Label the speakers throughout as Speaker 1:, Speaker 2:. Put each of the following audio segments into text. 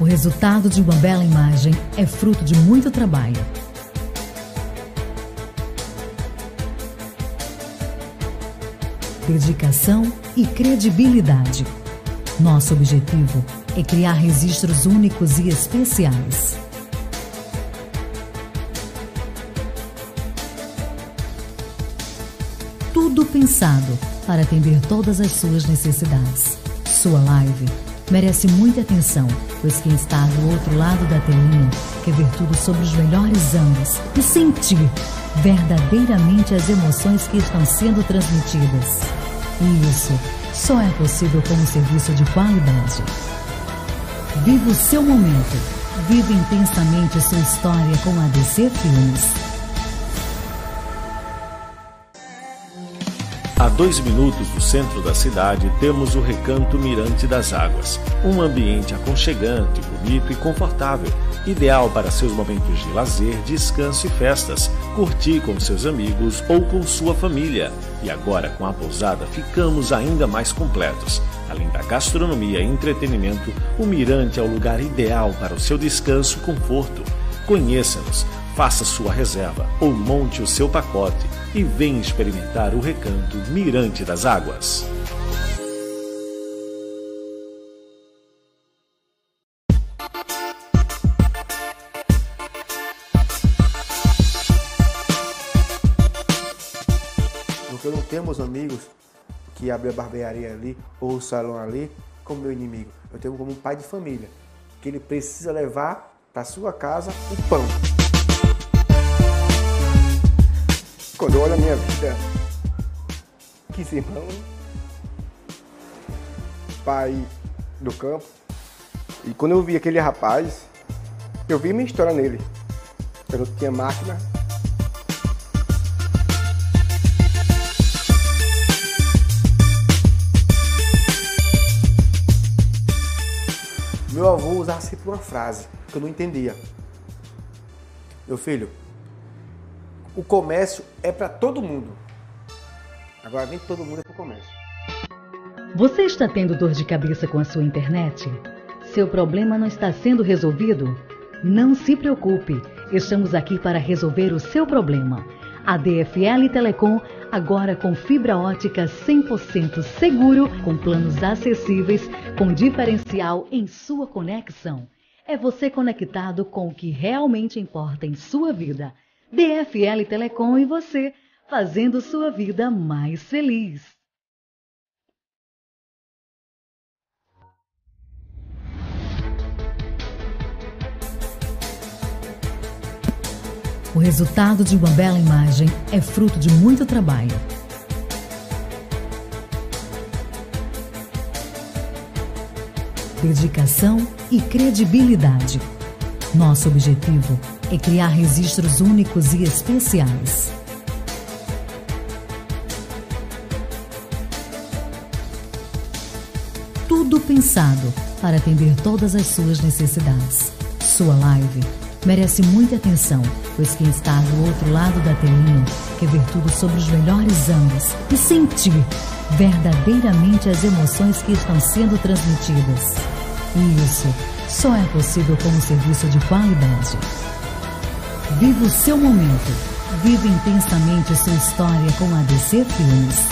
Speaker 1: O resultado de uma bela imagem é fruto de muito trabalho. Dedicação e credibilidade. Nosso objetivo é criar registros únicos e especiais. Tudo pensado para atender todas as suas necessidades. Sua live merece muita atenção, pois quem está do outro lado da telinha quer ver tudo sobre os melhores ângulos e sentir verdadeiramente as emoções que estão sendo transmitidas. E isso só é possível com um serviço de qualidade. Viva o seu momento. Viva intensamente sua história com a DC Filmes.
Speaker 2: A dois minutos do centro da cidade temos o Recanto Mirante das Águas, um ambiente aconchegante, bonito e confortável, ideal para seus momentos de lazer, descanso e festas, curtir com seus amigos ou com sua família. E agora com a pousada ficamos ainda mais completos. Além da gastronomia e entretenimento, o Mirante é o lugar ideal para o seu descanso e conforto. Conheça-nos, faça sua reserva ou monte o seu pacote e vem experimentar o recanto Mirante das Águas.
Speaker 3: Porque eu não tenho meus amigos que abriu a barbearia ali ou o salão ali como meu inimigo. Eu tenho como um pai de família que ele precisa levar para sua casa o pão. Quando eu olho a minha vida, quis irmão, pai do campo. E quando eu vi aquele rapaz, eu vi minha história nele. Eu não tinha máquina. Meu avô usava sempre uma frase que eu não entendia. Meu filho, o comércio é para todo mundo. Agora nem todo mundo é para o comércio.
Speaker 1: Você está tendo dor de cabeça com a sua internet? Seu problema não está sendo resolvido? Não se preocupe, estamos aqui para resolver o seu problema. A DFL Telecom agora com fibra ótica 100% seguro, com planos acessíveis, com diferencial em sua conexão. É você conectado com o que realmente importa em sua vida. DFL Telecom e você, fazendo sua vida mais feliz. O resultado de uma bela imagem é fruto de muito trabalho. Dedicação e credibilidade. Nosso objetivo é criar registros únicos e especiais. Tudo pensado para atender todas as suas necessidades. Sua live merece muita atenção, pois quem está do outro lado da telinha quer ver tudo sobre os melhores ângulos e sentir verdadeiramente as emoções que estão sendo transmitidas. E isso só é possível com um serviço de qualidade. Viva o seu momento. Viva intensamente sua história com a DC Filmes.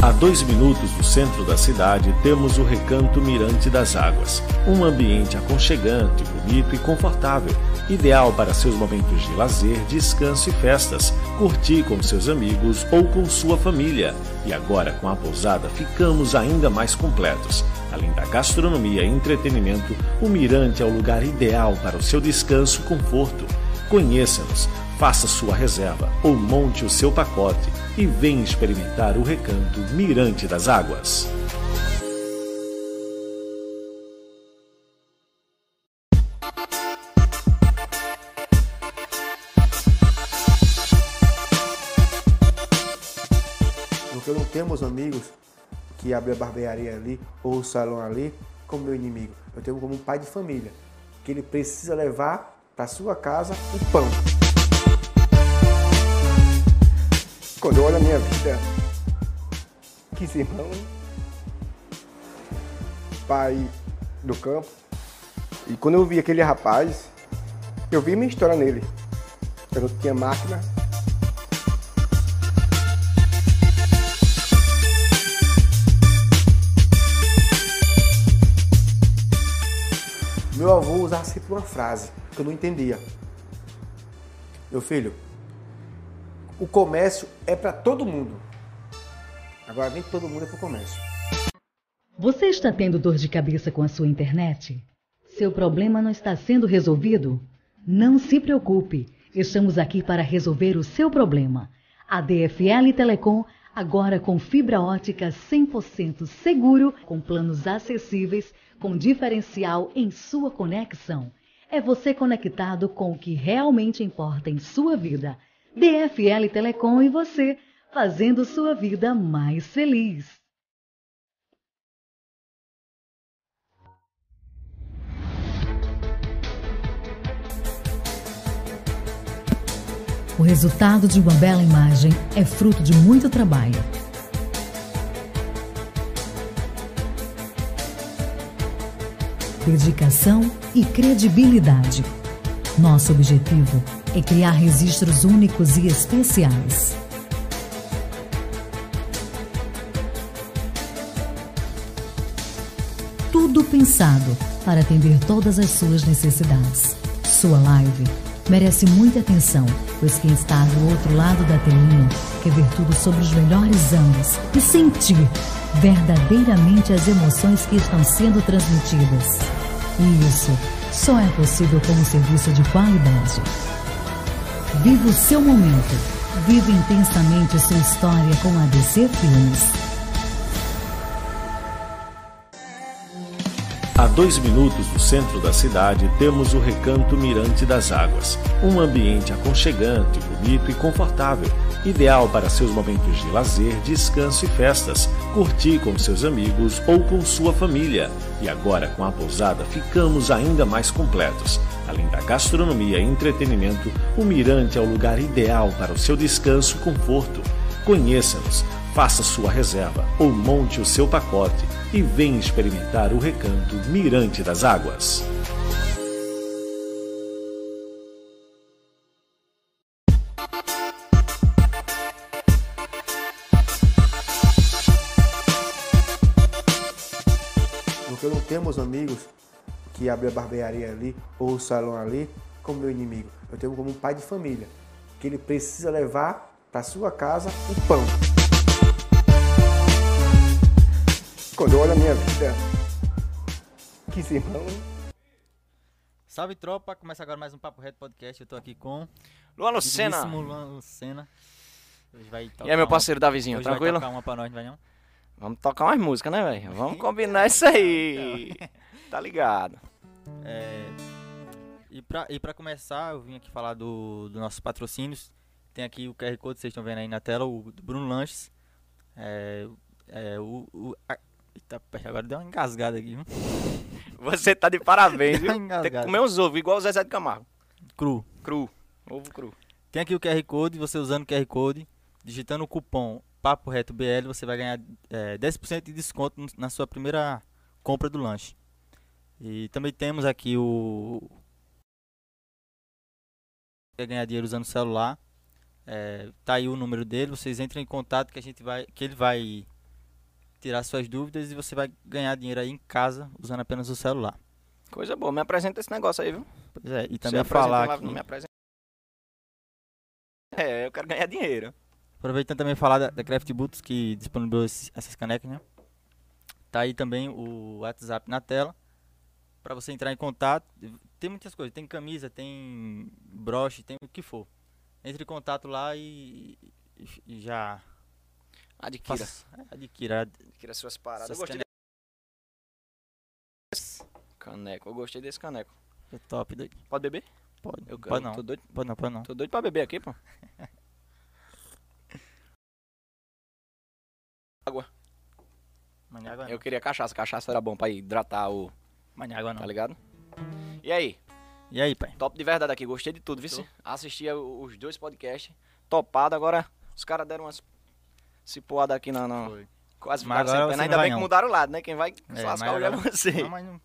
Speaker 2: A dois minutos do centro da cidade temos o Recanto Mirante das Águas, um ambiente aconchegante, bonito e confortável, ideal para seus momentos de lazer, descanso e festas, curtir com seus amigos ou com sua família. E agora com a pousada ficamos ainda mais completos. Além da gastronomia e entretenimento, o Mirante é o lugar ideal para o seu descanso e conforto. Conheça-nos, faça sua reserva ou monte o seu pacote e vem experimentar o recanto Mirante das Águas.
Speaker 3: Porque eu não tenho meus amigos que abriu a barbearia ali ou o salão ali como meu inimigo. Eu tenho como um pai de família que ele precisa levar para sua casa o pão. Quando eu olho a minha vida, quis irmão, pai do campo. E quando eu vi aquele rapaz, eu vi minha história nele. Eu não tinha máquina. Meu avô usava sempre uma frase que eu não entendia. Meu filho, o comércio é para todo mundo. Agora nem todo mundo é para o comércio.
Speaker 1: Você está tendo dor de cabeça com a sua internet? Seu problema não está sendo resolvido? Não se preocupe, estamos aqui para resolver o seu problema. A DFL Telecom, agora com fibra ótica 100% seguro, com planos acessíveis, com diferencial em sua conexão. É você conectado com o que realmente importa em sua vida. DFL Telecom e você, fazendo sua vida mais feliz. O resultado de uma bela imagem é fruto de muito trabalho. Dedicação e credibilidade. Nosso objetivo é criar registros únicos e especiais. Tudo pensado para atender todas as suas necessidades. Sua live merece muita atenção, pois quem está do outro lado da telinha quer ver tudo sobre os melhores ângulos e sentir verdadeiramente as emoções que estão sendo transmitidas. E isso só é possível com um serviço de qualidade. Viva o seu momento. Viva intensamente sua história com a DC Filmes.
Speaker 2: A dois minutos do centro da cidade temos o Recanto Mirante das Águas, um ambiente aconchegante, bonito e confortável, ideal para seus momentos de lazer, descanso e festas, curtir com seus amigos ou com sua família. E agora com a pousada ficamos ainda mais completos. Além da gastronomia e entretenimento, o Mirante é o lugar ideal para o seu descanso e conforto. Conheça-nos, faça sua reserva ou monte o seu pacote e vem experimentar o recanto Mirante das Águas.
Speaker 3: Porque eu não tenho meus amigos que abriu a barbearia ali ou o salão ali como meu inimigo. Eu tenho como um pai de família que ele precisa levar para sua casa o pão. Quando eu olho a minha vida, que irmão.
Speaker 4: Salve tropa, começa agora mais um Papo Reto Podcast. Eu tô aqui com
Speaker 5: Luan Lucena.
Speaker 4: queridíssimo Luan Lucena. Hoje vai um-
Speaker 5: E aí, meu parceiro Davizinho,
Speaker 4: hoje
Speaker 5: tranquilo?
Speaker 4: Vai tocar um- uma pra nós, não vai não?
Speaker 5: Vamos tocar umas músicas, né, velho? Vamos combinar isso aí.
Speaker 4: Então.
Speaker 5: Tá ligado.
Speaker 4: E pra, e pra começar, eu vim aqui falar do, do nossos patrocínios. Tem aqui o QR Code, vocês estão vendo aí na tela, o do Bruno Lanches. É, é, o, o, a- eita, pera, agora deu uma engasgada aqui, viu?
Speaker 5: Você tá de parabéns,
Speaker 4: Deu uma
Speaker 5: viu? Tem que
Speaker 4: engasgada.
Speaker 5: comer um uns ovos, igual o Zezé de Camargo.
Speaker 4: Cru.
Speaker 5: Cru. Ovo cru.
Speaker 4: Tem aqui o QR Code, você usando o QR Code, digitando o cupom Papo Reto BL, você vai ganhar é, 10% de desconto no- na sua primeira compra do lanche. E também temos aqui o. Quer ganhar dinheiro usando o celular. É, tá aí o número dele, vocês entram em contato que a gente vai. que ele vai tirar suas dúvidas e você vai ganhar dinheiro aí em casa usando apenas o celular.
Speaker 5: Coisa boa. Me apresenta esse negócio aí, viu?
Speaker 4: Pois é, e
Speaker 5: Você
Speaker 4: também
Speaker 5: apresenta
Speaker 4: falar
Speaker 5: lá,
Speaker 4: aqui-
Speaker 5: Não me apresenta. É, eu quero ganhar dinheiro.
Speaker 4: Aproveitando também falar da, da Craft Boots que disponibilizou esses- essas canecas, né? Tá aí também o WhatsApp na tela para você entrar em contato. Tem muitas coisas, tem camisa, tem broche, tem o que for. Entre em contato lá e, e- e já
Speaker 5: Adquira.
Speaker 4: faça- é, adquira.
Speaker 5: Adquira suas paradas.
Speaker 4: Suas
Speaker 5: eu gostei desse caneco. Eu gostei desse caneco.
Speaker 4: É top, doido.
Speaker 5: Pode beber?
Speaker 4: Pode,
Speaker 5: Eu,
Speaker 4: pode
Speaker 5: eu
Speaker 4: não,
Speaker 5: Tô doido,
Speaker 4: pode não, pode não.
Speaker 5: tô doido pra beber aqui, pô.
Speaker 4: Mas não é água,
Speaker 5: Eu queria cachaça. Cachaça era bom pra hidratar o...
Speaker 4: não. Mas não é água não.
Speaker 5: Tá ligado? E aí?
Speaker 4: E aí, pai?
Speaker 5: Top de verdade aqui, gostei de tudo, viu?
Speaker 4: Gostou?
Speaker 5: Assisti o- os dois podcasts, topado. Agora os caras deram umas cipoadas aqui na, na,
Speaker 4: Foi.
Speaker 5: Quase
Speaker 4: Mas
Speaker 5: ficaram sem
Speaker 4: agora
Speaker 5: pena.
Speaker 4: você
Speaker 5: Ainda
Speaker 4: não
Speaker 5: bem
Speaker 4: vai,
Speaker 5: que
Speaker 4: não.
Speaker 5: mudaram o lado, né? Quem vai se
Speaker 4: mas
Speaker 5: lascar hoje é
Speaker 4: agora-
Speaker 5: você.
Speaker 4: Não, mas não-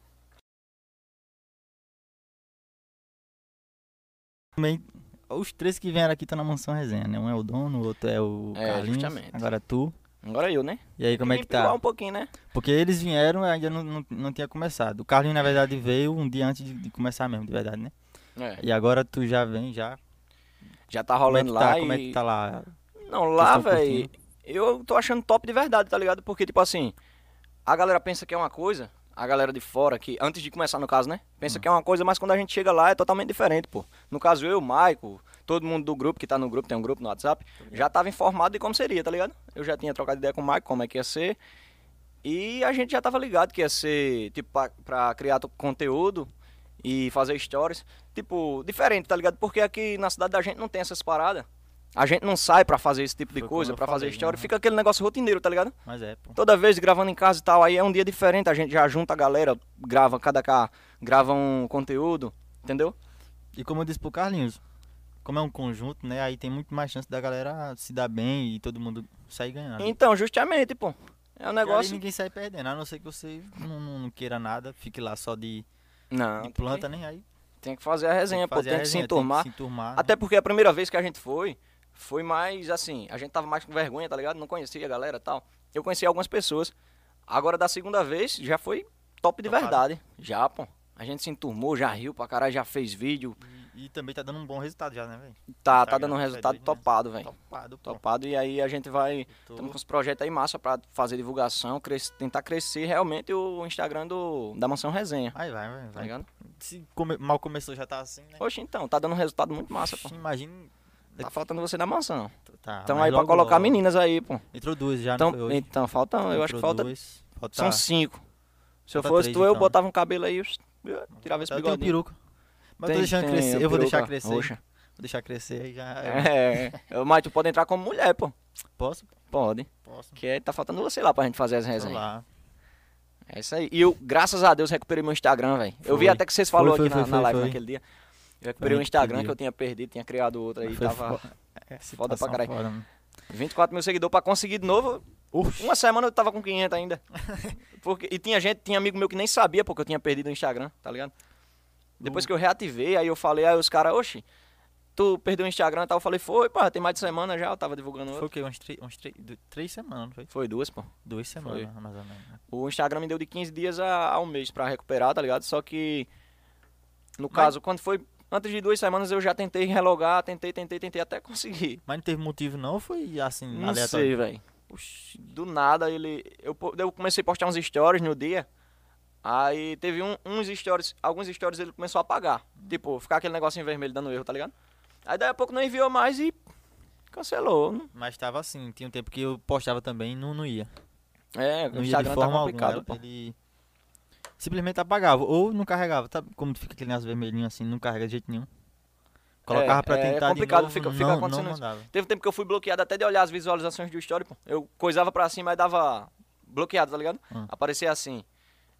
Speaker 4: Também, os três que vieram aqui estão na mansão resenha, né? Um é o dono, o outro é o
Speaker 5: É,
Speaker 4: Carlinhos,
Speaker 5: justamente.
Speaker 4: agora tu.
Speaker 5: Agora eu, né?
Speaker 4: E aí, como é
Speaker 5: Tem
Speaker 4: que tá?
Speaker 5: piruar um pouquinho, né?
Speaker 4: Porque eles vieram ainda não, não, não tinha começado. O Carlinhos, na verdade, veio um dia antes de, de começar mesmo, de verdade, né?
Speaker 5: É.
Speaker 4: E agora tu já vem, já.
Speaker 5: Já tá
Speaker 4: Como é
Speaker 5: rolando
Speaker 4: que
Speaker 5: lá
Speaker 4: tá?
Speaker 5: e...
Speaker 4: Como é que tá lá?
Speaker 5: Não, lá,
Speaker 4: Vocês tão
Speaker 5: velho, eu tô achando top de verdade, tá ligado? Porque, tipo assim, a galera pensa que é uma coisa, a galera de fora, que antes de começar, no caso, né? Pensa que é uma coisa, mas quando a gente chega lá é totalmente diferente, pô. No caso, eu, o Maico, todo mundo do grupo que tá no grupo, tem um grupo no WhatsApp, já tava informado de como seria, tá ligado? Eu já tinha trocado ideia com o Maico, como é que ia ser. E a gente já tava ligado que ia ser, tipo, pra, pra criar to- conteúdo e fazer stories. Tipo, diferente, tá ligado? Porque aqui na cidade da gente não tem essas paradas. A gente não sai pra fazer esse tipo de
Speaker 4: Foi como
Speaker 5: coisa,
Speaker 4: eu
Speaker 5: pra fazer
Speaker 4: falei,
Speaker 5: story.
Speaker 4: né?
Speaker 5: Fica aquele negócio rotineiro, tá ligado?
Speaker 4: Mas é, pô.
Speaker 5: Toda vez gravando em casa e tal, aí é um dia diferente, a gente já junta a galera, grava cada cá, grava um conteúdo, entendeu?
Speaker 4: E como eu disse pro Carlinhos, como é um conjunto, né? Aí tem muito mais chance da galera se dar bem e todo mundo sair ganhando.
Speaker 5: Então, justamente, pô. É
Speaker 4: Ah. Porque
Speaker 5: um
Speaker 4: ali
Speaker 5: negócio.
Speaker 4: ninguém sai perdendo, a não ser que você não, não- não queira nada, fique lá só de,
Speaker 5: Não,
Speaker 4: de planta, nem aí.
Speaker 5: tem que fazer a Ah, resenha, pô,
Speaker 4: né? fazer
Speaker 5: tem
Speaker 4: a
Speaker 5: que se
Speaker 4: resenha,
Speaker 5: enturmar.
Speaker 4: Tem que se enturmar.
Speaker 5: Até porque a primeira vez que a gente foi, foi mais assim, a gente tava mais com vergonha, tá ligado? Não conhecia a galera e tal. Eu conheci algumas pessoas. Agora da segunda vez já foi top de
Speaker 4: Topado.
Speaker 5: verdade. Já, pô. A gente se enturmou, já riu pra caralho, já fez vídeo.
Speaker 4: E, e também tá dando um bom resultado já, né, velho?
Speaker 5: Tá,
Speaker 4: Tá
Speaker 5: tá dando um
Speaker 4: ligado?
Speaker 5: resultado
Speaker 4: É doido, né?
Speaker 5: topado, velho.
Speaker 4: Topado, pô.
Speaker 5: Topado. E aí a gente vai.
Speaker 4: Tô-
Speaker 5: Estamos com os projetos aí massa pra fazer divulgação, cres- tentar crescer realmente o Instagram do, da Mansão Resenha.
Speaker 4: Aí vai, vai,
Speaker 5: Tá
Speaker 4: vai.
Speaker 5: ligado?
Speaker 4: Se come- mal começou já tá assim, né?
Speaker 5: Poxa, então, tá dando um resultado muito massa, pô.
Speaker 4: Oxi, Imagina.
Speaker 5: Tá faltando você na mansão.
Speaker 4: Tá,
Speaker 5: Então
Speaker 4: mas
Speaker 5: aí pra
Speaker 4: logo,
Speaker 5: colocar
Speaker 4: logo.
Speaker 5: meninas aí, pô.
Speaker 4: Entrou duas já, não foi
Speaker 5: Então,
Speaker 4: hoje?
Speaker 5: então falta, eu acho que
Speaker 4: Entrou
Speaker 5: falta
Speaker 4: duas. Falta...
Speaker 5: São cinco. Se eu
Speaker 4: Falta
Speaker 5: fosse
Speaker 4: três,
Speaker 5: tu, eu
Speaker 4: então, Tá, um né?
Speaker 5: botava um cabelo aí, eu tirava esse
Speaker 4: Eu tenho
Speaker 5: bigodinho.
Speaker 4: peruca. Mas eu
Speaker 5: Tem-
Speaker 4: tô deixando
Speaker 5: tem
Speaker 4: crescer.
Speaker 5: a
Speaker 4: Eu vou deixar
Speaker 5: peruca
Speaker 4: crescer.
Speaker 5: roxa.
Speaker 4: Vou deixar crescer aí já.
Speaker 5: É, é, mas tu pode entrar como mulher, pô.
Speaker 4: Posso?
Speaker 5: Pode.
Speaker 4: Posso.
Speaker 5: Que aí tá faltando você lá pra gente fazer as
Speaker 4: Tô
Speaker 5: resenhas.
Speaker 4: lá.
Speaker 5: É isso aí. E eu, graças a Deus, recuperei meu Instagram, velho. Eu vi
Speaker 4: Foi.
Speaker 5: até que vocês falaram
Speaker 4: Foi,
Speaker 5: aqui
Speaker 4: foi,
Speaker 5: na,
Speaker 4: foi,
Speaker 5: na
Speaker 4: foi,
Speaker 5: live
Speaker 4: foi.
Speaker 5: naquele dia. Eu
Speaker 4: Foi,
Speaker 5: recuperei um Instagram
Speaker 4: entendi.
Speaker 5: que eu tinha perdido, tinha criado outro aí.
Speaker 4: Foi
Speaker 5: Tava
Speaker 4: fo- é,
Speaker 5: foda pra
Speaker 4: situação
Speaker 5: caralho.
Speaker 4: foda, mano.
Speaker 5: 24 mil seguidores pra conseguir de novo.
Speaker 4: Oxi.
Speaker 5: Uma semana eu tava com 500 ainda. Porque, e tinha gente, tinha amigo meu que nem sabia porque eu tinha perdido o Instagram, tá ligado? Depois que eu reativei, aí eu falei, aí os caras, oxi, tu perdeu o Instagram e tal. Eu falei, foi, pô, tem mais de semana já, eu tava divulgando
Speaker 4: Foi
Speaker 5: outro.
Speaker 4: o quê? Uns, tre- uns tre- du- três semanas, não foi?
Speaker 5: Foi duas, pô.
Speaker 4: Duas semanas, mais ou menos. né?
Speaker 5: O Instagram me deu de 15 dias a, a um mês pra recuperar, tá ligado? Só que, no caso, quando foi antes de duas semanas, eu já tentei relogar, tentei, tentei, tentei, até conseguir.
Speaker 4: Mas não teve motivo não, ou foi assim,
Speaker 5: Não
Speaker 4: aleatório?
Speaker 5: sei, velho. Oxi, Do nada ele. Eu, po- eu comecei a postar uns stories no dia. Aí teve um- uns stories. Alguns stories ele começou a apagar. Tipo, ficar aquele negocinho vermelho dando erro, tá ligado? Aí daí a pouco não enviou mais e. Cancelou.
Speaker 4: Mas tava assim, tinha um tempo que eu postava também e não, não ia.
Speaker 5: É, o
Speaker 4: Não ia de
Speaker 5: Instagram tá
Speaker 4: forma
Speaker 5: complicado,
Speaker 4: alguma. né?
Speaker 5: pô.
Speaker 4: Ele simplesmente apagava, ou não carregava. Sabe como fica aquele negócio vermelhinho assim, não carrega de jeito nenhum? Colocava pra
Speaker 5: é, é
Speaker 4: tentar de
Speaker 5: complicado,
Speaker 4: novo,
Speaker 5: fica-
Speaker 4: não,
Speaker 5: fica acontecendo
Speaker 4: não
Speaker 5: isso.
Speaker 4: mandava.
Speaker 5: Teve um tempo que eu fui bloqueado até de olhar as visualizações do story, pô. Eu coisava pra cima e dava bloqueado, tá ligado?
Speaker 4: Hum.
Speaker 5: Aparecia assim.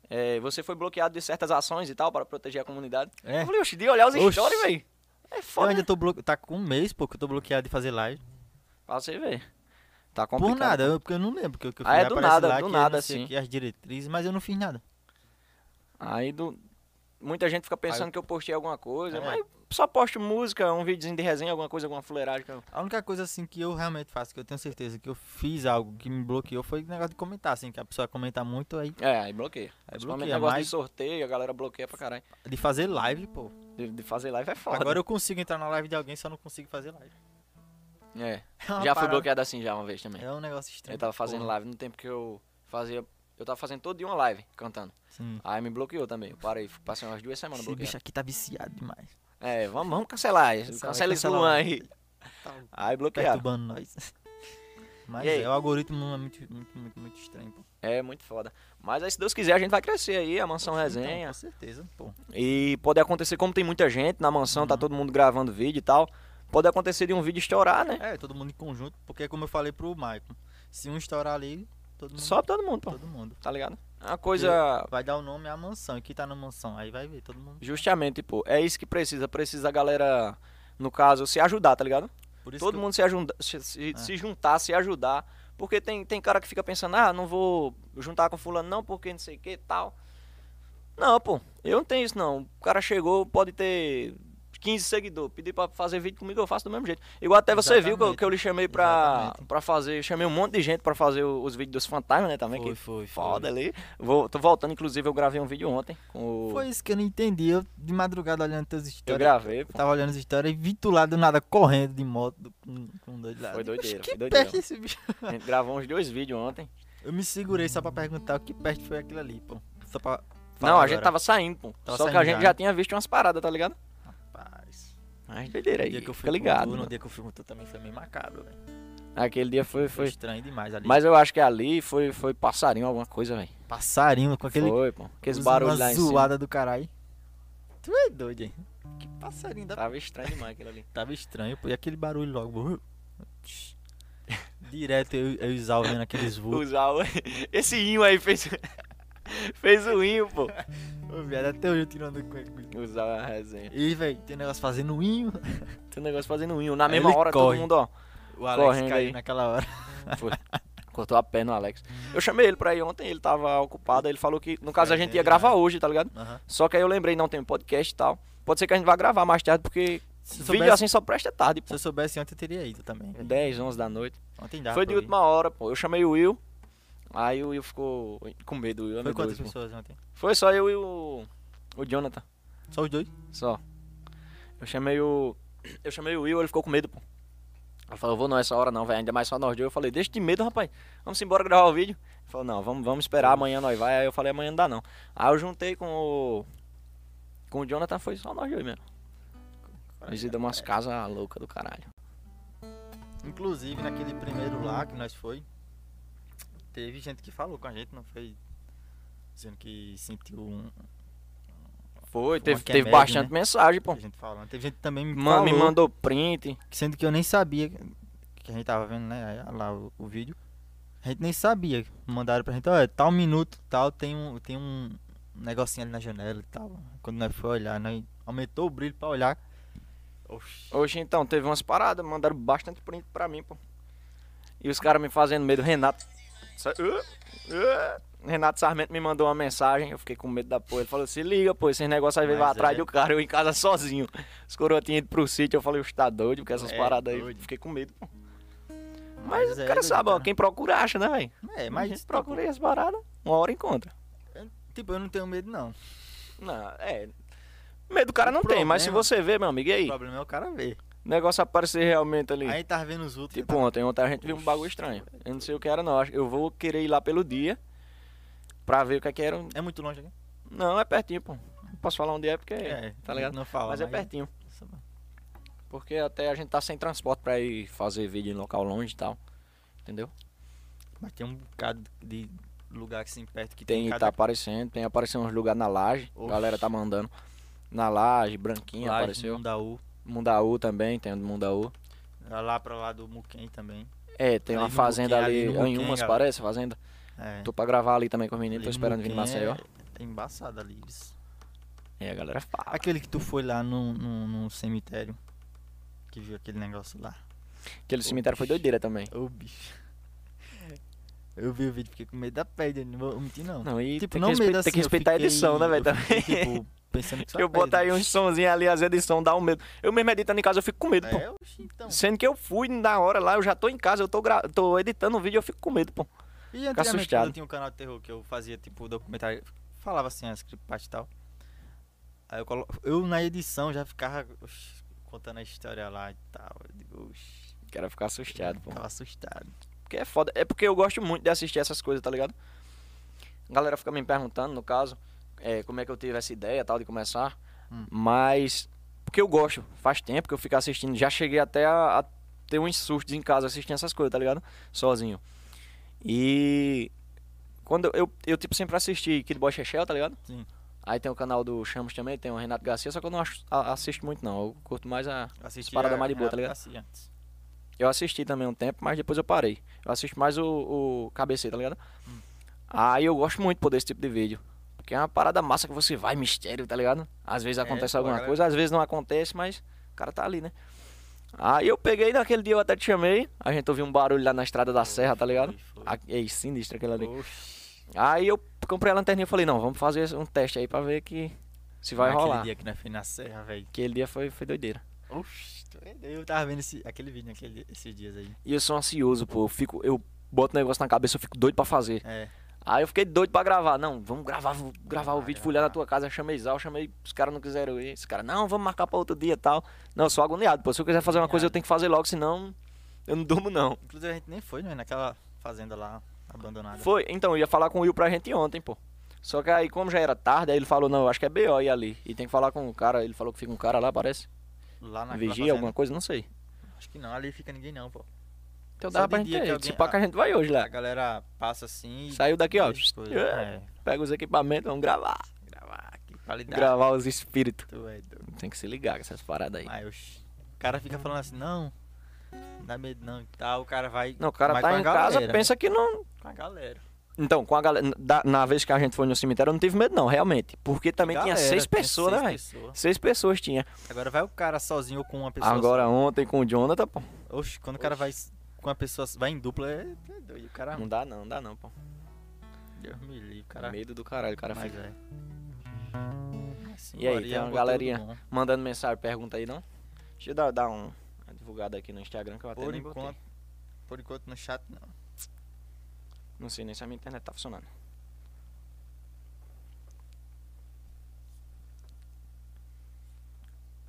Speaker 5: é, você foi bloqueado de certas ações e tal para proteger a comunidade.
Speaker 4: É.
Speaker 5: Eu falei, oxi, de olhar os
Speaker 4: Oxi.
Speaker 5: stories, velho. É
Speaker 4: Eu
Speaker 5: foda.
Speaker 4: ainda tô bloqueado, tá com um mês, pô, que eu tô bloqueado de fazer live.
Speaker 5: Pra você ver. Tá complicado.
Speaker 4: Por nada, eu- porque eu não lembro que eu que eu
Speaker 5: Ah,
Speaker 4: fiz.
Speaker 5: é
Speaker 4: Aí
Speaker 5: do
Speaker 4: aparece
Speaker 5: nada,
Speaker 4: lá
Speaker 5: do
Speaker 4: que
Speaker 5: nada,
Speaker 4: eu não sei
Speaker 5: assim.
Speaker 4: que as diretrizes, mas eu não fiz nada.
Speaker 5: Aí do... muita gente fica pensando que eu postei alguma coisa,
Speaker 4: É.
Speaker 5: mas eu só posto música, um videozinho de resenha, alguma coisa, alguma fuleiragem. que eu-
Speaker 4: A única coisa assim que eu realmente faço, que eu tenho certeza que eu fiz algo que me bloqueou, foi o negócio de comentar, assim, que a pessoa comenta muito aí.
Speaker 5: É, aí bloqueia.
Speaker 4: Aí
Speaker 5: Principalmente
Speaker 4: bloqueia,
Speaker 5: negócio
Speaker 4: mas-
Speaker 5: de sorteio, a galera bloqueia pra caralho.
Speaker 4: De fazer live, pô.
Speaker 5: De, de fazer live é foda.
Speaker 4: Agora eu consigo entrar na live de alguém, só não consigo fazer live.
Speaker 5: É.
Speaker 4: É uma
Speaker 5: Já fui
Speaker 4: parada-
Speaker 5: bloqueado assim já uma vez também.
Speaker 4: É um negócio estranho.
Speaker 5: Eu tava fazendo
Speaker 4: porra.
Speaker 5: live no tempo que eu fazia. Eu tava fazendo todo dia uma live cantando.
Speaker 4: Sim.
Speaker 5: Aí me bloqueou também. Eu parei, passei umas duas semanas
Speaker 4: Esse bicho
Speaker 5: bloqueado.
Speaker 4: aqui tá viciado demais.
Speaker 5: É, vamos, vamos cancelar. isso.
Speaker 4: Cancela,
Speaker 5: Cancela esse
Speaker 4: cancela
Speaker 5: Luan
Speaker 4: lá.
Speaker 5: aí.
Speaker 4: Tá
Speaker 5: Aí bloqueado.
Speaker 4: perturbando nós. Mas
Speaker 5: E aí?
Speaker 4: é, o algoritmo é muito, muito, muito, muito estranho, pô.
Speaker 5: É muito foda. Mas aí, se Deus quiser, a gente vai crescer aí, a mansão
Speaker 4: Então,
Speaker 5: resenha.
Speaker 4: com certeza, pô.
Speaker 5: E pode acontecer, como tem muita gente na mansão,
Speaker 4: Uhum.
Speaker 5: tá todo mundo gravando vídeo e tal. Pode acontecer de um vídeo estourar, né?
Speaker 4: É, todo mundo em conjunto, porque como eu falei pro Maicon, se um estourar ali, todo mundo.
Speaker 5: Sobe todo mundo, pô.
Speaker 4: Uhum. Todo mundo.
Speaker 5: Tá ligado? É uma coisa.
Speaker 4: Vai dar o nome à mansão. E quem tá na mansão? Aí vai ver todo mundo.
Speaker 5: Justamente, pô. É isso que precisa. Precisa a galera, no caso, se ajudar, tá ligado?
Speaker 4: Por isso
Speaker 5: Todo
Speaker 4: que É. eu-
Speaker 5: mundo se, ajunda, se, se- se juntar, se ajudar. Porque tem, tem cara que fica pensando, ah, não vou juntar com fulano não, porque não sei o que tal. Não, pô, eu não tenho isso não. O cara chegou, pode ter 15 seguidores, pedir pra fazer vídeo comigo, eu faço do mesmo jeito. Igual até você viu que eu,
Speaker 4: Exatamente.
Speaker 5: que eu lhe chamei pra,
Speaker 4: Exatamente.
Speaker 5: pra fazer, eu chamei um monte de gente pra fazer o- os vídeos dos fantasmas, né, também.
Speaker 4: Foi,
Speaker 5: que
Speaker 4: foi, foi.
Speaker 5: Foda ali. Vou, tô voltando, inclusive eu gravei um vídeo ontem com o...
Speaker 4: Foi isso que eu não entendi. Eu de madrugada olhando teus
Speaker 5: eu
Speaker 4: histórias.
Speaker 5: gravei,
Speaker 4: Eu
Speaker 5: pô.
Speaker 4: tava olhando as histórias e vi tu lá do nada correndo de moto do- com, com um dois lados.
Speaker 5: Foi doideira,
Speaker 4: Que
Speaker 5: foi doideira.
Speaker 4: peste esse bicho.
Speaker 5: A gente gravou uns dois vídeos ontem.
Speaker 4: Eu me segurei só pra perguntar o que peste foi aquilo ali, pô. Só pra.
Speaker 5: não,
Speaker 4: falar
Speaker 5: a gente
Speaker 4: agora.
Speaker 5: tava saindo, pô.
Speaker 4: Tava
Speaker 5: Só que a
Speaker 4: saindo
Speaker 5: gente
Speaker 4: já,
Speaker 5: já
Speaker 4: né?
Speaker 5: tinha visto umas paradas, tá ligado?
Speaker 4: Rapaz.
Speaker 5: Mas
Speaker 4: No
Speaker 5: doideira aí,
Speaker 4: dia que eu fui
Speaker 5: fica ligado.
Speaker 4: Com tu, no
Speaker 5: né?
Speaker 4: dia que eu fui com tu também foi meio macabro, velho.
Speaker 5: Aquele dia foi,
Speaker 4: Foi
Speaker 5: foi.
Speaker 4: estranho demais ali.
Speaker 5: Mas eu acho que ali foi, foi passarinho, alguma coisa, velho.
Speaker 4: passarinho com aquele.
Speaker 5: Foi, pô. Aqueles
Speaker 4: Os-
Speaker 5: barulhos
Speaker 4: uma
Speaker 5: lá em cima.
Speaker 4: zoada do caralho. Tu é doido, hein? Que passarinho da.
Speaker 5: Tava estranho demais aquilo ali.
Speaker 4: Tava estranho, pô. E aquele barulho logo. Direto eu, eu e o Zal vendo aqueles vultos.
Speaker 5: Usar o... Esse inho aí fez. fez o inho, pô.
Speaker 4: Ô, viado, é até hoje eu tirando com ele.
Speaker 5: Usar a resenha.
Speaker 4: E, velho, tem negócio fazendo inho.
Speaker 5: Tem um negócio fazendo inho. Na
Speaker 4: Aí
Speaker 5: mesma
Speaker 4: ele
Speaker 5: hora,
Speaker 4: corre.
Speaker 5: todo mundo, ó.
Speaker 4: O Alex
Speaker 5: Correndo
Speaker 4: caiu
Speaker 5: aí.
Speaker 4: naquela hora.
Speaker 5: Foi. Cortou a perna o Alex. Eu chamei ele pra ir ontem, ele tava ocupado. aí Ele falou que, no caso, a gente ia gravar hoje, tá ligado?
Speaker 4: Aham.
Speaker 5: Só que aí eu lembrei, não tem um podcast e tal. Pode ser que a gente vá gravar mais tarde, porque
Speaker 4: Se eu
Speaker 5: vídeo
Speaker 4: soubesse-
Speaker 5: assim só presta tarde,
Speaker 4: Se
Speaker 5: pô.
Speaker 4: eu soubesse ontem, eu teria ido também.
Speaker 5: 10, 11 da noite.
Speaker 4: Ontem dá.
Speaker 5: Foi
Speaker 4: pra
Speaker 5: de
Speaker 4: eu ir.
Speaker 5: última hora, pô. Eu chamei o Will. Aí o Will ficou com medo. O Will é
Speaker 4: Foi
Speaker 5: medroso,
Speaker 4: quantas
Speaker 5: pô.
Speaker 4: pessoas ontem?
Speaker 5: Foi só eu e o, o Jonathan.
Speaker 4: Só os dois?
Speaker 5: Só. Eu chamei o. Eu chamei o Will, ele ficou com medo, pô. Ele falou, eu vou não é essa hora não, velho. Ainda mais só nós dois. Eu falei, deixa de medo, rapaz. Vamos embora gravar o vídeo. Ele falou, não, vamos, vamos esperar, amanhã nós vai. Aí eu falei, amanhã não dá não. Aí eu juntei com o. Com o Jonathan, foi só nós dois mesmo. Nós deu umas casas loucas do caralho.
Speaker 4: Inclusive, naquele primeiro lá que nós foi, teve gente que falou com a gente, não foi? Dizendo que sentiu um.
Speaker 5: Foi,
Speaker 4: teve-
Speaker 5: teve,
Speaker 4: teve
Speaker 5: bastante
Speaker 4: bastante
Speaker 5: mensagem, pô.
Speaker 4: Teve gente falando. Teve gente que também me
Speaker 5: Man,
Speaker 4: falou,
Speaker 5: me mandou print.
Speaker 4: sendo que eu nem sabia que a gente tava vendo, né? Lá o, o vídeo. A gente nem sabia. Mandaram pra gente, olha, tal minuto, tal, tem um, tem um negocinho ali na janela e tal. Quando nós foi olhar, nós aumentou o brilho pra olhar. Oxi.
Speaker 5: Hoje então, teve umas paradas, mandaram bastante print pra mim, pô. E os caras me fazendo medo. Renato. Sa- Ã? Ã? Renato Sarmento me mandou uma mensagem, eu fiquei com medo da porra. Ele falou: se liga, pô, esses negócios aí vai
Speaker 4: Mas
Speaker 5: atrás
Speaker 4: é.
Speaker 5: do cara, eu em casa sozinho. Os coroa tinham ido pro sítio, eu falei: "Oxe, tá doido, porque essas
Speaker 4: É,
Speaker 5: paradas aí,
Speaker 4: doido.
Speaker 5: fiquei com medo, pô. Mas,
Speaker 4: Mas
Speaker 5: os
Speaker 4: é,
Speaker 5: o cara
Speaker 4: doido,
Speaker 5: sabe, ó,
Speaker 4: cara.
Speaker 5: quem procura acha, né, velho?
Speaker 4: É,
Speaker 5: Mas
Speaker 4: mas
Speaker 5: procurei as paradas, uma hora encontra.
Speaker 4: Tipo, eu não tenho medo, não.
Speaker 5: Não, é. Medo do cara
Speaker 4: O
Speaker 5: não tem, mas se
Speaker 4: problema-
Speaker 5: você vê, meu amigo, e aí?
Speaker 4: O problema é o cara ver.
Speaker 5: O negócio aparecer realmente ali.
Speaker 4: Aí tava vendo os outros. tá
Speaker 5: Tipo ontem, ontem a gente viu um bagulho estranho. Eu não sei o que era não, Acho- eu vou querer ir lá pelo dia pra ver o que é que era.
Speaker 4: É muito longe aqui?
Speaker 5: Não, é pertinho, pô. Não posso falar onde é porque, tá ligado?
Speaker 4: Não fala.
Speaker 5: Mas é pertinho, porque até a gente tá sem transporte pra ir fazer vídeo em local longe e tal. Entendeu?
Speaker 4: Mas tem um bocado de lugar assim perto que
Speaker 5: Tem, tá
Speaker 4: cada
Speaker 5: aparecendo, tem aparecendo uns lugares na laje, a
Speaker 4: Oxe.
Speaker 5: galera tá mandando. Na laje, Branquinha
Speaker 4: laje, um-
Speaker 5: apareceu.
Speaker 4: Mundaú,
Speaker 5: Mundaú também, tem o do Mundaú.
Speaker 4: Lá pra lá do Muquem também.
Speaker 5: É, tem
Speaker 4: Ali
Speaker 5: uma
Speaker 4: no
Speaker 5: fazenda
Speaker 4: Muquim, ali
Speaker 5: ali,
Speaker 4: no
Speaker 5: em
Speaker 4: Muquim,
Speaker 5: umas
Speaker 4: galera.
Speaker 5: parece, fazenda.
Speaker 4: É.
Speaker 5: Tô pra gravar ali também com os meninos, tô
Speaker 4: Ali no
Speaker 5: esperando vir em
Speaker 4: Muquem é-
Speaker 5: Maceió.
Speaker 4: É embaçado ali. isso.
Speaker 5: É, a galera fala.
Speaker 4: Aquele que tu foi lá no, no, no cemitério. Que viu aquele negócio lá.
Speaker 5: Aquele cemitério foi doideira também.
Speaker 4: Ô bicho. Eu vi o vídeo, fiquei com medo da pedra. Não vou mentir, não.
Speaker 5: Não, e
Speaker 4: tipo,
Speaker 5: tem,
Speaker 4: não
Speaker 5: que
Speaker 4: medo
Speaker 5: respe-
Speaker 4: assim,
Speaker 5: tem que
Speaker 4: eu
Speaker 5: respeitar a
Speaker 4: fiquei-
Speaker 5: edição, né, velho?
Speaker 4: eu fiquei,
Speaker 5: Também.
Speaker 4: Tipo, pensando que só
Speaker 5: eu
Speaker 4: pedra. É,
Speaker 5: boto aí um uns sonzinhos ali, as edições dá um medo. Eu mesmo editando em casa, eu fico com medo, pô.
Speaker 4: É, oxi, então.
Speaker 5: Sendo que eu fui na hora lá, eu já tô em casa, eu tô, gra... tô editando o vídeo, eu fico com medo, pô.
Speaker 4: E antigamente quando
Speaker 5: assustado.
Speaker 4: eu tinha um canal de terror que eu fazia tipo documentário, falava assim as creepypastas e tal. Aí eu colo... eu na edição já ficava oxi, contando a história lá e tal. Eu digo, oxi,
Speaker 5: Quero ficar assustado, pô.
Speaker 4: tava assustado.
Speaker 5: Porque é foda. É porque eu gosto muito de assistir essas coisas, tá ligado? A galera fica me perguntando, no caso, é, como é que eu tive essa ideia tal de começar.
Speaker 4: Hum.
Speaker 5: Mas. Porque eu gosto. Faz tempo que eu fico assistindo. Já cheguei até a, a ter uns sustos em casa assistindo essas coisas, tá ligado? Sozinho. E. Quando eu, eu, tipo, sempre assisti Kid Boy Shechel, tá ligado?
Speaker 4: Sim.
Speaker 5: Aí tem o canal do Chamos também, tem o Renato Garcia, só que eu não acho- a- assisto muito, não. Eu curto mais a,
Speaker 4: Eu Assisti
Speaker 5: Parada
Speaker 4: a
Speaker 5: mais de boa, tá
Speaker 4: Renata
Speaker 5: ligado?
Speaker 4: Garcia antes.
Speaker 5: eu assisti também um tempo, mas depois eu parei. Eu assisto mais o, o KBC, tá ligado?
Speaker 4: Hum.
Speaker 5: Aí eu gosto muito pô, desse tipo de vídeo. Porque é uma parada massa que você vai, mistério, tá ligado? Às vezes acontece
Speaker 4: É, pô, a
Speaker 5: alguma
Speaker 4: galera-
Speaker 5: coisa, às vezes não acontece, mas o cara tá ali, né? Aí eu peguei, naquele dia eu até te chamei. A gente ouviu um barulho lá na estrada da serra, tá ligado? A- Ei, sinistro aquele ali. Aí eu comprei a lanterninha e falei, não, vamos fazer um teste aí pra ver que se vai
Speaker 4: Naquele
Speaker 5: rolar.
Speaker 4: dia que nós fomos na serra, velho.
Speaker 5: Aquele dia foi, foi doideira.
Speaker 4: Oxi, tu é doido. eu tava vendo esse, aquele vídeo naquele- esses dias aí.
Speaker 5: E eu sou ansioso, pô. Eu, fico, eu boto o negócio na cabeça, eu fico doido pra fazer.
Speaker 4: É.
Speaker 5: Aí eu fiquei doido pra gravar. Não, vamos gravar, vou gravar o vídeo, fui lá na tua casa, chamei Zal, chamei. Os caras não quiseram ir. Os caras, não, vamos marcar pra outro dia e tal. Não, eu sou agoniado, pô. Se eu quiser fazer uma coisa, eu tenho que fazer logo, senão eu não durmo, não.
Speaker 4: Inclusive a gente nem foi, né? Naquela fazenda lá, abandonada.
Speaker 5: Foi, então, eu ia falar com o Will pra gente ontem, pô. Só que aí, como já era tarde, aí ele falou, não, eu acho que é BO ir ali. E tem que falar com o cara, ele falou que fica um cara lá, parece.
Speaker 4: Lá naquela
Speaker 5: Vigia,
Speaker 4: fazenda.
Speaker 5: alguma coisa, não sei.
Speaker 4: Acho que não, ali fica ninguém não, pô.
Speaker 5: Então
Speaker 4: Só
Speaker 5: dá
Speaker 4: de
Speaker 5: pra gente
Speaker 4: dia
Speaker 5: ir.
Speaker 4: que
Speaker 5: Se
Speaker 4: alguém-
Speaker 5: pá que a gente vai hoje
Speaker 4: A
Speaker 5: lá.
Speaker 4: galera passa assim e...
Speaker 5: Saiu daqui, ó.
Speaker 4: Essas coisas, é.
Speaker 5: Pega os equipamentos, vamos gravar.
Speaker 4: Gravar, que qualidade.
Speaker 5: Gravar os espíritos.
Speaker 4: Tu é doido.
Speaker 5: Tem que se ligar com essas paradas aí.
Speaker 4: Mas oxi, o cara fica falando assim, não, não dá medo não e tal. O cara vai...
Speaker 5: Não, o cara
Speaker 4: vai
Speaker 5: tá
Speaker 4: com a
Speaker 5: em casa,
Speaker 4: galera.
Speaker 5: pensa que não.
Speaker 4: Com a galera.
Speaker 5: Então, com a galera. da- na vez que a gente foi no cemitério, eu não tive medo, não, realmente. Porque também
Speaker 4: Galera,
Speaker 5: tinha seis pessoas,
Speaker 4: seis
Speaker 5: né, velho?
Speaker 4: pessoas.
Speaker 5: Seis pessoas tinha.
Speaker 4: Agora vai o cara sozinho ou com uma pessoa
Speaker 5: Agora ontem com o Jonathan, pô.
Speaker 4: só. Oxi, quando o cara vai s- com uma pessoa... Vai em dupla, é, é doido. O cara...
Speaker 5: Não dá não, não dá não, pô.
Speaker 4: Deus me livre, o cara...
Speaker 5: Medo do caralho, o Hum. cara
Speaker 4: Mas
Speaker 5: fica.
Speaker 4: é. Assim,
Speaker 5: E
Speaker 4: Maria, é um
Speaker 5: aí, tem uma
Speaker 4: conteúdo
Speaker 5: galerinha
Speaker 4: bom.
Speaker 5: mandando mensagem, pergunta aí, não? Deixa eu dar, dar um uma divulgada aqui no Instagram que eu até
Speaker 4: Por
Speaker 5: nem
Speaker 4: enquanto,
Speaker 5: botei.
Speaker 4: por enquanto no chat não.
Speaker 5: Não sei nem se a minha internet tá funcionando. Tem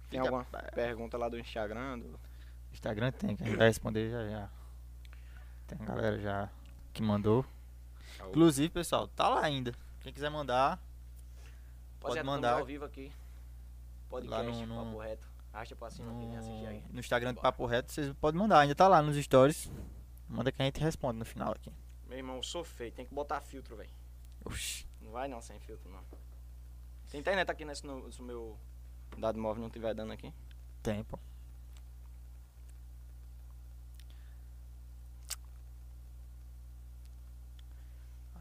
Speaker 4: Fica-
Speaker 5: alguma pergunta lá do Instagram? do-
Speaker 4: Instagram tem, que a gente vai responder já já. Tem a galera já que mandou.
Speaker 5: Aô.
Speaker 4: Inclusive, pessoal, tá lá ainda. Quem quiser mandar, Pode
Speaker 5: Rapaziada, tamo
Speaker 4: mandar.
Speaker 5: ao vivo aqui. Podcast,
Speaker 4: Lá no- no-
Speaker 5: papo reto. Arrasta pra cima quem assistir aí.
Speaker 4: no, no Instagram do
Speaker 5: Bora.
Speaker 4: Papo Reto, vocês podem mandar, ainda tá lá nos stories. Manda que a gente responde no final aqui.
Speaker 5: Meu irmão, eu sou feio, tem que botar filtro, velho.
Speaker 4: Oxi.
Speaker 5: Não vai não sem filtro, não. Tem internet aqui nesse no, se o meu dado móvel não tiver dando aqui?
Speaker 4: Tempo.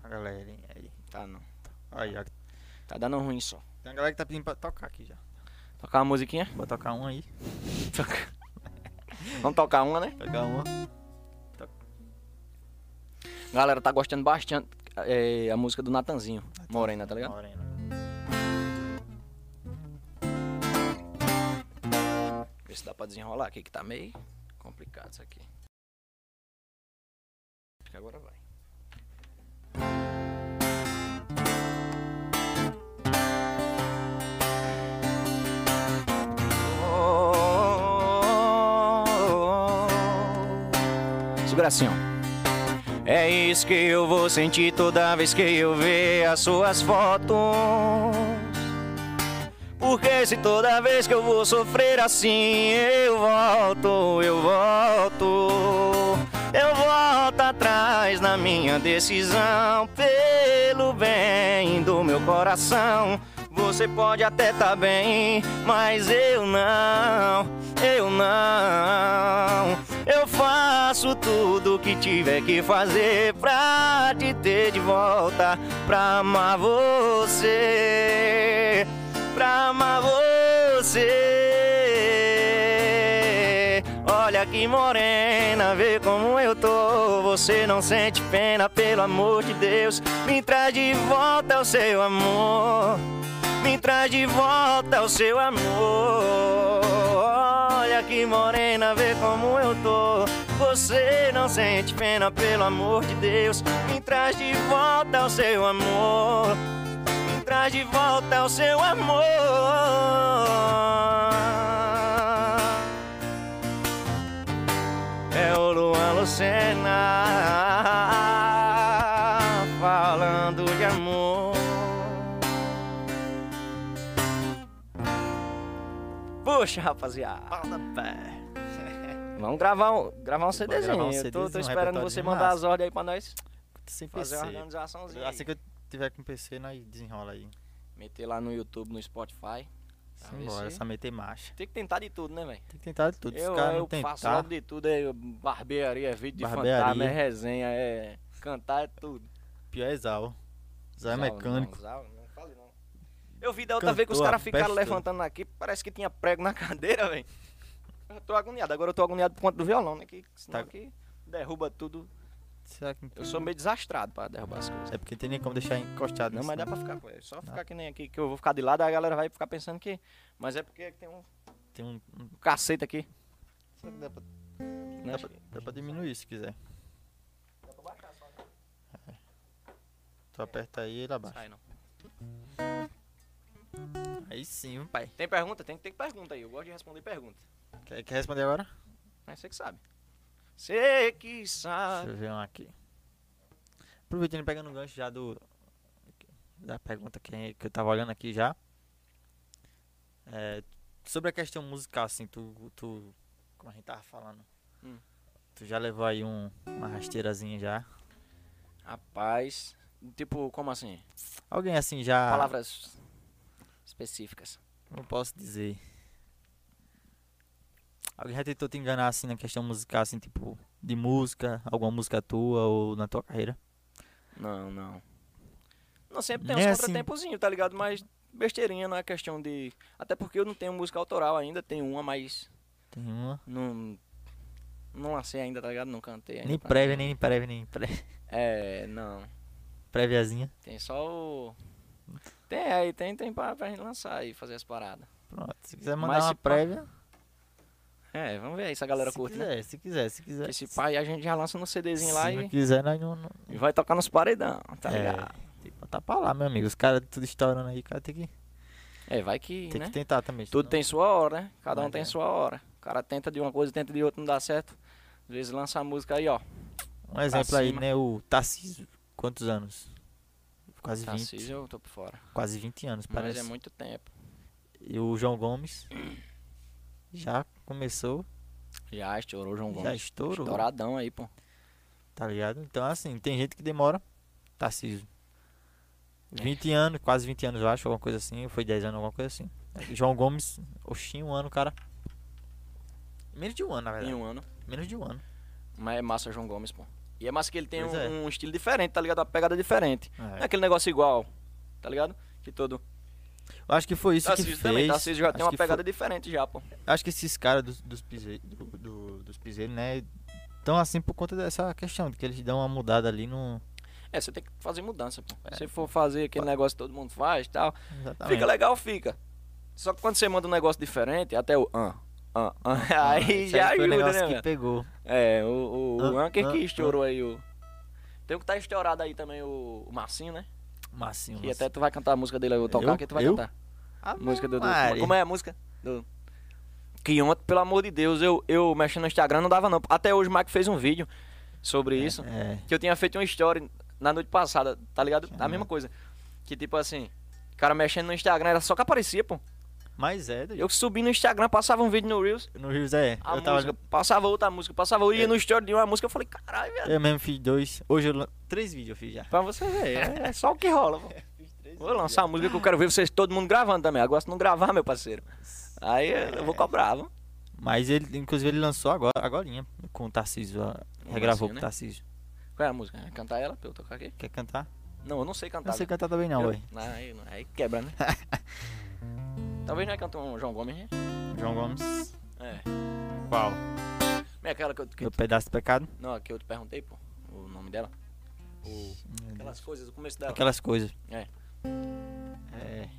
Speaker 4: A galerinha aí.
Speaker 5: Tá não.
Speaker 4: Aí, ó.
Speaker 5: Tá dando ruim só.
Speaker 4: Tem uma galera que tá pedindo pra tocar aqui já.
Speaker 5: Tocar uma musiquinha?
Speaker 4: Vou tocar um aí.
Speaker 5: Vamos tocar uma, né?
Speaker 4: Tocar uma.
Speaker 5: Galera, tá gostando bastante é, a música do Natanzinho. Morena, tá ligado?
Speaker 4: Morena.
Speaker 5: Vê se dá pra desenrolar aqui, que tá meio complicado isso aqui. Acho que agora vai. Segura assim, ó. É isso que eu vou sentir toda vez que eu ver as suas fotos. Porque se toda vez que eu vou sofrer assim, eu volto, eu volto. Eu volto atrás na minha decisão, pelo bem do meu coração. Você pode até tá bem, mas eu não, eu não. Eu faço tudo que tiver que fazer pra te ter de volta, pra amar você, pra amar você. Olha que morena, vê como eu tô. Você não sente pena, pelo amor de Deus. Me traz de volta o seu amor. Me traz de volta o seu amor. Olha que morena, vê como eu tô. Você não sente pena, pelo amor de Deus. Me traz de volta o seu amor. Me traz de volta o seu amor é o Luan Lucena falando de amor. Puxa, rapaziada. Vamos gravar um, gravar um CDzinho.
Speaker 4: gravar um
Speaker 5: Eu tô,
Speaker 4: CDzinho,
Speaker 5: tô
Speaker 4: um
Speaker 5: esperando você
Speaker 4: repertóriozinho
Speaker 5: mandar
Speaker 4: massa.
Speaker 5: as ordens aí pra nós
Speaker 4: Sem
Speaker 5: fazer uma
Speaker 4: PC.
Speaker 5: organizaçãozinha.
Speaker 4: Assim
Speaker 5: aí.
Speaker 4: que eu tiver com PC, nós desenrola aí.
Speaker 5: Meter lá no YouTube, no Spotify. Pra ver
Speaker 4: Simbora,
Speaker 5: se-
Speaker 4: só meter marcha.
Speaker 5: Tem que tentar de tudo, né, velho?
Speaker 4: Tem que tentar de tudo. Se
Speaker 5: Eu,
Speaker 4: o cara não
Speaker 5: eu faço
Speaker 4: tentar,
Speaker 5: logo de tudo, é barbearia, é vídeo de
Speaker 4: Barbearia.
Speaker 5: fantasma, é resenha, é cantar, é tudo.
Speaker 4: pior é Zal. Zal é
Speaker 5: Zau,
Speaker 4: mecânico.
Speaker 5: Não, Zau, não fale não. Eu vi da outra vez que os
Speaker 4: Cantor,
Speaker 5: caras ficaram
Speaker 4: apesta.
Speaker 5: levantando aqui, parece que tinha prego na cadeira, velho. Eu tô agoniado. Agora eu tô agoniado por conta do violão, né? Que senão
Speaker 4: Tá.
Speaker 5: aqui derruba tudo.
Speaker 4: Será que...
Speaker 5: Eu sou meio desastrado pra derrubar as coisas.
Speaker 4: É porque tem nem como deixar encostado.
Speaker 5: Não,
Speaker 4: nisso,
Speaker 5: mas
Speaker 4: né?
Speaker 5: dá pra ficar com ele. Só ficar que nem aqui, que eu vou ficar de lado, aí a galera vai ficar pensando que... Mas é porque tem um
Speaker 4: Tem um... um-
Speaker 5: cacete aqui.
Speaker 4: Será que dá pra,
Speaker 5: Né?
Speaker 4: dá pra- dá pra diminuir se quiser. É. Tu aperta aí e ele abaixa.
Speaker 5: Sai, não.
Speaker 4: Aí sim, pai.
Speaker 5: Tem pergunta? Tem que ter pergunta aí. Eu gosto de responder pergunta.
Speaker 4: Quer, quer responder agora?
Speaker 5: Mas você que sabe. Você que sabe.
Speaker 4: Deixa eu ver um aqui. Aproveitando pegando o gancho já do. Da pergunta que, que eu tava olhando aqui já. É, sobre a questão musical, assim, tu. tu como a gente tava falando.
Speaker 5: Hum.
Speaker 4: Tu já levou aí um, uma rasteirazinha já.
Speaker 5: Rapaz, tipo, como assim?
Speaker 4: Alguém assim já.
Speaker 5: Palavras específicas.
Speaker 4: Não posso dizer. Alguém já tentou te enganar assim na questão musical, assim, tipo, de música, alguma música tua ou na tua carreira?
Speaker 5: Não, não. Não, sempre tem uns
Speaker 4: Nem assim.
Speaker 5: contratempozinhos, tá ligado? Mas besteirinha, não é questão de... Até porque eu não tenho música autoral ainda, tenho uma, mas
Speaker 4: Tem uma.
Speaker 5: não... Não lancei ainda, tá ligado? Não cantei ainda.
Speaker 4: Nem
Speaker 5: pra- né?
Speaker 4: prévia, nem prévia, nem pré...
Speaker 5: É, não.
Speaker 4: préviazinha.
Speaker 5: Tem só o... Tem aí, tem, tem pra, pra gente lançar e fazer as paradas.
Speaker 4: Pronto, se quiser
Speaker 5: Mas
Speaker 4: mandar
Speaker 5: se
Speaker 4: uma
Speaker 5: pá-
Speaker 4: prévia,
Speaker 5: É, vamos ver aí se a galera
Speaker 4: se
Speaker 5: curte, né?
Speaker 4: quiser, se quiser, se quiser.
Speaker 5: Esse pai a gente já lança no
Speaker 4: se
Speaker 5: CDzinho lá
Speaker 4: não
Speaker 5: e,
Speaker 4: quiser, nós não... não-
Speaker 5: e vai tocar nos paredão, tá
Speaker 4: é,
Speaker 5: ligado?
Speaker 4: tem que botar pra lá, meu amigo. Os caras tudo estourando aí, o cara tem que,
Speaker 5: É, vai que,
Speaker 4: tem
Speaker 5: né?
Speaker 4: que tentar também.
Speaker 5: Tudo
Speaker 4: senão-
Speaker 5: tem sua hora, né? Cada um
Speaker 4: Mas
Speaker 5: tem
Speaker 4: é.
Speaker 5: sua hora. O cara tenta de uma coisa, tenta de outra, não dá certo. Às vezes lança a música aí, ó.
Speaker 4: Um exemplo aí,
Speaker 5: cima.
Speaker 4: né? O Tarcísio, quantos anos? Quase 20,
Speaker 5: Tarcísio, Tá, eu tô por fora.
Speaker 4: quase 20 anos,
Speaker 5: Mas
Speaker 4: parece.
Speaker 5: é muito tempo.
Speaker 4: E o João Gomes já começou,
Speaker 5: Já estourou, João
Speaker 4: já
Speaker 5: Gomes.
Speaker 4: estourou,
Speaker 5: Estouradão aí, pô.
Speaker 4: tá ligado? Então, assim, tem gente que demora, Tarcísio. 20
Speaker 5: É.
Speaker 4: anos, quase 20 anos, eu acho, alguma coisa assim. Foi 10 anos, alguma coisa assim. João Gomes, oxinho, um ano, cara. Menos de um ano, na
Speaker 5: Em
Speaker 4: verdade.
Speaker 5: um ano.
Speaker 4: Menos de um ano.
Speaker 5: Mas é massa João Gomes, pô. E é massa que ele tem
Speaker 4: Pois
Speaker 5: um,
Speaker 4: é.
Speaker 5: um estilo diferente, tá ligado? Uma pegada diferente. Não é
Speaker 4: É.
Speaker 5: aquele negócio igual, tá ligado? Que todo.
Speaker 4: Eu acho que foi isso que
Speaker 5: Tarcísio
Speaker 4: fez.
Speaker 5: também. Tarcísio já tem
Speaker 4: acho
Speaker 5: uma
Speaker 4: que
Speaker 5: pegada diferente já, pô.
Speaker 4: foi- acho que esses caras dos, dos, pize- do- do- dos piseiros, né? Estão assim por conta dessa questão, de que eles dão uma mudada ali no.
Speaker 5: É, você tem que fazer mudança, pô.
Speaker 4: É.
Speaker 5: Se você for fazer aquele negócio que todo mundo faz e tal,
Speaker 4: Exatamente.
Speaker 5: Fica legal, fica. Só que quando você manda um negócio diferente, até o an, an, an,
Speaker 4: Ah,
Speaker 5: aí
Speaker 4: esse
Speaker 5: já
Speaker 4: foi o
Speaker 5: ajuda,
Speaker 4: negócio
Speaker 5: né,
Speaker 4: que
Speaker 5: velho?
Speaker 4: pegou.
Speaker 5: É, o, o, o
Speaker 4: An,
Speaker 5: an que,
Speaker 4: an,
Speaker 5: que estourou aí o... Tem o que tá estourado aí também, o, o Marcinho, né?
Speaker 4: Massinho,
Speaker 5: Que até tu vai cantar a música dele, eu vou tocar
Speaker 4: Eu?
Speaker 5: aqui, tu vai
Speaker 4: Eu?
Speaker 5: cantar. A música do, do...
Speaker 4: Mari.
Speaker 5: Como é a música? Do... Que ontem, pelo amor de Deus, eu, eu mexendo no Instagram não dava não. Até hoje o Mike fez um vídeo sobre isso.
Speaker 4: É,
Speaker 5: Que eu tinha feito uma story na noite passada, tá ligado? A mesma coisa. Que tipo assim, o cara mexendo no Instagram, era só que aparecia, pô.
Speaker 4: mas é,
Speaker 5: Eu subi no Instagram, passava um vídeo no Reels,
Speaker 4: no Rio Zé,
Speaker 5: a
Speaker 4: eu tava É.
Speaker 5: música, passava outra música, passava outra, ia no story de uma música, eu falei, caralho, velho.
Speaker 4: Eu mesmo fiz dois. Hoje eu lan- três vídeos eu fiz já.
Speaker 5: Pra você ver, é, é só o que rola, pô. Vou lançar a música que eu quero ver vocês todo mundo gravando também. Agora se não gravar, meu parceiro. Aí
Speaker 4: É.
Speaker 5: eu vou cobrar, viu?
Speaker 4: Mas ele, inclusive, ele lançou agora, agorinha, com o Tarcísio. ó, Regravou
Speaker 5: lancinho,
Speaker 4: com
Speaker 5: Um né?
Speaker 4: o Tarcísio.
Speaker 5: Qual é a música? Cantar ela pra eu tocar aqui?
Speaker 4: Quer cantar?
Speaker 5: Não, eu não sei cantar.
Speaker 4: Não sei
Speaker 5: velho.
Speaker 4: cantar também não,
Speaker 5: Tá Eu-
Speaker 4: ué.
Speaker 5: Aí, aí quebra, né? Talvez não é cantar um João Gomes, né?
Speaker 4: João Gomes.
Speaker 5: É.
Speaker 4: Qual?
Speaker 5: Não é aquela que eu, que,
Speaker 4: Meu pedaço de pecado.
Speaker 5: não, que eu te perguntei, pô. O nome dela. O- aquelas coisas, o começo dela.
Speaker 4: Aquelas coisas.
Speaker 5: Tá. É.
Speaker 4: É.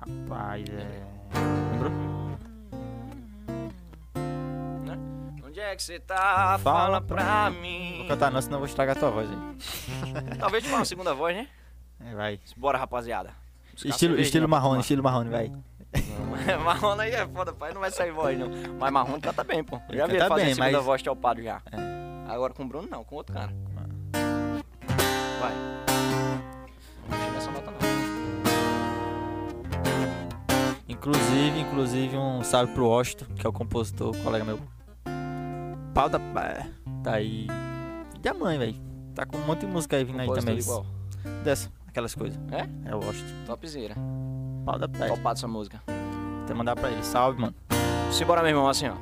Speaker 4: Rapaz, é. Lembrou?
Speaker 5: Onde é que você tá? Fala pra mim.
Speaker 4: Vou cantar não, senão eu vou estragar tua voz aí.
Speaker 5: Talvez tipo uma segunda voz, né?
Speaker 4: É, vai.
Speaker 5: Bora, rapaziada. Buscar
Speaker 4: Estilo,
Speaker 5: cervejinha
Speaker 4: estilo
Speaker 5: pra
Speaker 4: marrone, estilo marrone, vai.
Speaker 5: tomar. Marrone aí né? é foda, pai. Não vai sair voz, não. Mas Marrone canta bem, pô. Eu
Speaker 4: Ele
Speaker 5: já vi ele
Speaker 4: canta
Speaker 5: fazer
Speaker 4: bem,
Speaker 5: segunda
Speaker 4: mas- É.
Speaker 5: voz telpado já. Agora com o Bruno, não. Com outro cara.
Speaker 4: Ah.
Speaker 5: Vai. Não chega essa nota, não.
Speaker 4: Inclusive, inclusive um salve pro Osto, que é o compositor, colega meu. Pau da pá. Tá aí. E a mãe, velho. Tá com um monte de música aí vindo aí
Speaker 5: Compositor
Speaker 4: também.
Speaker 5: igual.
Speaker 4: Dessa, aquelas coisas.
Speaker 5: É?
Speaker 4: É o Osto.
Speaker 5: Topzera.
Speaker 4: Pau da pé.
Speaker 5: Topado essa música.
Speaker 4: Até mandar pra ele. Salve, mano.
Speaker 5: Simbora, meu irmão, assim, ó.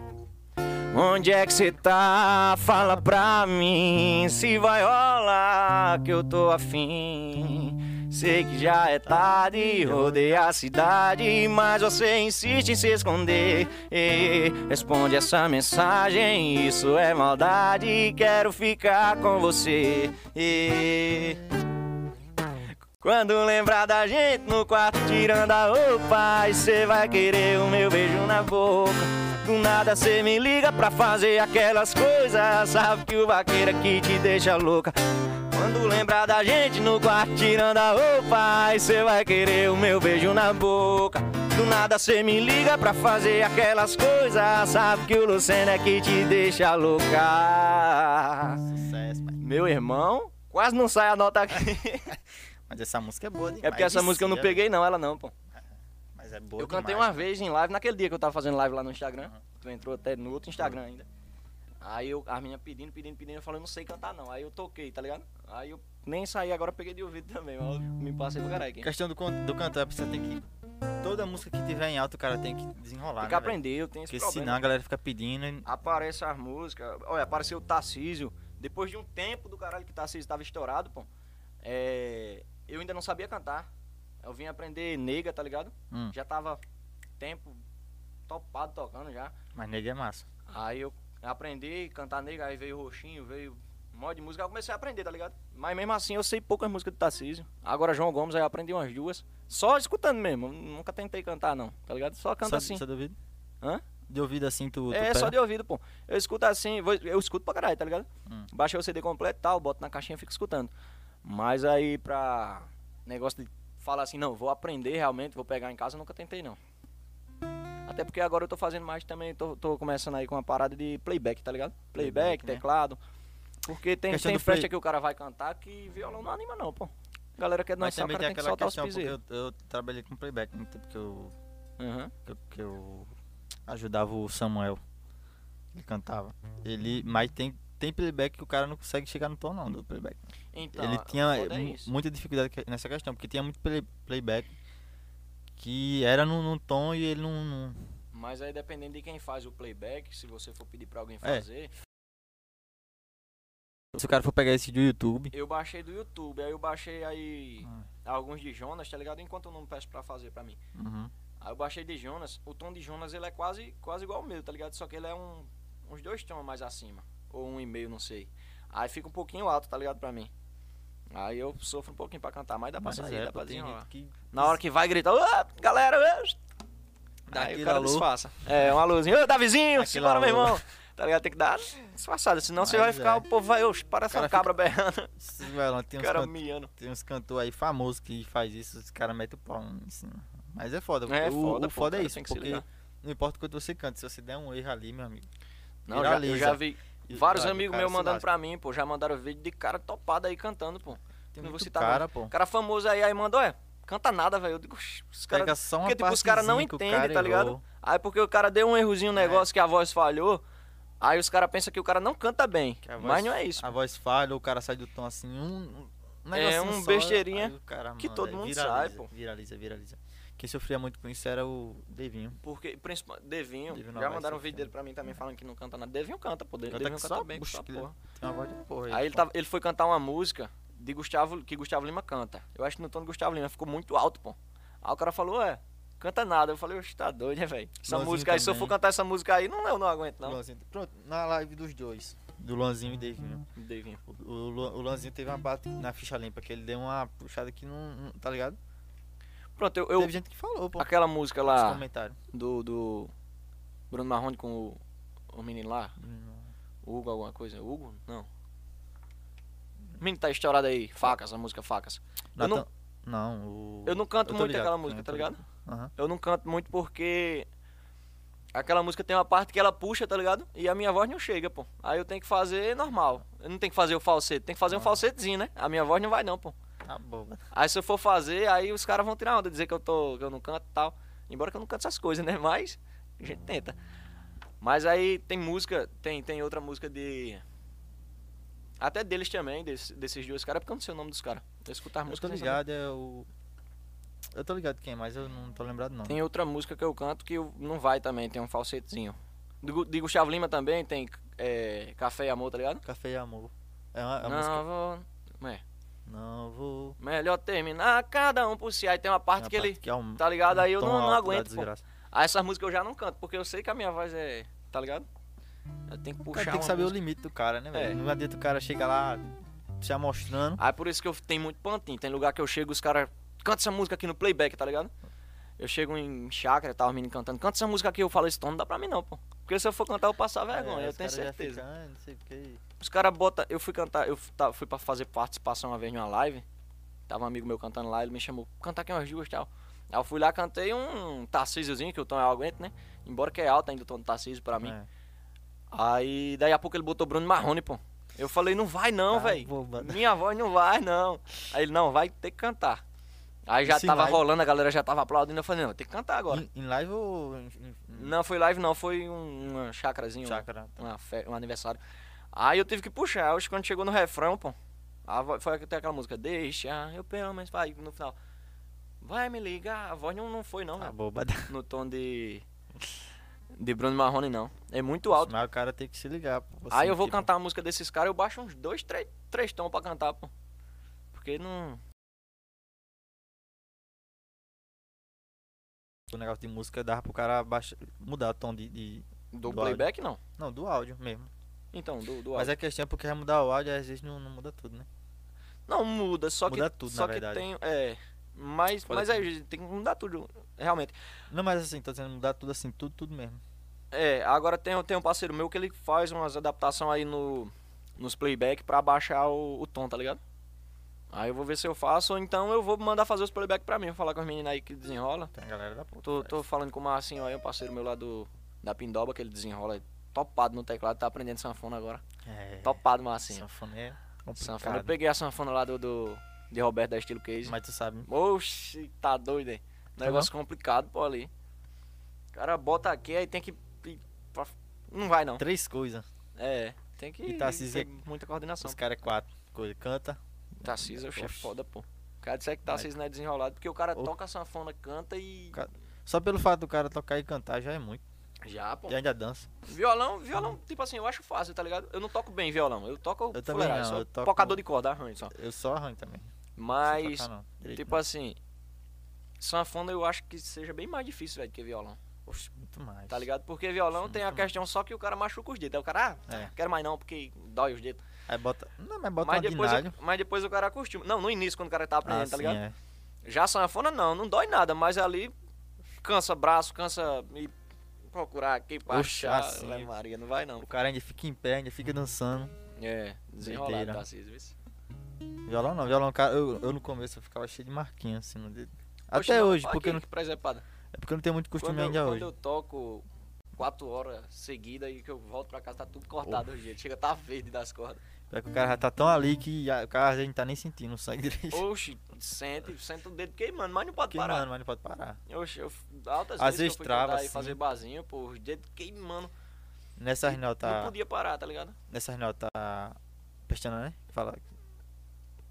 Speaker 5: Onde é que você tá? Fala pra mim se vai rolar que eu tô afim. Sei que já é tarde, rodei a cidade, mas você insiste em se esconder. Ei, responde essa mensagem, isso é maldade, quero ficar com você. Ei. Quando lembrar da gente no quarto tirando a roupa, e cê vai querer o meu beijo na boca. Do nada cê me liga pra fazer aquelas coisas, sabe que o vaqueiro aqui te deixa louca. Quando lembrar da gente no quarto tirando a roupa, e cê vai querer o meu beijo na boca. Do nada cê me liga pra fazer aquelas coisas, sabe que o Lucena é que te deixa louca.
Speaker 4: Sucesso, pai.
Speaker 5: Meu irmão, quase não sai a nota aqui.
Speaker 4: Mas essa música é boa demais.
Speaker 5: É porque essa música eu não
Speaker 4: Vicia,
Speaker 5: peguei não, ela não, pô.
Speaker 4: Mas é boa
Speaker 5: Eu cantei
Speaker 4: demais,
Speaker 5: uma vez em live, naquele dia que eu tava fazendo live lá no Instagram. Tu entrou até no outro Instagram ainda. Aí eu, as meninas pedindo, pedindo, pedindo, eu falei, eu não sei cantar não. Aí eu toquei, tá ligado? Aí eu nem saí, agora eu peguei de ouvido também, mas eu me passei pra caralho aqui. Tem
Speaker 4: Questão do, con- do cantor, é porque você tem que. Toda música que tiver em alta, o cara tem que desenrolar.
Speaker 5: que
Speaker 4: né, velho? né?
Speaker 5: aprender, eu tenho esse
Speaker 4: Porque
Speaker 5: problema.
Speaker 4: senão a galera fica pedindo. e-
Speaker 5: Aparece as músicas, olha, apareceu o Tarcísio. Depois de um tempo do caralho que o Tarcísio tava estourado, pô, é, eu ainda não sabia cantar. Eu vim aprender nega, tá ligado?
Speaker 4: Hum,
Speaker 5: Já tava tempo topado tocando já.
Speaker 4: mas nega é massa.
Speaker 5: Aí eu aprendi a cantar nega, aí veio roxinho, veio um monte de música, aí eu comecei a aprender, tá ligado? Mas mesmo assim eu sei poucas músicas do Tarcísio. Agora João Gomes, aí eu aprendi umas duas. Só escutando mesmo, eu nunca tentei cantar não, tá ligado? Só canta
Speaker 4: só,
Speaker 5: assim.
Speaker 4: Só de ouvido?
Speaker 5: Hã?
Speaker 4: De ouvido assim, tu. tu
Speaker 5: é,
Speaker 4: pega?
Speaker 5: só de ouvido, pô. Eu escuto assim, vou- eu escuto pra caralho, tá ligado?
Speaker 4: Hum.
Speaker 5: Baixei o CD completo e tal, boto na caixinha e fico escutando. Mas aí pra negócio de falar assim, não, vou aprender realmente, vou pegar em casa, eu nunca tentei não. Até porque agora eu tô fazendo mais também, tô, tô começando aí com uma parada de playback, tá ligado? Playback,
Speaker 4: Playback, né?
Speaker 5: teclado. Porque tem,
Speaker 4: Questão
Speaker 5: tem
Speaker 4: do play-
Speaker 5: festa que o cara vai cantar que violão não anima não, pô. A galera quer
Speaker 4: Mas
Speaker 5: dançar, o
Speaker 4: também tem
Speaker 5: cara tem que
Speaker 4: aquela
Speaker 5: soltar os
Speaker 4: questão, porque
Speaker 5: piseiros.
Speaker 4: eu, eu trabalhei com playback no tempo que eu,
Speaker 5: Aham.
Speaker 4: que eu, que eu ajudava o Samuel. Ele cantava. Ele, mas tem, tem playback que o cara não consegue chegar no tom não do playback.
Speaker 5: Então,
Speaker 4: ele
Speaker 5: o
Speaker 4: tinha
Speaker 5: foda é
Speaker 4: mu-
Speaker 5: isso.
Speaker 4: muita dificuldade que- nessa questão, porque tinha muito play- playback que era num, num tom e ele não. não-
Speaker 5: Mas aí dependendo de quem faz o playback, se você for pedir pra alguém
Speaker 4: É.
Speaker 5: fazer,
Speaker 4: Se o cara for pegar esse do YouTube,
Speaker 5: Eu baixei do YouTube, aí eu baixei aí
Speaker 4: Ah.
Speaker 5: alguns de Jonas, tá ligado? Enquanto eu não peço pra fazer pra mim.
Speaker 4: uhum,
Speaker 5: Aí eu baixei de Jonas, o tom de Jonas ele é quase, quase igual ao meu, tá ligado? Só que ele é um, uns dois tons mais acima, ou um e meio, não sei. Aí fica um pouquinho alto, tá ligado, pra mim. Aí eu sofro um pouquinho pra cantar, mas dá pra
Speaker 4: mas
Speaker 5: sair,
Speaker 4: é,
Speaker 5: dá
Speaker 4: pô,
Speaker 5: pra
Speaker 4: tem
Speaker 5: desenrolar.
Speaker 4: gente que
Speaker 5: Na hora que vai, grita, "Ô, galera, ô!"
Speaker 4: dá
Speaker 5: aí
Speaker 4: aquele
Speaker 5: o cara
Speaker 4: alô,
Speaker 5: disfarça. É, uma luzinha, ô, Davizinho,
Speaker 4: Aquele
Speaker 5: simbora, meu
Speaker 4: alô.
Speaker 5: irmão. Tá ligado? Tem que dar disfarçada, senão você
Speaker 4: Mas
Speaker 5: vai ficar,
Speaker 4: é.
Speaker 5: o povo vai, "Ô, para essa
Speaker 4: cara
Speaker 5: cabra berrando,
Speaker 4: esses violão, tem
Speaker 5: o
Speaker 4: uns
Speaker 5: cara
Speaker 4: can-
Speaker 5: miando.
Speaker 4: Tem uns cantores aí famosos que faz isso, os caras metem o pau em cima. Mas é foda.
Speaker 5: É
Speaker 4: o,
Speaker 5: foda,
Speaker 4: o
Speaker 5: pô,
Speaker 4: foda
Speaker 5: o
Speaker 4: é
Speaker 5: cara
Speaker 4: isso,
Speaker 5: tem que se
Speaker 4: porque
Speaker 5: ligar.
Speaker 4: não importa o quanto você canta, se você der um erro ali, meu amigo.
Speaker 5: Não, já, eu
Speaker 4: viraliza.
Speaker 5: já vi
Speaker 4: E-
Speaker 5: vários
Speaker 4: ah, o
Speaker 5: amigos
Speaker 4: cara
Speaker 5: meus
Speaker 4: se
Speaker 5: mandando
Speaker 4: lasca.
Speaker 5: pra mim, pô. Já mandaram vídeo de cara topado aí cantando, pô.
Speaker 4: Tem
Speaker 5: Não vou
Speaker 4: muito
Speaker 5: citar
Speaker 4: cara,
Speaker 5: nome.
Speaker 4: pô.
Speaker 5: Cara famoso aí, aí mandou, é, canta nada, velho. Eu digo, "Oxi, os caras.
Speaker 4: Pega só uma
Speaker 5: Porque tipo, os caras não
Speaker 4: partezinha que o
Speaker 5: entendem,
Speaker 4: cara
Speaker 5: tá ligado?
Speaker 4: errou.
Speaker 5: Aí porque o cara deu um errozinho no
Speaker 4: É.
Speaker 5: negócio que a voz falhou. Aí os caras pensam que o cara não canta bem.
Speaker 4: Que a voz-
Speaker 5: Mas não é isso.
Speaker 4: A voz falha, o cara sai do tom assim, um, um
Speaker 5: É,
Speaker 4: negocinho
Speaker 5: um
Speaker 4: só,
Speaker 5: besteirinha
Speaker 4: aí o cara
Speaker 5: que
Speaker 4: manda,
Speaker 5: todo
Speaker 4: aí
Speaker 5: mundo
Speaker 4: viraliza,
Speaker 5: sai, pô.
Speaker 4: Viraliza, viraliza. Quem sofria muito com isso era o Devinho.
Speaker 5: Porque, principalmente, Devinho,
Speaker 4: Devinho
Speaker 5: já
Speaker 4: Novaes,
Speaker 5: mandaram um
Speaker 4: sim,
Speaker 5: vídeo
Speaker 4: sim.
Speaker 5: dele pra mim também falando que não canta nada. Devinho canta, pô. De-
Speaker 4: Canta
Speaker 5: Devinho
Speaker 4: que
Speaker 5: canta
Speaker 4: só,
Speaker 5: bem,
Speaker 4: puxa,
Speaker 5: só
Speaker 4: que
Speaker 5: porra.
Speaker 4: Tem uma voz de porra.
Speaker 5: Aí ele, tava- ele foi cantar uma música de Gustavo, que Gustavo Lima canta. Eu acho que no tom de Gustavo Lima ficou muito alto, pô. Aí o cara falou, é, canta nada. Eu falei, oxe, tá doido, né, velho? Essa
Speaker 4: Luanzinho
Speaker 5: música aí, se eu
Speaker 4: também.
Speaker 5: for cantar essa música aí, não, eu não aguento, não.
Speaker 4: Luanzinho. Pronto, na live dos dois. Do Luanzinho e Devinho.
Speaker 5: Devinho.
Speaker 4: O, o, Lu- o Luanzinho teve uma parte na ficha limpa que ele deu uma puxada que não. não- tá ligado?
Speaker 5: Pronto, eu, eu-
Speaker 4: Teve gente que falou, pô.
Speaker 5: aquela música
Speaker 4: Nos
Speaker 5: lá
Speaker 4: comentários.
Speaker 5: do, do Bruno Marrone com o, o menino lá, Hugo alguma coisa, Hugo? Não. O menino tá estourado aí, facas, a música facas. Eu não,
Speaker 4: Natan- Não, o.
Speaker 5: eu não canto
Speaker 4: eu tô
Speaker 5: muito
Speaker 4: ligado,
Speaker 5: aquela
Speaker 4: eu
Speaker 5: música,
Speaker 4: tô
Speaker 5: tá ligado?
Speaker 4: Aham.
Speaker 5: Eu não canto muito porque aquela música tem uma parte que ela puxa, tá ligado? E a minha voz não chega, pô. Aí eu tenho que fazer normal. Eu não tenho que fazer o falsete, tem que
Speaker 4: Ah.
Speaker 5: fazer um falsetezinho, né? A minha voz não vai não, pô.
Speaker 4: Tá boba.
Speaker 5: Aí se eu for fazer, aí os caras vão tirar onda, dizer que eu tô, que eu não canto e tal. Embora que eu não canto essas coisas, né? Mas a gente tenta. Mas aí tem música, tem tem outra música de até deles também, desse- desses dois caras, é porque eu não sei o nome dos caras. Eu escutar
Speaker 4: Eu tô
Speaker 5: música
Speaker 4: ligado, é o. Eu tô ligado quem, mas eu não tô lembrado não.
Speaker 5: Tem outra música que eu canto que eu- não vai também, tem um falsetezinho. De, Gu- de Gustavo Lima também tem é, Café e Amor, tá ligado?
Speaker 4: Café e Amor. É uma, é uma
Speaker 5: não,
Speaker 4: música.
Speaker 5: vou... Não é.
Speaker 4: Não vou.
Speaker 5: Melhor terminar cada um por si. Aí tem uma parte
Speaker 4: Tem uma
Speaker 5: que ele.
Speaker 4: parte que é um-
Speaker 5: tá ligado? Aí eu
Speaker 4: um
Speaker 5: não,
Speaker 4: tom
Speaker 5: não
Speaker 4: alto da
Speaker 5: aguento. Pô.
Speaker 4: desgraça.
Speaker 5: Aí essas músicas eu já não canto, porque eu sei que a minha voz é. Tá ligado? Eu tenho que
Speaker 4: O
Speaker 5: puxar.
Speaker 4: cara É, tem que
Speaker 5: uma
Speaker 4: saber o
Speaker 5: música.
Speaker 4: limite do cara, né, velho?
Speaker 5: É.
Speaker 4: Não adianta o cara chegar lá se amostrando.
Speaker 5: Aí por isso que eu tenho muito pantinho. Tem lugar que eu chego os caras. Canta essa música aqui no playback, tá ligado? Eu chego em chácara, tá os meninos cantando. Canta essa música aqui, eu falo esse tom, não dá pra mim não, pô. Porque se eu for cantar, eu vou passar vergonha, Ah, é, eu
Speaker 4: É, os
Speaker 5: tenho
Speaker 4: caras já
Speaker 5: certeza.
Speaker 4: ficam, "Ah, não sei porque.
Speaker 5: Os caras botam. Eu fui cantar, eu fu- tá- fui pra fazer participação uma vez numa live. Tava um amigo meu cantando lá, ele me chamou, cantar aqui umas duas e tal. Aí eu fui lá, cantei um Tarcísiozinho, que o tom eu aguento, né? Embora que é alto ainda o tom do Tarcísio pra mim.
Speaker 4: É.
Speaker 5: Aí daí a pouco ele botou Bruno Marrone, pô. Eu falei, não vai não,
Speaker 4: Ah,
Speaker 5: velho.
Speaker 4: vou mandar.
Speaker 5: Minha voz não vai, não. Aí ele, não, vai ter que cantar. Aí já
Speaker 4: Esse
Speaker 5: tava
Speaker 4: vai.
Speaker 5: rolando, a galera já tava aplaudindo. Eu falei, não, tem que cantar agora.
Speaker 4: Em, em live ou em, em- em
Speaker 5: Não foi live, não, foi um, uma chacrazinha. um-
Speaker 4: chácara?
Speaker 5: uma fe- um aniversário. Aí eu tive que puxar. Acho que quando chegou no refrão, pô. A voz, foi até aquela música, deixa, eu pelo menos. Vai, no final. Vai me ligar. A voz não, não foi, não,
Speaker 4: Ah,
Speaker 5: velho.
Speaker 4: boba.
Speaker 5: No tom de. De Bruno Marrone, não. É muito alto.
Speaker 4: Mas o cara tem que se ligar. pô.
Speaker 5: Aí
Speaker 4: Assim,
Speaker 5: eu vou
Speaker 4: tipo,
Speaker 5: cantar a música desses caras, eu baixo uns dois, três, três tons pra cantar, pô. Porque não.
Speaker 4: O negócio de música dava pro cara baixa- mudar o tom de, de-
Speaker 5: Do,
Speaker 4: Do áudio.
Speaker 5: playback, não.
Speaker 4: Não, do áudio mesmo.
Speaker 5: Então, do, do
Speaker 4: Mas
Speaker 5: áudio.
Speaker 4: a questão é porque vai mudar o áudio, às vezes não, não muda tudo, né?
Speaker 5: Não, muda, só
Speaker 4: Muda
Speaker 5: que.
Speaker 4: tudo,
Speaker 5: só
Speaker 4: na verdade.
Speaker 5: que tem. É. Mas,
Speaker 4: Foda
Speaker 5: mas é, tem que mudar tudo, realmente.
Speaker 4: Não, mas assim, tô dizendo mudar tudo assim, tudo, tudo mesmo.
Speaker 5: É, agora tem, tem um parceiro meu que ele faz umas adaptações aí no, nos playback pra baixar o, o tom, tá ligado? Aí eu vou ver se eu faço, ou então eu vou mandar fazer os playback pra mim, vou falar com as meninas aí que desenrola.
Speaker 4: Tem a galera da puta.
Speaker 5: Tô,
Speaker 4: faz.
Speaker 5: tô falando com o Marcinho aí, um parceiro meu lá do, da Pindoba, que ele desenrola topado no teclado, tá aprendendo sanfona agora.
Speaker 4: É,
Speaker 5: Topado, Marcinho.
Speaker 4: sanfona é
Speaker 5: assim. Sanfona. Eu
Speaker 4: complicado.
Speaker 5: peguei a sanfona lá do, do de Roberto da Estilo Case.
Speaker 4: Mas tu sabe,
Speaker 5: Oxi, tá doido, hein? Negócio complicado, pô, ali. O cara bota aqui, aí tem que... pra- Não vai, não.
Speaker 4: três coisas.
Speaker 5: É, tem que
Speaker 4: E Tarcísio
Speaker 5: ter
Speaker 4: é-
Speaker 5: muita coordenação.
Speaker 4: Os caras é quatro coisas. Canta,
Speaker 5: Tarcísio é o chefe
Speaker 4: Oxe.
Speaker 5: foda, pô. O cara disser que Tarcísio não é desenrolado, porque o cara
Speaker 4: Ô.
Speaker 5: toca sanfona, canta e...
Speaker 4: Ca- Só pelo fato do cara tocar e cantar já é muito.
Speaker 5: Já, pô.
Speaker 4: E ainda dança.
Speaker 5: Violão, violão, tipo assim, eu acho fácil, tá ligado? Eu não toco bem violão, eu toco
Speaker 4: Eu também
Speaker 5: fuleiragem,
Speaker 4: não,
Speaker 5: só
Speaker 4: eu toco-
Speaker 5: tocador de corda, arranho só.
Speaker 4: Eu só arranho também. Não sei
Speaker 5: Mas,
Speaker 4: tocar, não. Direito, né?
Speaker 5: tipo assim, sanfona eu acho que seja bem mais difícil, velho, que violão,
Speaker 4: não. Oxe, muito mais.
Speaker 5: tá ligado? Porque violão
Speaker 4: Sim,
Speaker 5: tem a
Speaker 4: muito mais.
Speaker 5: questão só que o cara machuca os dedos, aí o cara, ah,
Speaker 4: É.
Speaker 5: quero mais não, porque dói os dedos.
Speaker 4: Aí bota. Não, mas bota
Speaker 5: mas,
Speaker 4: um
Speaker 5: depois,
Speaker 4: ordinário.
Speaker 5: o- mas depois o cara acostuma. Não, no início, quando o cara tá aprendendo,
Speaker 4: sim,
Speaker 5: tá ligado?
Speaker 4: é.
Speaker 5: Já sanfona não, não dói nada, mas é ali cansa braço, cansa e procurar aqui pra
Speaker 4: Oxe,
Speaker 5: achar.
Speaker 4: assim.
Speaker 5: Ave Maria, não vai não.
Speaker 4: O cara ainda fica em pé, ainda fica dançando.
Speaker 5: É, desenrolado,
Speaker 4: Doideira.
Speaker 5: Tarcísio. isso.
Speaker 4: Violão não, violão, cara, eu, eu no começo eu ficava cheio de marquinha assim no dedo.
Speaker 5: Poxa,
Speaker 4: Até
Speaker 5: não,
Speaker 4: hoje,
Speaker 5: olha
Speaker 4: porque eu
Speaker 5: aqui,
Speaker 4: não,
Speaker 5: que presepada.
Speaker 4: é porque eu não tenho muito costume
Speaker 5: Quando, eu,
Speaker 4: ainda
Speaker 5: quando
Speaker 4: hoje.
Speaker 5: eu toco quatro horas seguidas e que eu volto pra casa, tá tudo cortado hoje. Chega, tá verde das cordas.
Speaker 4: É que o cara já tá tão ali que a- o cara já não tá nem sentindo, não sai direito.
Speaker 5: Oxi, sente, sente o dedo queimando, mas não pode parar.
Speaker 4: Queimando, mas não pode parar.
Speaker 5: Oxi, eu,
Speaker 4: Às
Speaker 5: altas vezes, que eu
Speaker 4: vezes
Speaker 5: fui
Speaker 4: trava,
Speaker 5: cantar e
Speaker 4: assim.
Speaker 5: fazer barzinho, pô, os dedos queimando.
Speaker 4: Nessas
Speaker 5: Não
Speaker 4: notas.
Speaker 5: podia parar, tá ligado?
Speaker 4: Nessas notas. Pestana, tá né? Que fala.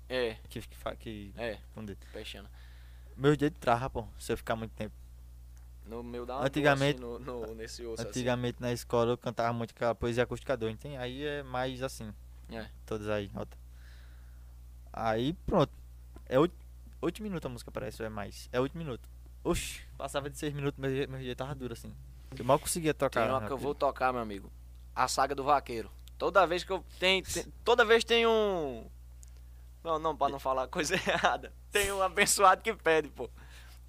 Speaker 5: É,
Speaker 4: Que, que, fa- que,
Speaker 5: é,
Speaker 4: com o dedo.
Speaker 5: fechando.
Speaker 4: Meus dedos trava, pô, se eu ficar muito tempo.
Speaker 5: No meu dá uma dor,
Speaker 4: Antigamente-
Speaker 5: assim, no, no- nesse osso assim.
Speaker 4: Antigamente na escola eu cantava muito aquela poesia acústica 2, tem? Aí é mais assim.
Speaker 5: É.
Speaker 4: Todas aí, nota. Aí pronto. É 8, oito minutos a música parece, ou é mais. É 8 minutos. Oxi, passava de 6 minutos, meu, dia- meu dia tava duro assim. Eu mal conseguia tocar.
Speaker 5: Tem uma
Speaker 4: né,
Speaker 5: que eu vou
Speaker 4: aquilo.
Speaker 5: tocar, meu amigo. A saga do vaqueiro. Toda vez que eu. Tem, tem- toda vez tem um. Não, não, pra não falar coisa errada. Tem um abençoado que pede, pô.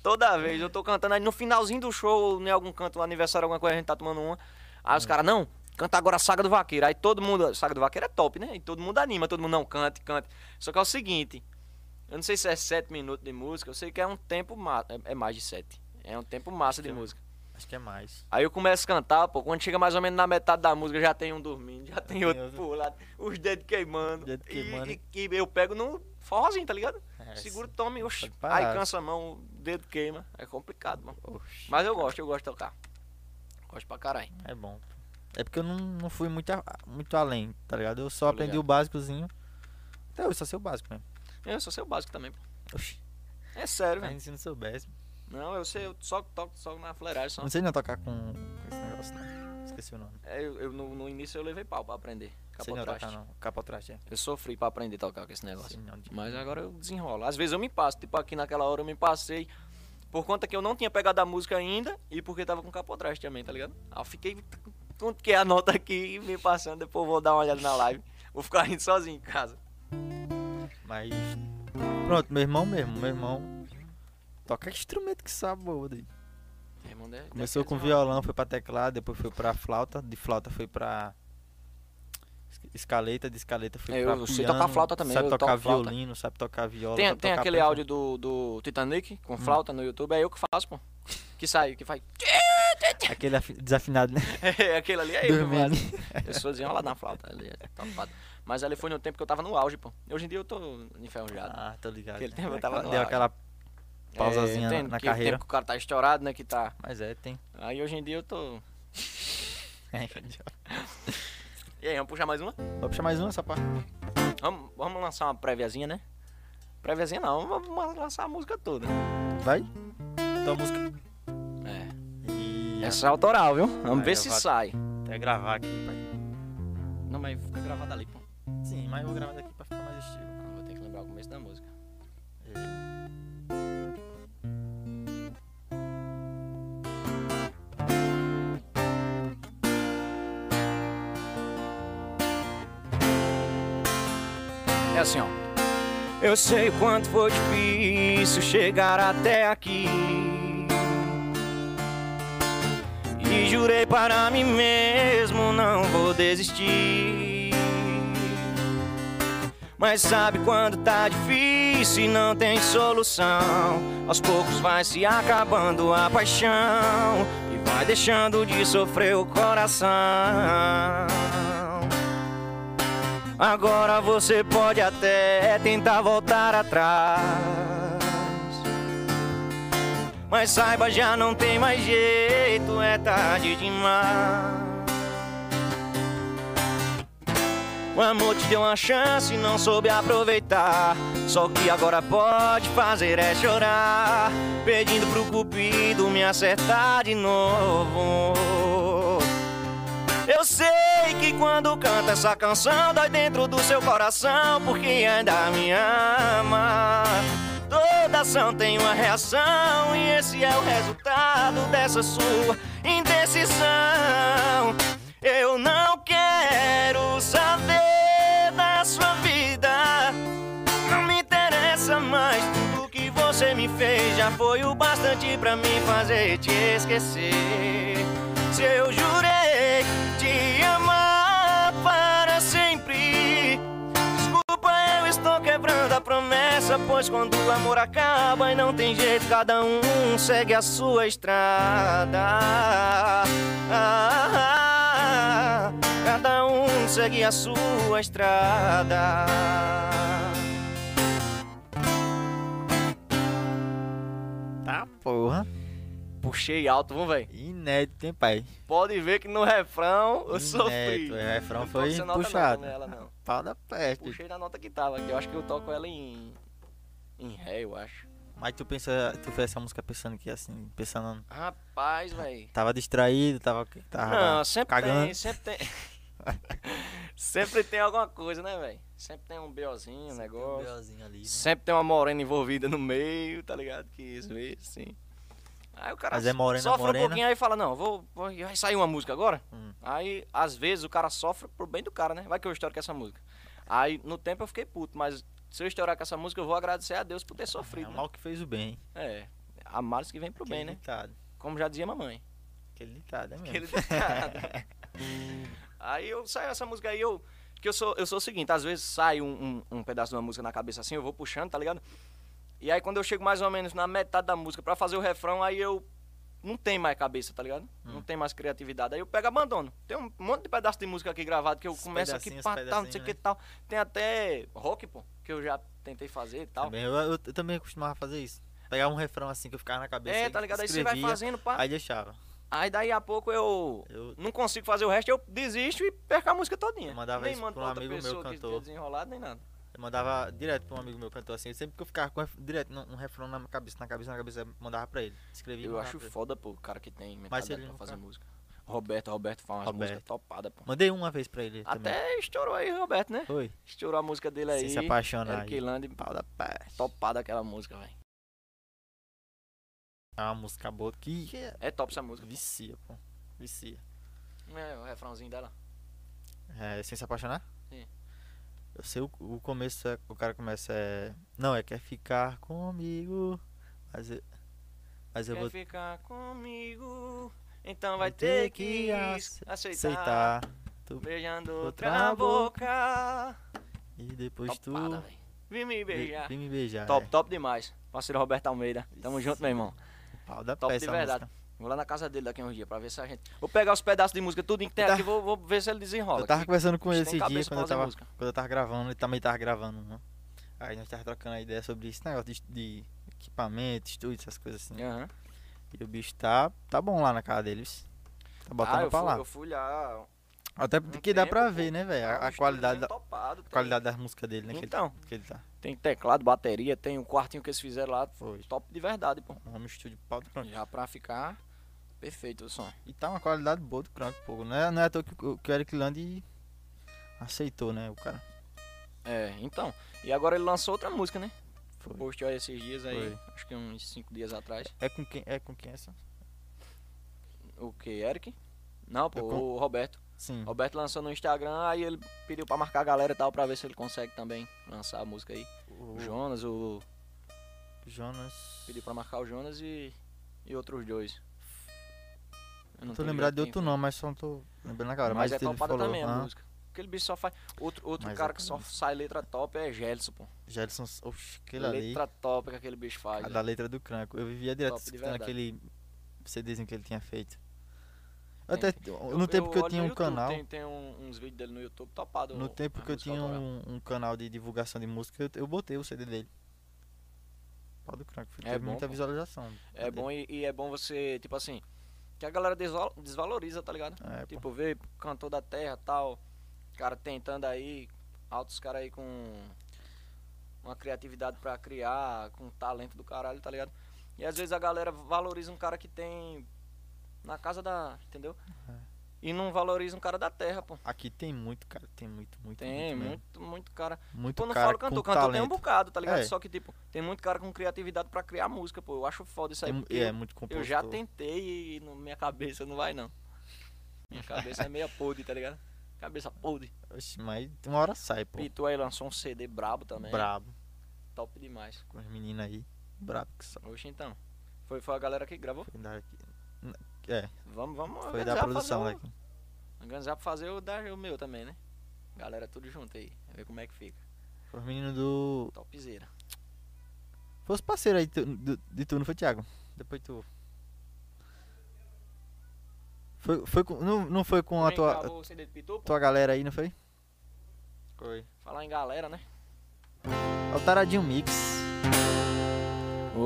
Speaker 5: Toda vez eu tô cantando aí no finalzinho do show, ou em algum canto, um aniversário, alguma coisa, a gente tá tomando uma. Aí
Speaker 4: É.
Speaker 5: os caras, não, canta agora a saga do vaqueiro. Aí todo mundo. Saga do vaqueiro é top, né? E todo mundo anima, todo mundo, não, cante, cante. Só que é o seguinte. Eu não sei se é 7 minutos de música, eu sei que é um tempo. Ma é- é mais de 7. É um tempo massa de
Speaker 4: Acho que é-
Speaker 5: música.
Speaker 4: Acho que é mais.
Speaker 5: Aí eu começo a cantar, pô. Quando chega mais ou menos na metade da música, já tem um dormindo, já tem
Speaker 4: tem
Speaker 5: outro
Speaker 4: outro.
Speaker 5: pulado, os dedos queimando.
Speaker 4: Dedo
Speaker 5: E-
Speaker 4: queimando.
Speaker 5: E, e eu pego no forrozinho, tá ligado?
Speaker 4: É,
Speaker 5: Seguro,
Speaker 4: sim.
Speaker 5: tome, oxi.
Speaker 4: Pode
Speaker 5: Aí
Speaker 4: parar.
Speaker 5: cansa a mão, o dedo queima. É complicado, mano.
Speaker 4: Oxi.
Speaker 5: Mas eu gosto, eu gosto de tocar. Gosto pra caralho.
Speaker 4: É bom. É porque eu não, não fui muito, a- muito além, tá ligado? Eu só
Speaker 5: Tô
Speaker 4: aprendi
Speaker 5: ligado.
Speaker 4: o básicozinho. Até hoje só sei o básico mesmo.
Speaker 5: Eu sou seu básico também, pô.
Speaker 4: Oxi.
Speaker 5: É sério, velho.
Speaker 4: Mas se não soubesse.
Speaker 5: Não, eu sei, eu só toco só na fleragem, só.
Speaker 4: Não sei não tocar com, com esse negócio, não. esqueci o nome.
Speaker 5: É, eu, eu no, no início eu levei pau pra aprender.
Speaker 4: Sei não
Speaker 5: Capotraste.
Speaker 4: tocar não. tá Capotraste, é.
Speaker 5: Eu sofri pra aprender a tocar com esse negócio.
Speaker 4: Sei não de-
Speaker 5: Mas agora eu desenrolo. Às vezes eu me passo, tipo aqui naquela hora eu me passei. Por conta que eu não tinha pegado a música ainda e porque tava com capotraste também, tá ligado? Aí eu fiquei quanto que é a nota aqui e me passando, depois eu vou dar uma olhada na live. Vou ficar rindo sozinho em casa.
Speaker 4: Mas. Pronto, meu irmão mesmo, meu irmão. Toca instrumento que sabe, boa. doido.
Speaker 5: Meu irmão deve-
Speaker 4: Começou
Speaker 5: deve ter
Speaker 4: com violão, foi pra teclado, depois foi pra flauta, de flauta foi pra es- escaleta, de escaleta foi
Speaker 5: É,
Speaker 4: pra
Speaker 5: eu sei
Speaker 4: piano,
Speaker 5: tocar flauta também,
Speaker 4: sabe
Speaker 5: eu
Speaker 4: tocar
Speaker 5: toco flauta.
Speaker 4: violino, sabe tocar viola,
Speaker 5: Tem,
Speaker 4: sabe
Speaker 5: tem
Speaker 4: tocar Hum.
Speaker 5: aquele
Speaker 4: percussão.
Speaker 5: áudio do, do Titanic com flauta no YouTube, é eu que faço, pô. Que sai, que faz.
Speaker 4: Aquele afi- desafinado, né?
Speaker 5: É, Aquele ali é eu que
Speaker 4: Dormindo.
Speaker 5: faço. As pessoas iam lá na flauta. Ali, é topado. Mas ali foi no tempo que eu tava no auge, pô. Hoje em dia eu tô enferrujado.
Speaker 4: Ah, tô ligado.
Speaker 5: Aquele
Speaker 4: né?
Speaker 5: tempo eu
Speaker 4: Aquela-
Speaker 5: tava no
Speaker 4: Deu
Speaker 5: auge.
Speaker 4: aquela pausazinha na-
Speaker 5: É, entendo
Speaker 4: na
Speaker 5: que o
Speaker 4: carreira.
Speaker 5: tempo que o cara tá estourado, né? Que tá.
Speaker 4: Mas é, tem. É,
Speaker 5: Aí hoje em dia eu tô. E aí, vamos puxar mais uma?
Speaker 4: Vou puxar mais uma, essa parte.
Speaker 5: Vamos, vamos lançar uma préviazinha, né? Préviazinha não, vamos vamos lançar a música toda.
Speaker 4: Vai. Então a música.
Speaker 5: É.
Speaker 4: E
Speaker 5: Essa é autoral, viu? Vamos
Speaker 4: Aí,
Speaker 5: ver
Speaker 4: eu
Speaker 5: se
Speaker 4: vou-
Speaker 5: sai.
Speaker 4: até gravar aqui, pai.
Speaker 5: Não, mas fica gravado ali, pô.
Speaker 4: Sim, mas eu vou gravar daqui pra ficar mais estilo.
Speaker 5: Eu Vou ter que lembrar o começo da música. É assim, ó. Eu sei o quanto foi difícil chegar até aqui. E jurei para mim mesmo, não vou desistir. Mas sabe quando tá difícil e não tem solução? Aos poucos vai se acabando a paixão e vai deixando de sofrer o coração. Agora você pode até tentar voltar atrás. Mas saiba, já não tem mais jeito, é tarde demais. O amor te deu uma chance e não soube aproveitar. Só o que agora pode fazer é chorar, pedindo pro cupido me acertar de novo. Eu sei que quando canta essa canção dói dentro do seu coração, porque ainda me ama. Toda ação tem uma reação e esse é o resultado dessa sua indecisão. Eu não quero saber da sua vida. Não me interessa mais tudo que você me fez Já foi o bastante pra me fazer te esquecer Se eu jurei te amar para sempre Desculpa, eu estou quebrando a promessa Pois quando o amor acaba e não tem jeito Cada um segue a sua estrada Ah, Cada um segue a sua estrada
Speaker 4: Tá, porra.
Speaker 5: Puxei alto, vamos ver.
Speaker 4: Inédito, hein, pai?
Speaker 5: Pode ver que no refrão eu sofri.
Speaker 4: Inédito, é, o refrão
Speaker 5: Não
Speaker 4: foi
Speaker 5: toco essa nota
Speaker 4: puxado.
Speaker 5: Não, nela, não.
Speaker 4: Pau da peste.
Speaker 5: Puxei na nota que tava aqui. Eu acho que eu toco ela em. Em ré, eu acho.
Speaker 4: Mas tu pensa, tu fez essa música pensando que assim, pensando.
Speaker 5: Rapaz, velho.
Speaker 4: Tava distraído, tava. tava
Speaker 5: Não, sempre
Speaker 4: Ah, tá. cagando.
Speaker 5: tem, sempre tem. sempre tem alguma coisa, né, velho? Sempre tem um BOzinho, um negócio.
Speaker 4: ali, né?
Speaker 5: Sempre tem uma morena envolvida no meio, tá ligado? Que isso, isso, sim. Aí o cara
Speaker 4: Mas é morena,
Speaker 5: sofre
Speaker 4: morena?
Speaker 5: um pouquinho aí e fala, não, vou, vou- vai sair uma música agora?
Speaker 4: Hum.
Speaker 5: Aí, às vezes, o cara sofre pro bem do cara, né? Vai que eu estouro com essa música. Aí, no tempo, eu fiquei puto, mas se eu estourar com essa música, eu vou agradecer a Deus por ter sofrido.
Speaker 4: É, o
Speaker 5: né?
Speaker 4: mal que fez o bem.
Speaker 5: É, a males que vem pro bem,
Speaker 4: Aquele
Speaker 5: né?
Speaker 4: ditado.
Speaker 5: Como já dizia mamãe.
Speaker 4: Aquele ditado, é mesmo.
Speaker 5: Aquele ditado. Aí eu saio essa música aí, eu. Que eu sou, eu sou o seguinte, às vezes sai um, um, um pedaço de uma música na cabeça assim, eu vou puxando, tá ligado? E aí quando eu chego mais ou menos na metade da música pra fazer o refrão, aí eu não tem mais cabeça, tá ligado?
Speaker 4: Hum.
Speaker 5: Não tem mais criatividade. Aí eu pego e abandono. Tem um monte de pedaço de música aqui gravado que eu
Speaker 4: Esses
Speaker 5: começo aqui
Speaker 4: pedacinhos,
Speaker 5: pra tal, não sei o
Speaker 4: pedacinhos,
Speaker 5: que
Speaker 4: né?
Speaker 5: tal. Tem até rock, pô, que eu já tentei fazer e tal.
Speaker 4: Também, É eu, eu- eu também costumava fazer isso. Pegar um refrão assim que eu ficava na cabeça.
Speaker 5: É,
Speaker 4: e
Speaker 5: tá ligado? Aí você vai
Speaker 4: escrevia,
Speaker 5: fazendo, pá.
Speaker 4: Aí deixava.
Speaker 5: Aí daí a pouco eu,
Speaker 4: Eu-
Speaker 5: não consigo fazer o resto, eu desisto e perco a música todinha.
Speaker 4: Eu mandava
Speaker 5: nem
Speaker 4: isso
Speaker 5: mando
Speaker 4: pra um
Speaker 5: outra
Speaker 4: amigo meu
Speaker 5: pessoa que
Speaker 4: cantor.
Speaker 5: tenha desenrolado, nem nada.
Speaker 4: Eu mandava direto pra um amigo meu cantor assim. Sempre que eu ficava com ref- direto num- um refrão na cabeça, na cabeça, na cabeça, eu mandava pra ele. Escrevia. e
Speaker 5: Eu
Speaker 4: mandava
Speaker 5: acho
Speaker 4: pra ele.
Speaker 5: foda, pô, o cara que tem
Speaker 4: Mas se
Speaker 5: mentalidade
Speaker 4: ele
Speaker 5: pra
Speaker 4: não
Speaker 5: fazer
Speaker 4: ficar-
Speaker 5: música. Roberto, Roberto faz umas
Speaker 4: Roberto.
Speaker 5: músicas topadas, pô.
Speaker 4: Mandei uma vez pra ele também.
Speaker 5: Até estourou aí, Roberto, né?
Speaker 4: Foi.
Speaker 5: Estourou a música dele aí.
Speaker 4: Sem se apaixonar. aí.
Speaker 5: Eric Land,
Speaker 4: Pau da paz.
Speaker 5: topada aquela música, velho.
Speaker 4: É uma música boa que é-
Speaker 5: É top essa música.
Speaker 4: vicia, pô. Vicia.
Speaker 5: É, o refrãozinho dela.
Speaker 4: É, sem se apaixonar?
Speaker 5: Sim.
Speaker 4: Eu sei o, o começo, é, o cara começa é. Não, é quer ficar comigo. Mas eu, mas eu
Speaker 5: Quer
Speaker 4: vou
Speaker 5: ficar comigo, então
Speaker 4: vai
Speaker 5: vai ter
Speaker 4: ter
Speaker 5: que,
Speaker 4: que
Speaker 5: ace- aceitar.
Speaker 4: aceitar.
Speaker 5: Beijando
Speaker 4: outra
Speaker 5: outra boca.
Speaker 4: E depois tu
Speaker 5: Topada, velho. Vem me
Speaker 4: vem-
Speaker 5: beijar.
Speaker 4: vem me beijar.
Speaker 5: Top,
Speaker 4: é.
Speaker 5: top demais. Parceiro Roberto Almeida. Tamo junto, meu irmão.
Speaker 4: Pau da
Speaker 5: Top
Speaker 4: paz
Speaker 5: de
Speaker 4: essa
Speaker 5: verdade.
Speaker 4: música.
Speaker 5: Vou lá na casa dele daqui a uns dias pra ver se a gente. Vou pegar os pedaços de música tudo que tem
Speaker 4: Tá.
Speaker 5: aqui, vou, vou ver se ele desenrola.
Speaker 4: Eu tava
Speaker 5: que-
Speaker 4: conversando com
Speaker 5: bicho
Speaker 4: ele
Speaker 5: tem
Speaker 4: esse dia
Speaker 5: cabeça pra
Speaker 4: quando eu
Speaker 5: fazer
Speaker 4: tava,
Speaker 5: música.
Speaker 4: quando eu tava gravando, ele também tava gravando, né? Aí nós tava trocando a ideia sobre esse negócio de, de equipamento, estúdio, essas coisas assim.
Speaker 5: Aham.
Speaker 4: E o bicho tá, tá bom lá na casa deles. Tá
Speaker 5: ah,
Speaker 4: botando
Speaker 5: eu
Speaker 4: pra
Speaker 5: fui,
Speaker 4: lá.
Speaker 5: Eu fui lá.
Speaker 4: Até
Speaker 5: um
Speaker 4: porque dá pra
Speaker 5: tempo,
Speaker 4: ver,
Speaker 5: pô.
Speaker 4: né, velho?
Speaker 5: Ah,
Speaker 4: A,
Speaker 5: um
Speaker 4: a qualidade,
Speaker 5: estúdiozinho
Speaker 4: da,
Speaker 5: topado, tem-
Speaker 4: qualidade das músicas dele, né? que ele-
Speaker 5: Então.
Speaker 4: Que ele tá.
Speaker 5: Tem teclado, bateria, tem um quartinho que eles fizeram lá.
Speaker 4: Foi.
Speaker 5: Top de verdade, pô.
Speaker 4: Um home estúdio pau do crunk.
Speaker 5: Já pra ficar perfeito o som.
Speaker 4: E tá uma qualidade boa do crunk, pô. Não é, não é à toa que, o- que o Eric Land aceitou, né, o cara.
Speaker 5: É, então. E agora ele lançou outra música, né?
Speaker 4: Foi.
Speaker 5: Postou esses dias aí, acho que uns 5 dias atrás.
Speaker 4: É com quem, é com quem essa?
Speaker 5: O que, Eric? Não, pô,
Speaker 4: Eu É com- Hum.
Speaker 5: o Roberto.
Speaker 4: Sim.
Speaker 5: Roberto lançou no Instagram, aí ele pediu pra marcar a galera e tal, pra ver se ele consegue também lançar a música aí. O
Speaker 4: O
Speaker 5: Jonas, o.
Speaker 4: Jonas.
Speaker 5: Pediu pra marcar o Jonas e. e outros dois. Eu não
Speaker 4: Tô
Speaker 5: ligado
Speaker 4: lembrado de
Speaker 5: quem
Speaker 4: outro nome, mas só não tô lembrando agora. Mas,
Speaker 5: Mas é
Speaker 4: ele
Speaker 5: topada
Speaker 4: falou. ah,
Speaker 5: também a
Speaker 4: aham.
Speaker 5: música. Aquele bicho só faz. Outro, outro
Speaker 4: Mas
Speaker 5: cara
Speaker 4: é
Speaker 5: que só sai letra top é Gelson, pô.
Speaker 4: Gelson, oxe, aquele ali.
Speaker 5: Letra top que aquele bicho faz.
Speaker 4: A
Speaker 5: né?
Speaker 4: da letra do Cranco. Eu vivia direto
Speaker 5: Top de
Speaker 4: escutando
Speaker 5: verdade.
Speaker 4: aquele CDzinho que ele tinha feito. Eu
Speaker 5: Tem-
Speaker 4: até, no tempo que eu
Speaker 5: então, olho
Speaker 4: tinha
Speaker 5: no
Speaker 4: um
Speaker 5: YouTube,
Speaker 4: canal,
Speaker 5: Tem, tem um- uns vídeos dele no YouTube topado.
Speaker 4: no
Speaker 5: o-
Speaker 4: tempo
Speaker 5: a
Speaker 4: que eu
Speaker 5: música
Speaker 4: tinha
Speaker 5: autoral.
Speaker 4: um, um canal de divulgação de música, eu, eu botei o CD dele. Pau do Cranco.
Speaker 5: É
Speaker 4: Teve
Speaker 5: bom,
Speaker 4: muita
Speaker 5: pô.
Speaker 4: visualização.
Speaker 5: É bom e, e é bom você, tipo assim, que a galera desval- desvaloriza, tá ligado?
Speaker 4: É, pô.
Speaker 5: tipo, vê cantor da terra tal, cara tentando aí, altos caras aí com uma criatividade pra criar, com talento do caralho, tá ligado? E às vezes a galera valoriza um cara que tem na casa da, entendeu?
Speaker 4: É.
Speaker 5: E não valoriza um cara da terra, pô.
Speaker 4: Aqui tem muito, cara. Tem muito, muito,
Speaker 5: Tem
Speaker 4: muito. mesmo.
Speaker 5: muito, muito cara.
Speaker 4: Muito
Speaker 5: Quando eu
Speaker 4: cara
Speaker 5: falo cantor,
Speaker 4: com
Speaker 5: cantor tem um
Speaker 4: talento.
Speaker 5: bocado, tá ligado?
Speaker 4: É.
Speaker 5: Só que, tipo, tem muito cara com criatividade pra criar música, pô. Eu acho foda isso aí.
Speaker 4: Tem mu-
Speaker 5: porque
Speaker 4: é,
Speaker 5: eu-
Speaker 4: muito
Speaker 5: eu já
Speaker 4: compositor.
Speaker 5: tentei e na minha cabeça não vai, não. Minha cabeça é meia podre, tá ligado? Cabeça podre.
Speaker 4: Oxe, mas uma hora sai, pô.
Speaker 5: Pitu aí lançou um CD brabo também.
Speaker 4: Brabo.
Speaker 5: Top demais.
Speaker 4: Com as meninas aí. Brabo que só.
Speaker 5: Oxe, então. Foi, foi a galera que gravou?
Speaker 4: Foi da- É,
Speaker 5: Vamos, vamos
Speaker 4: foi
Speaker 5: organizar
Speaker 4: da
Speaker 5: pra
Speaker 4: produção
Speaker 5: fazer o-
Speaker 4: daqui.
Speaker 5: Organizar pra fazer o, da, o meu também, né? Galera, tudo junto aí. Ver como é que fica.
Speaker 4: Foi os meninos do.
Speaker 5: Topzera.
Speaker 4: Foi os parceiros aí tu- do- de tu, não foi, Thiago? Depois tu. Foi, foi com, não, não foi com a
Speaker 5: Quem
Speaker 4: tua,
Speaker 5: gravou o CD de Pitu, pô?
Speaker 4: tua galera aí, não foi? Foi.
Speaker 5: Falar em galera, né?
Speaker 4: É o Taradinho Mix.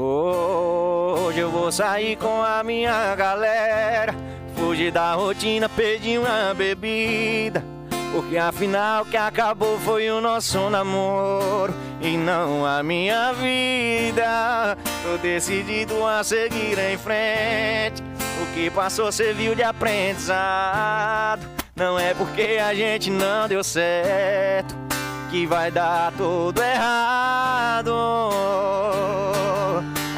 Speaker 5: Hoje eu vou sair com a minha galera. Fugir da rotina, pedir uma bebida. Porque afinal o que acabou foi o nosso namoro e não a minha vida. Tô decidido a seguir em frente. O que passou serviu de aprendizado. Não é porque a gente não deu certo que vai dar tudo errado.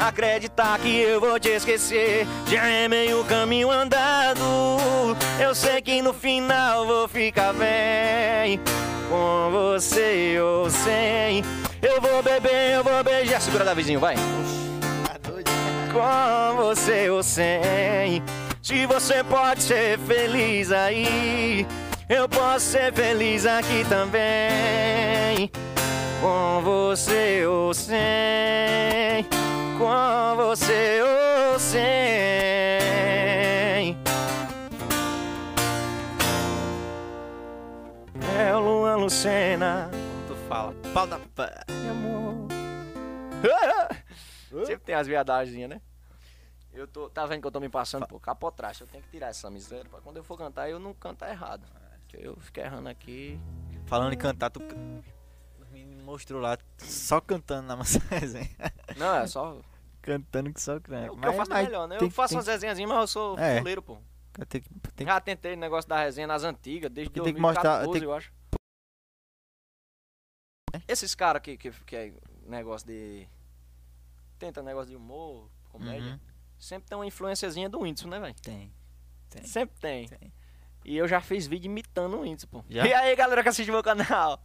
Speaker 5: Acreditar que eu vou te esquecer já é meio caminho andado. Eu sei que no final vou ficar bem com você ou sem. Eu vou beber, eu vou beijar. Segura da vizinho, vai
Speaker 4: Tá doido?
Speaker 5: com você ou sem. Se você pode ser feliz aí, eu posso ser feliz aqui também. Com você ou sem, com você ou sem. É o Luan Lucena,
Speaker 4: Tu fala. Pau da. pa-
Speaker 5: meu amor. Sempre tem as viadagens, né? Eu tô, tá vendo que eu tô me passando por capotraste, eu tenho que tirar essa miséria pra quando eu for cantar eu não cantar errado. Que eu fico errando aqui.
Speaker 4: Falando em cantar, tu. Os meninos mostrou lá, só cantando na maçã resenha.
Speaker 5: Não, é só.
Speaker 4: Cantando que só é cranco.
Speaker 5: é o que eu faço é melhor, né? Eu faço umas resenhas, mas eu sou
Speaker 4: É.
Speaker 5: fuleiro, pô.
Speaker 4: Tem que, Tem que-
Speaker 5: Já tentei o negócio da resenha nas antigas, desde
Speaker 4: Porque tem que
Speaker 5: 2014,
Speaker 4: mostrar- tem que-
Speaker 5: eu acho. Esses caras que, que, que é negócio de. Tenta negócio de humor, comédia.
Speaker 4: Uhum.
Speaker 5: Sempre tem uma influenciazinha do Whindersson, né, velho?
Speaker 4: Tem. Tem.
Speaker 5: Sempre tem.
Speaker 4: Tem.
Speaker 5: E eu já fiz vídeo imitando o Whindersson, pô.
Speaker 4: Já?
Speaker 5: E aí, galera que assiste meu canal?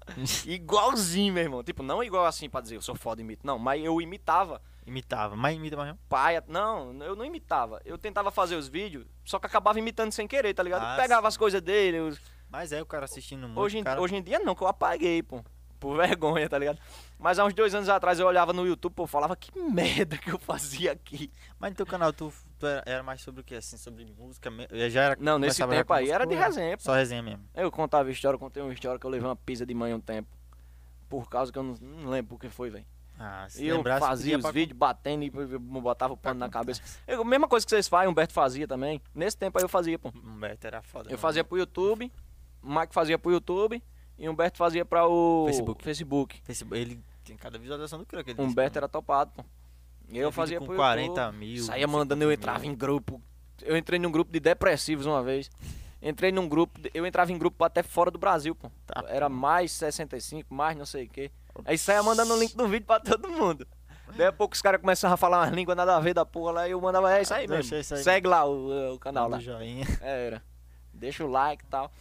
Speaker 5: Igualzinho, meu irmão. Tipo, não igual assim pra dizer eu sou foda e imito. Não, mas eu imitava
Speaker 4: Imitava, mas imita mais mesmo.
Speaker 5: paia. Não, eu não imitava. Eu tentava fazer os vídeos, só que acabava imitando sem querer, tá ligado?
Speaker 4: Ah,
Speaker 5: Pegava
Speaker 4: sim.
Speaker 5: as coisas dele. os-
Speaker 4: Mas é o cara assistindo muito.
Speaker 5: Hoje, em-
Speaker 4: o cara...
Speaker 5: hoje em dia não, que eu apaguei, pô. Por vergonha, tá ligado? Mas há uns dois anos atrás eu olhava no YouTube, pô, eu falava que merda que eu fazia aqui.
Speaker 4: Mas no teu canal, tu, tu era, era mais sobre o que? Assim, sobre música mesmo? Eu Já era,
Speaker 5: Não, nesse
Speaker 4: começava já
Speaker 5: tempo
Speaker 4: com
Speaker 5: aí era
Speaker 4: música
Speaker 5: de
Speaker 4: ou
Speaker 5: resenha, pô.
Speaker 4: Só resenha mesmo.
Speaker 5: Eu contava história, eu contei uma história que eu levei uma pizza de manhã um tempo. Por causa que eu não, não lembro o que foi, velho.
Speaker 4: Ah, se
Speaker 5: E eu
Speaker 4: lembrasse,
Speaker 5: fazia
Speaker 4: pedia
Speaker 5: os
Speaker 4: pra
Speaker 5: vídeos batendo e b- b- botava o pano na
Speaker 4: contar.
Speaker 5: cabeça. Eu, mesma coisa que vocês fazem, o Humberto fazia também. Nesse tempo aí eu fazia, pô.
Speaker 4: Humberto era foda.
Speaker 5: Eu
Speaker 4: né?
Speaker 5: fazia pro YouTube, o Mike fazia pro YouTube e o Humberto fazia pra o
Speaker 4: Facebook.
Speaker 5: Facebook.
Speaker 4: Facebook- Ele tem cada visualização do que ele
Speaker 5: Humberto era topado, pô. E eu
Speaker 4: vídeo
Speaker 5: fazia
Speaker 4: com
Speaker 5: pro
Speaker 4: 40
Speaker 5: YouTube.
Speaker 4: mil,
Speaker 5: Saía
Speaker 4: não sei
Speaker 5: mandando, eu
Speaker 4: quantos
Speaker 5: entrava
Speaker 4: mil.
Speaker 5: em grupo. Eu entrei num grupo de depressivos uma vez. Entrei num grupo, de- eu entrava em grupo até fora do Brasil, pô.
Speaker 4: Tá,
Speaker 5: Era mais 65, mais não sei o quê. Aí saía mandando o link do vídeo pra todo mundo. Daí a pouco os caras começavam a falar umas línguas nada a ver da porra lá e eu mandava, é isso aí
Speaker 4: Deixa
Speaker 5: mesmo.
Speaker 4: isso aí.
Speaker 5: Segue lá o, o canal lá.
Speaker 4: Do joinha.
Speaker 5: É, Era. Deixa o like e tal.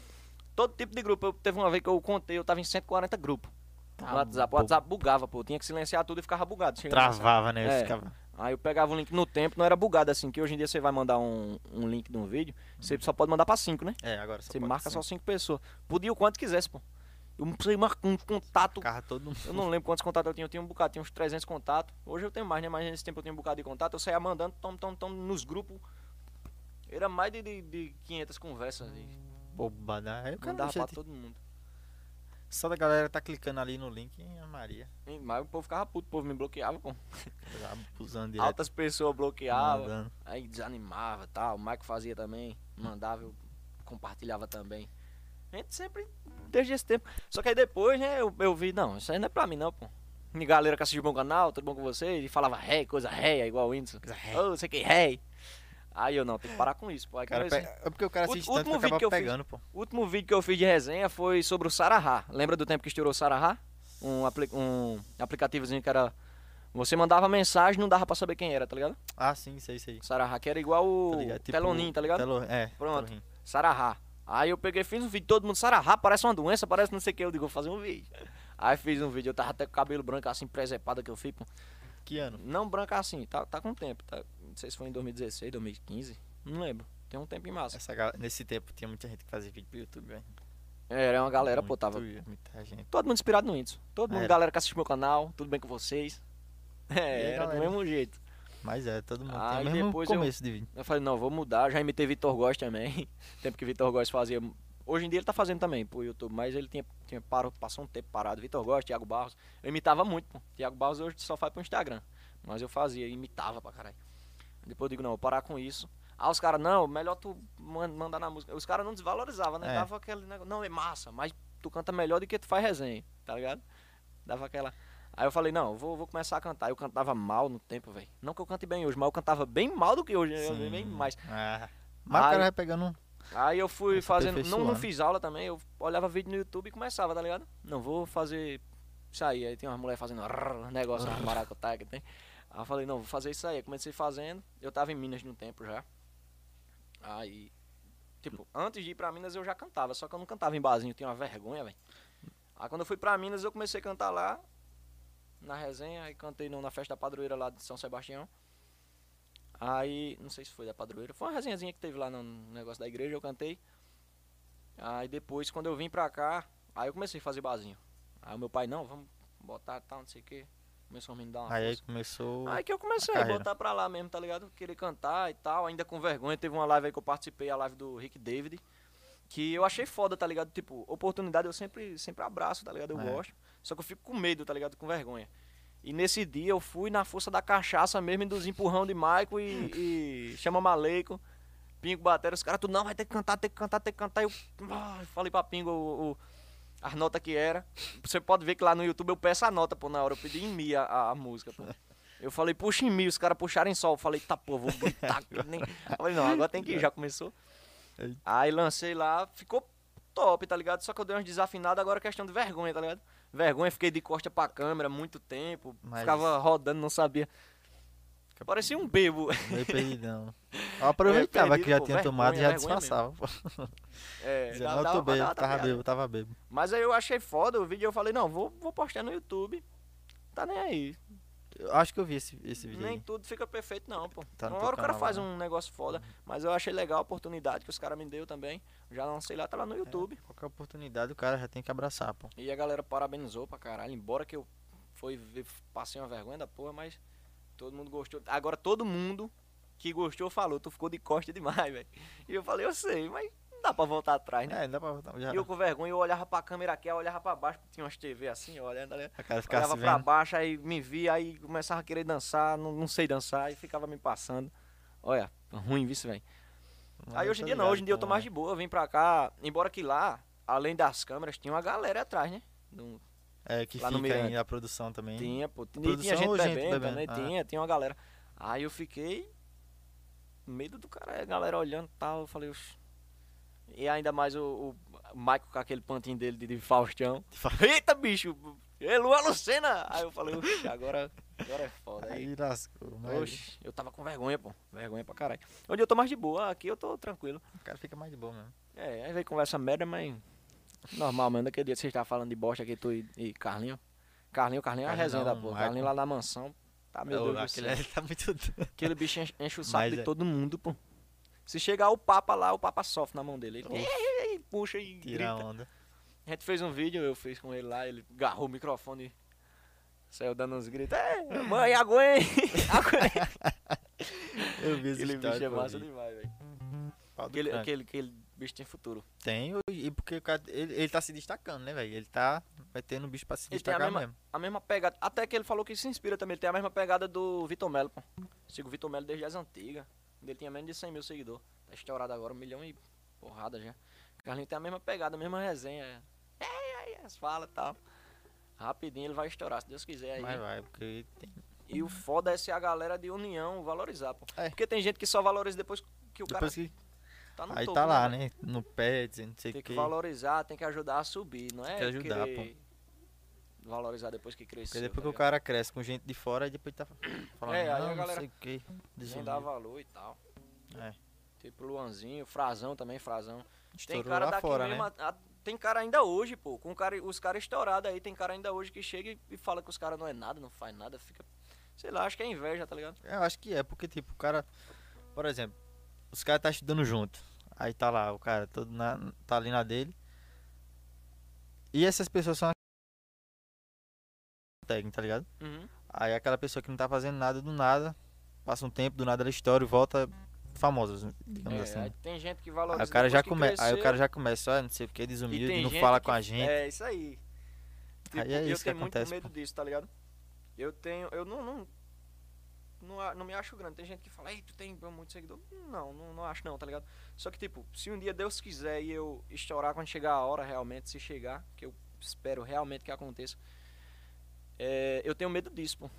Speaker 5: Todo tipo de grupo. Eu, teve uma vez que eu contei, eu tava em 140 grupos.
Speaker 4: Tá
Speaker 5: no WhatsApp. O
Speaker 4: bom.
Speaker 5: WhatsApp bugava, pô. Eu tinha que silenciar tudo e ficava bugado. Chegava no WhatsApp.
Speaker 4: Travava, né? Eu
Speaker 5: É.
Speaker 4: ficava.
Speaker 5: Aí eu pegava o link no tempo, não era bugado assim, que hoje em dia você vai mandar um, um link de um vídeo, você só pode mandar pra 5, né?
Speaker 4: É, agora só
Speaker 5: Você
Speaker 4: pode
Speaker 5: marca
Speaker 4: assim.
Speaker 5: só 5 pessoas. Podia o quanto quisesse, pô. Eu não precisei marcar um contato.
Speaker 4: Carro todo mundo.
Speaker 5: Eu não lembro quantos contatos eu tinha, eu tinha um bocado, tinha uns 300 contatos. Hoje eu tenho mais, né? Mas nesse tempo eu tinha um bocado de contato, eu saía mandando, tom, tom, tom, nos grupos. Era mais de, de, de 500 conversas. de-
Speaker 4: Bobada. Aí o cara
Speaker 5: Mandava
Speaker 4: deixa
Speaker 5: pra
Speaker 4: de-
Speaker 5: todo mundo.
Speaker 4: Só da galera tá clicando ali no link, hein, Maria.
Speaker 5: E- Mas o povo ficava puto, o povo me bloqueava, pô.
Speaker 4: Já Abusando direto.
Speaker 5: Altas pessoas bloqueavam.
Speaker 4: mandando.
Speaker 5: Aí desanimava e tal. O Mike fazia também. Mandava, eu compartilhava também. A gente sempre, desde esse tempo. Só que aí depois, né, eu, eu vi, não, isso aí não é pra mim não, pô. E galera que assistiu o meu canal, tudo bom com vocês? E falava ré, coisa ré, é igual o Whindersson.
Speaker 4: Coisa ré.
Speaker 5: Ô, sei que ré. Aí eu não, tem que parar com isso, pô. Aí
Speaker 4: O cara
Speaker 5: comecei-
Speaker 4: pe- É porque o cara
Speaker 5: Ult-
Speaker 4: assiste tanto que
Speaker 5: último vídeo
Speaker 4: acaba
Speaker 5: que eu fiz.
Speaker 4: pegando, pô.
Speaker 5: O último vídeo que eu fiz de resenha foi sobre o Sarahá. Lembra do tempo que estourou o Sarahá? Um, apli um aplicativozinho que era. Você mandava mensagem e não dava pra saber quem era, tá ligado?
Speaker 4: Ah, sim, sei, sei.
Speaker 5: O Sarahá, que era igual o
Speaker 4: Tá ligado? Tipo,
Speaker 5: Tipo, Teloninho, tá ligado?
Speaker 4: Telo... É,
Speaker 5: Pronto.
Speaker 4: Teloninho.
Speaker 5: Sarahá. Aí eu peguei, fiz um vídeo, todo mundo, Sarahá, parece uma doença, parece não sei o que. Eu digo, vou fazer um vídeo. Aí fiz um vídeo, eu tava até com o cabelo branco assim, presepado que eu fico.
Speaker 4: Que ano?
Speaker 5: Não branco assim, tá, tá com tempo. Tá, não sei se foi em 2016, 2015, não lembro. Tem um tempo em massa.
Speaker 4: Essa gal- Nesse tempo tinha muita gente que fazia vídeo pro YouTube, velho.
Speaker 5: É, Era uma galera, pô,
Speaker 4: Muito-
Speaker 5: tava
Speaker 4: Muita gente.
Speaker 5: Todo mundo inspirado no Whindersson. Todo mundo,
Speaker 4: Era.
Speaker 5: galera que assiste meu canal, tudo bem com vocês?
Speaker 4: E
Speaker 5: É,
Speaker 4: aí,
Speaker 5: era do
Speaker 4: galera?
Speaker 5: mesmo jeito.
Speaker 4: Mas é, todo mundo
Speaker 5: Aí
Speaker 4: tem o mesmo
Speaker 5: Ah, depois eu-
Speaker 4: começo de vídeo.
Speaker 5: Eu falei, não, vou mudar. Já imitei Vitor Góes também. Tempo que Vitor Góes fazia. Hoje em dia ele tá fazendo também pro YouTube, mas ele tinha, tinha parou, passou um tempo parado. Vitor Góes, Thiago Barros. Eu imitava muito, pô. Thiago Barros hoje só faz pro Instagram. Mas eu fazia, imitava pra caralho. Depois eu digo, não, vou parar com isso. Ah, os caras, não, melhor tu man- mandar na música. Os caras não desvalorizavam, né?
Speaker 4: É.
Speaker 5: Dava aquele negócio, não, é massa, mas tu canta melhor do que tu faz resenha, tá ligado? Dava aquela. Aí eu falei, não, eu vou, vou começar a cantar. Eu cantava mal no tempo, velho. Não que eu cante bem hoje, mas eu cantava bem mal do que hoje, eu
Speaker 4: Sim.
Speaker 5: bem mais.
Speaker 4: Ah. Mas o
Speaker 5: Aí-
Speaker 4: cara vai pegando um.
Speaker 5: Aí eu fui
Speaker 4: Se
Speaker 5: fazendo, não, não
Speaker 4: aperfeiçoando.
Speaker 5: fiz aula também, eu olhava vídeo no YouTube e começava, tá ligado? Não, vou fazer isso aí. Aí tem umas mulheres fazendo rrr, um negócio, uma maracutaia que tem. Aí eu falei, não, vou fazer isso aí. Eu comecei fazendo, eu tava em Minas num tempo já. Aí, tipo, antes de ir pra Minas eu já cantava, só que eu não cantava em barzinho, eu tinha uma vergonha, velho. Aí quando eu fui pra Minas eu comecei a cantar lá, na resenha, aí cantei no- na festa da padroeira lá de São Sebastião. Aí, não sei se foi da padroeira, foi uma resenhazinha que teve lá no no negócio da igreja, eu cantei. Aí depois, quando eu vim pra cá, aí eu comecei a fazer barzinho. Aí o meu pai, não, vamos botar tal, não sei o que. Começou a me dar uma
Speaker 4: Aí
Speaker 5: força.
Speaker 4: aí começou.
Speaker 5: Aí que eu comecei
Speaker 4: a
Speaker 5: a
Speaker 4: carreira.
Speaker 5: botar pra lá mesmo, tá ligado? Querer cantar e tal, ainda com vergonha. Teve uma live aí que eu participei, a live do Rick David, que eu achei foda, tá ligado? Tipo, oportunidade eu sempre, sempre abraço, tá ligado? Eu
Speaker 4: É.
Speaker 5: gosto. Só que eu fico com medo, tá ligado? Com vergonha. E nesse dia eu fui na força da cachaça mesmo, e dos empurrão de Maico e, e chama Maleico, Pingo Batera, os caras, tu não vai ter que cantar, ter que cantar, ter que cantar. Eu ah, falei pra Pingo o- o- as notas que era. Você pode ver que lá no YouTube eu peço a nota, pô, na hora eu pedi em mi a, a- a música, pô. Eu falei, puxa em mim, os caras puxaram em sol. Eu falei, tá, pô, vou gritar. que nem- Eu falei, não, agora tem que ir, já começou. Aí lancei lá, ficou top, tá ligado? Só que eu dei umas desafinadas, agora é questão de vergonha, tá ligado? Vergonha, fiquei de costa pra câmera muito tempo,
Speaker 4: Mas-
Speaker 5: ficava rodando, não sabia. Parecia um bebo.
Speaker 4: Meio perdidão. Eu aproveitava que já
Speaker 5: perdido, pô,
Speaker 4: tinha tomado e já
Speaker 5: vergonha, vergonha
Speaker 4: disfarçava. pô.
Speaker 5: É,
Speaker 4: Dizia,
Speaker 5: dá-
Speaker 4: não, eu
Speaker 5: dava
Speaker 4: tô
Speaker 5: pra
Speaker 4: bebo,
Speaker 5: dar, tá
Speaker 4: tava
Speaker 5: ligado?
Speaker 4: bebo, tava bebo.
Speaker 5: Mas aí eu achei foda o vídeo e eu falei, não, vou, vou postar no YouTube. Tá nem aí.
Speaker 4: Eu acho que eu vi esse, esse vídeo
Speaker 5: Nem
Speaker 4: aí.
Speaker 5: tudo fica perfeito, não, pô.
Speaker 4: Tá no
Speaker 5: Uma
Speaker 4: teu
Speaker 5: hora o cara
Speaker 4: canal lá,
Speaker 5: faz
Speaker 4: né?
Speaker 5: um negócio foda. Mas eu achei legal a oportunidade que os caras me deu também. Já lancei lá, tá
Speaker 4: É.
Speaker 5: lá no YouTube.
Speaker 4: Qualquer oportunidade o cara já tem que abraçar, pô.
Speaker 5: E a galera parabenizou pra caralho, embora que eu foi, ver- passei uma vergonha da porra, mas todo mundo gostou. Agora todo mundo que gostou falou, tu ficou de costa demais, velho. E eu falei, eu sei, mas não dá pra voltar atrás, né?
Speaker 4: É, dá pra voltar. Já,
Speaker 5: E eu com vergonha, eu olhava pra câmera aqui, eu olhava pra baixo, tinha umas TV assim, olhando ali.
Speaker 4: a cara ficava
Speaker 5: Olhava
Speaker 4: se
Speaker 5: pra
Speaker 4: vendo.
Speaker 5: baixo, aí me via, aí começava a querer dançar, não, não sei dançar, e ficava me passando. Olha, ruim isso, velho.
Speaker 4: Mas
Speaker 5: Aí
Speaker 4: eu
Speaker 5: hoje em
Speaker 4: tô
Speaker 5: dia não,
Speaker 4: ligado
Speaker 5: hoje em dia eu tô
Speaker 4: como é.
Speaker 5: mais de boa, eu vim pra cá, embora que lá, além das câmeras, tinha uma galera atrás, né? Não-
Speaker 4: É, que
Speaker 5: lá no
Speaker 4: fica aí
Speaker 5: Mirante.
Speaker 4: a produção também.
Speaker 5: Tinha, pô, tinha,
Speaker 4: Produção
Speaker 5: tinha gente
Speaker 4: ou gente
Speaker 5: bebendo, também,
Speaker 4: bebendo? Ah.
Speaker 5: tinha, tinha uma galera. Aí eu fiquei medo do cara, a galera olhando e tal, eu falei, "Oxe". E ainda mais o, o Michael com aquele pantinho dele de, de Faustão. Eita, bicho! Ei, Lua Lucena! Aí eu falei, oxe, agora, agora é foda. Aí,
Speaker 4: Aí lascou. Mas
Speaker 5: Oxe, eu tava com vergonha, pô. Vergonha pra caralho. Onde eu tô mais de boa, aqui eu tô tranquilo.
Speaker 4: o cara fica mais de boa mesmo.
Speaker 5: É, aí veio conversa merda, mas. Normal, mano. Daquele dia que vocês estavam falando de bosta aqui, tu e, e Carlinho. Carlinho, Carlinho é
Speaker 4: Carlinho
Speaker 5: a resenha da
Speaker 4: não,
Speaker 5: porra.
Speaker 4: Michael.
Speaker 5: Carlinho lá na mansão. Tá, meu
Speaker 4: Eu-
Speaker 5: Deus do
Speaker 4: aquele
Speaker 5: céu.
Speaker 4: ali tá muito doido.
Speaker 5: Aquele bicho enche, enche o saco
Speaker 4: Mas
Speaker 5: de
Speaker 4: é-
Speaker 5: todo mundo, pô. Se chegar o Papa lá, o Papa sofre na mão dele. Ele
Speaker 4: Oxe.
Speaker 5: "Ei, ei, ei", puxa e
Speaker 4: Tira a
Speaker 5: grita.
Speaker 4: onda.
Speaker 5: A gente fez um vídeo, eu fiz com ele lá, ele agarrou o microfone e saiu dando uns gritos. É, mãe, aguente! aguente.
Speaker 4: Eu vi esse
Speaker 5: Aquele bicho é massa demais, velho. Aquele,
Speaker 4: aquele...
Speaker 5: aquele, aquele bicho tem futuro.
Speaker 4: Tem, o- e porque o cara, ele, ele tá se destacando, né, velho? Ele tá metendo o bicho pra se
Speaker 5: Ele tem a
Speaker 4: destacar
Speaker 5: mesma-
Speaker 4: mesmo.
Speaker 5: A mesma pegada. Até que ele falou que se inspira também. Ele tem a mesma pegada do Vitor Melo, pô. Sigo o Vitor Melo desde as antigas. quando Ele tinha menos de 100 mil seguidores. Tá estourado agora, um milhão e porrada já. Carlinhos tem a mesma pegada, a mesma resenha. É, é, é, as fala e tal. Rapidinho ele vai estourar, se Deus quiser aí.
Speaker 4: Mas vai, porque tem...
Speaker 5: E É, o foda é se a galera de união valorizar, pô.
Speaker 4: É.
Speaker 5: Porque tem gente que só valoriza depois que o
Speaker 4: Depois que...
Speaker 5: cara tá no
Speaker 4: Aí
Speaker 5: topo,
Speaker 4: tá lá,
Speaker 5: velho?
Speaker 4: né? No pé, dizendo não sei
Speaker 5: Tem
Speaker 4: o
Speaker 5: que
Speaker 4: que.
Speaker 5: valorizar, tem que ajudar a subir, não é?
Speaker 4: que ajudar,
Speaker 5: querer Valorizar depois que cresceu.
Speaker 4: Porque depois
Speaker 5: tá
Speaker 4: que o cara cresce com gente de fora, aí depois tá falando,
Speaker 5: É, aí a
Speaker 4: não, não
Speaker 5: galera
Speaker 4: sei o que.
Speaker 5: Nem dá valor e tal.
Speaker 4: É.
Speaker 5: Tipo Luanzinho, Frazão também, Frazão. Tem
Speaker 4: Estourou
Speaker 5: cara
Speaker 4: lá
Speaker 5: daqui
Speaker 4: fora,
Speaker 5: mesmo.
Speaker 4: né?
Speaker 5: a- a- tem cara ainda hoje, pô. Com cara, os caras estourados aí, tem cara ainda hoje que chega e, e fala que os caras não é nada, não faz nada, fica. Sei lá, acho que é inveja, tá ligado?
Speaker 4: Eu acho que é, porque tipo, o cara... Por exemplo, os caras tá estudando junto. Aí tá lá, o cara todo na, tá ali na dele. E essas pessoas são... Técnica, tá ligado?
Speaker 5: É,
Speaker 4: Aí aquela pessoa que não tá fazendo nada do nada, passa um tempo, do nada ela estoura e volta famosa, digamos
Speaker 5: É,
Speaker 4: assim.
Speaker 5: aí
Speaker 4: Aí,
Speaker 5: tem gente que valoriza.
Speaker 4: o cara
Speaker 5: depois
Speaker 4: já
Speaker 5: que
Speaker 4: come... aí o
Speaker 5: cresceu,
Speaker 4: cara já começa, ó, não sei o que, é
Speaker 5: e
Speaker 4: desumilde,
Speaker 5: tem
Speaker 4: não
Speaker 5: gente
Speaker 4: fala
Speaker 5: que-
Speaker 4: com a gente.
Speaker 5: É, isso aí. Tipo,
Speaker 4: Aí é
Speaker 5: eu
Speaker 4: isso que
Speaker 5: tenho
Speaker 4: acontece,
Speaker 5: muito medo
Speaker 4: pô.
Speaker 5: disso, tá ligado? Eu tenho. Eu não. não não, a- não me acho grande. Tem gente que fala, ei, tu tem muito seguidor. Não, não, não acho não, tá ligado? Só que, tipo, se um dia Deus quiser e eu estourar quando chegar a hora, realmente, se chegar, que eu espero realmente que aconteça, é, eu tenho medo disso, pô.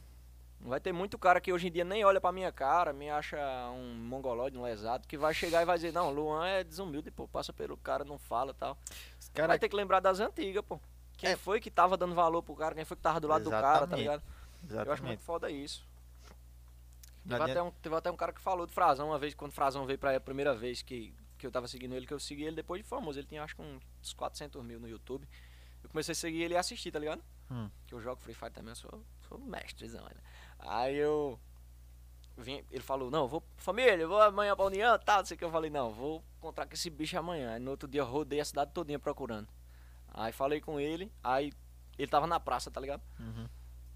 Speaker 5: Vai ter muito cara que hoje em dia nem olha pra minha cara, me acha um mongoloide, um lesado, que vai chegar e vai dizer, não, Luan é desumilde, pô, passa pelo cara, não fala tal.
Speaker 4: Os
Speaker 5: Vai
Speaker 4: cara,
Speaker 5: ter que lembrar das antigas, pô. Quem
Speaker 4: É.
Speaker 5: foi que tava dando valor pro cara, quem foi que tava do lado do cara, tá
Speaker 4: Exatamente,
Speaker 5: ligado? Eu acho é muito
Speaker 4: exatamente.
Speaker 5: foda isso.
Speaker 4: Não
Speaker 5: Teve até,
Speaker 4: adianta-
Speaker 5: um, teve até um cara que falou do Frazão uma vez, quando o Frazão veio pra a primeira vez que, que eu tava seguindo ele, que eu segui ele depois de famoso. Ele tinha acho que uns 400 mil no YouTube. Eu comecei a seguir ele e assistir, tá ligado?
Speaker 4: Hum.
Speaker 5: Que eu jogo Free Fire também, eu sou, sou mestrezão. Né? Aí eu. Vim, ele falou, não, eu vou. Família, eu vou amanhã pra União e tal, não sei o que. Eu falei, não, vou encontrar com esse bicho amanhã. Aí no outro dia eu rodei a cidade todinha procurando. Aí falei com ele, aí ele tava na praça, tá ligado?
Speaker 4: Uhum.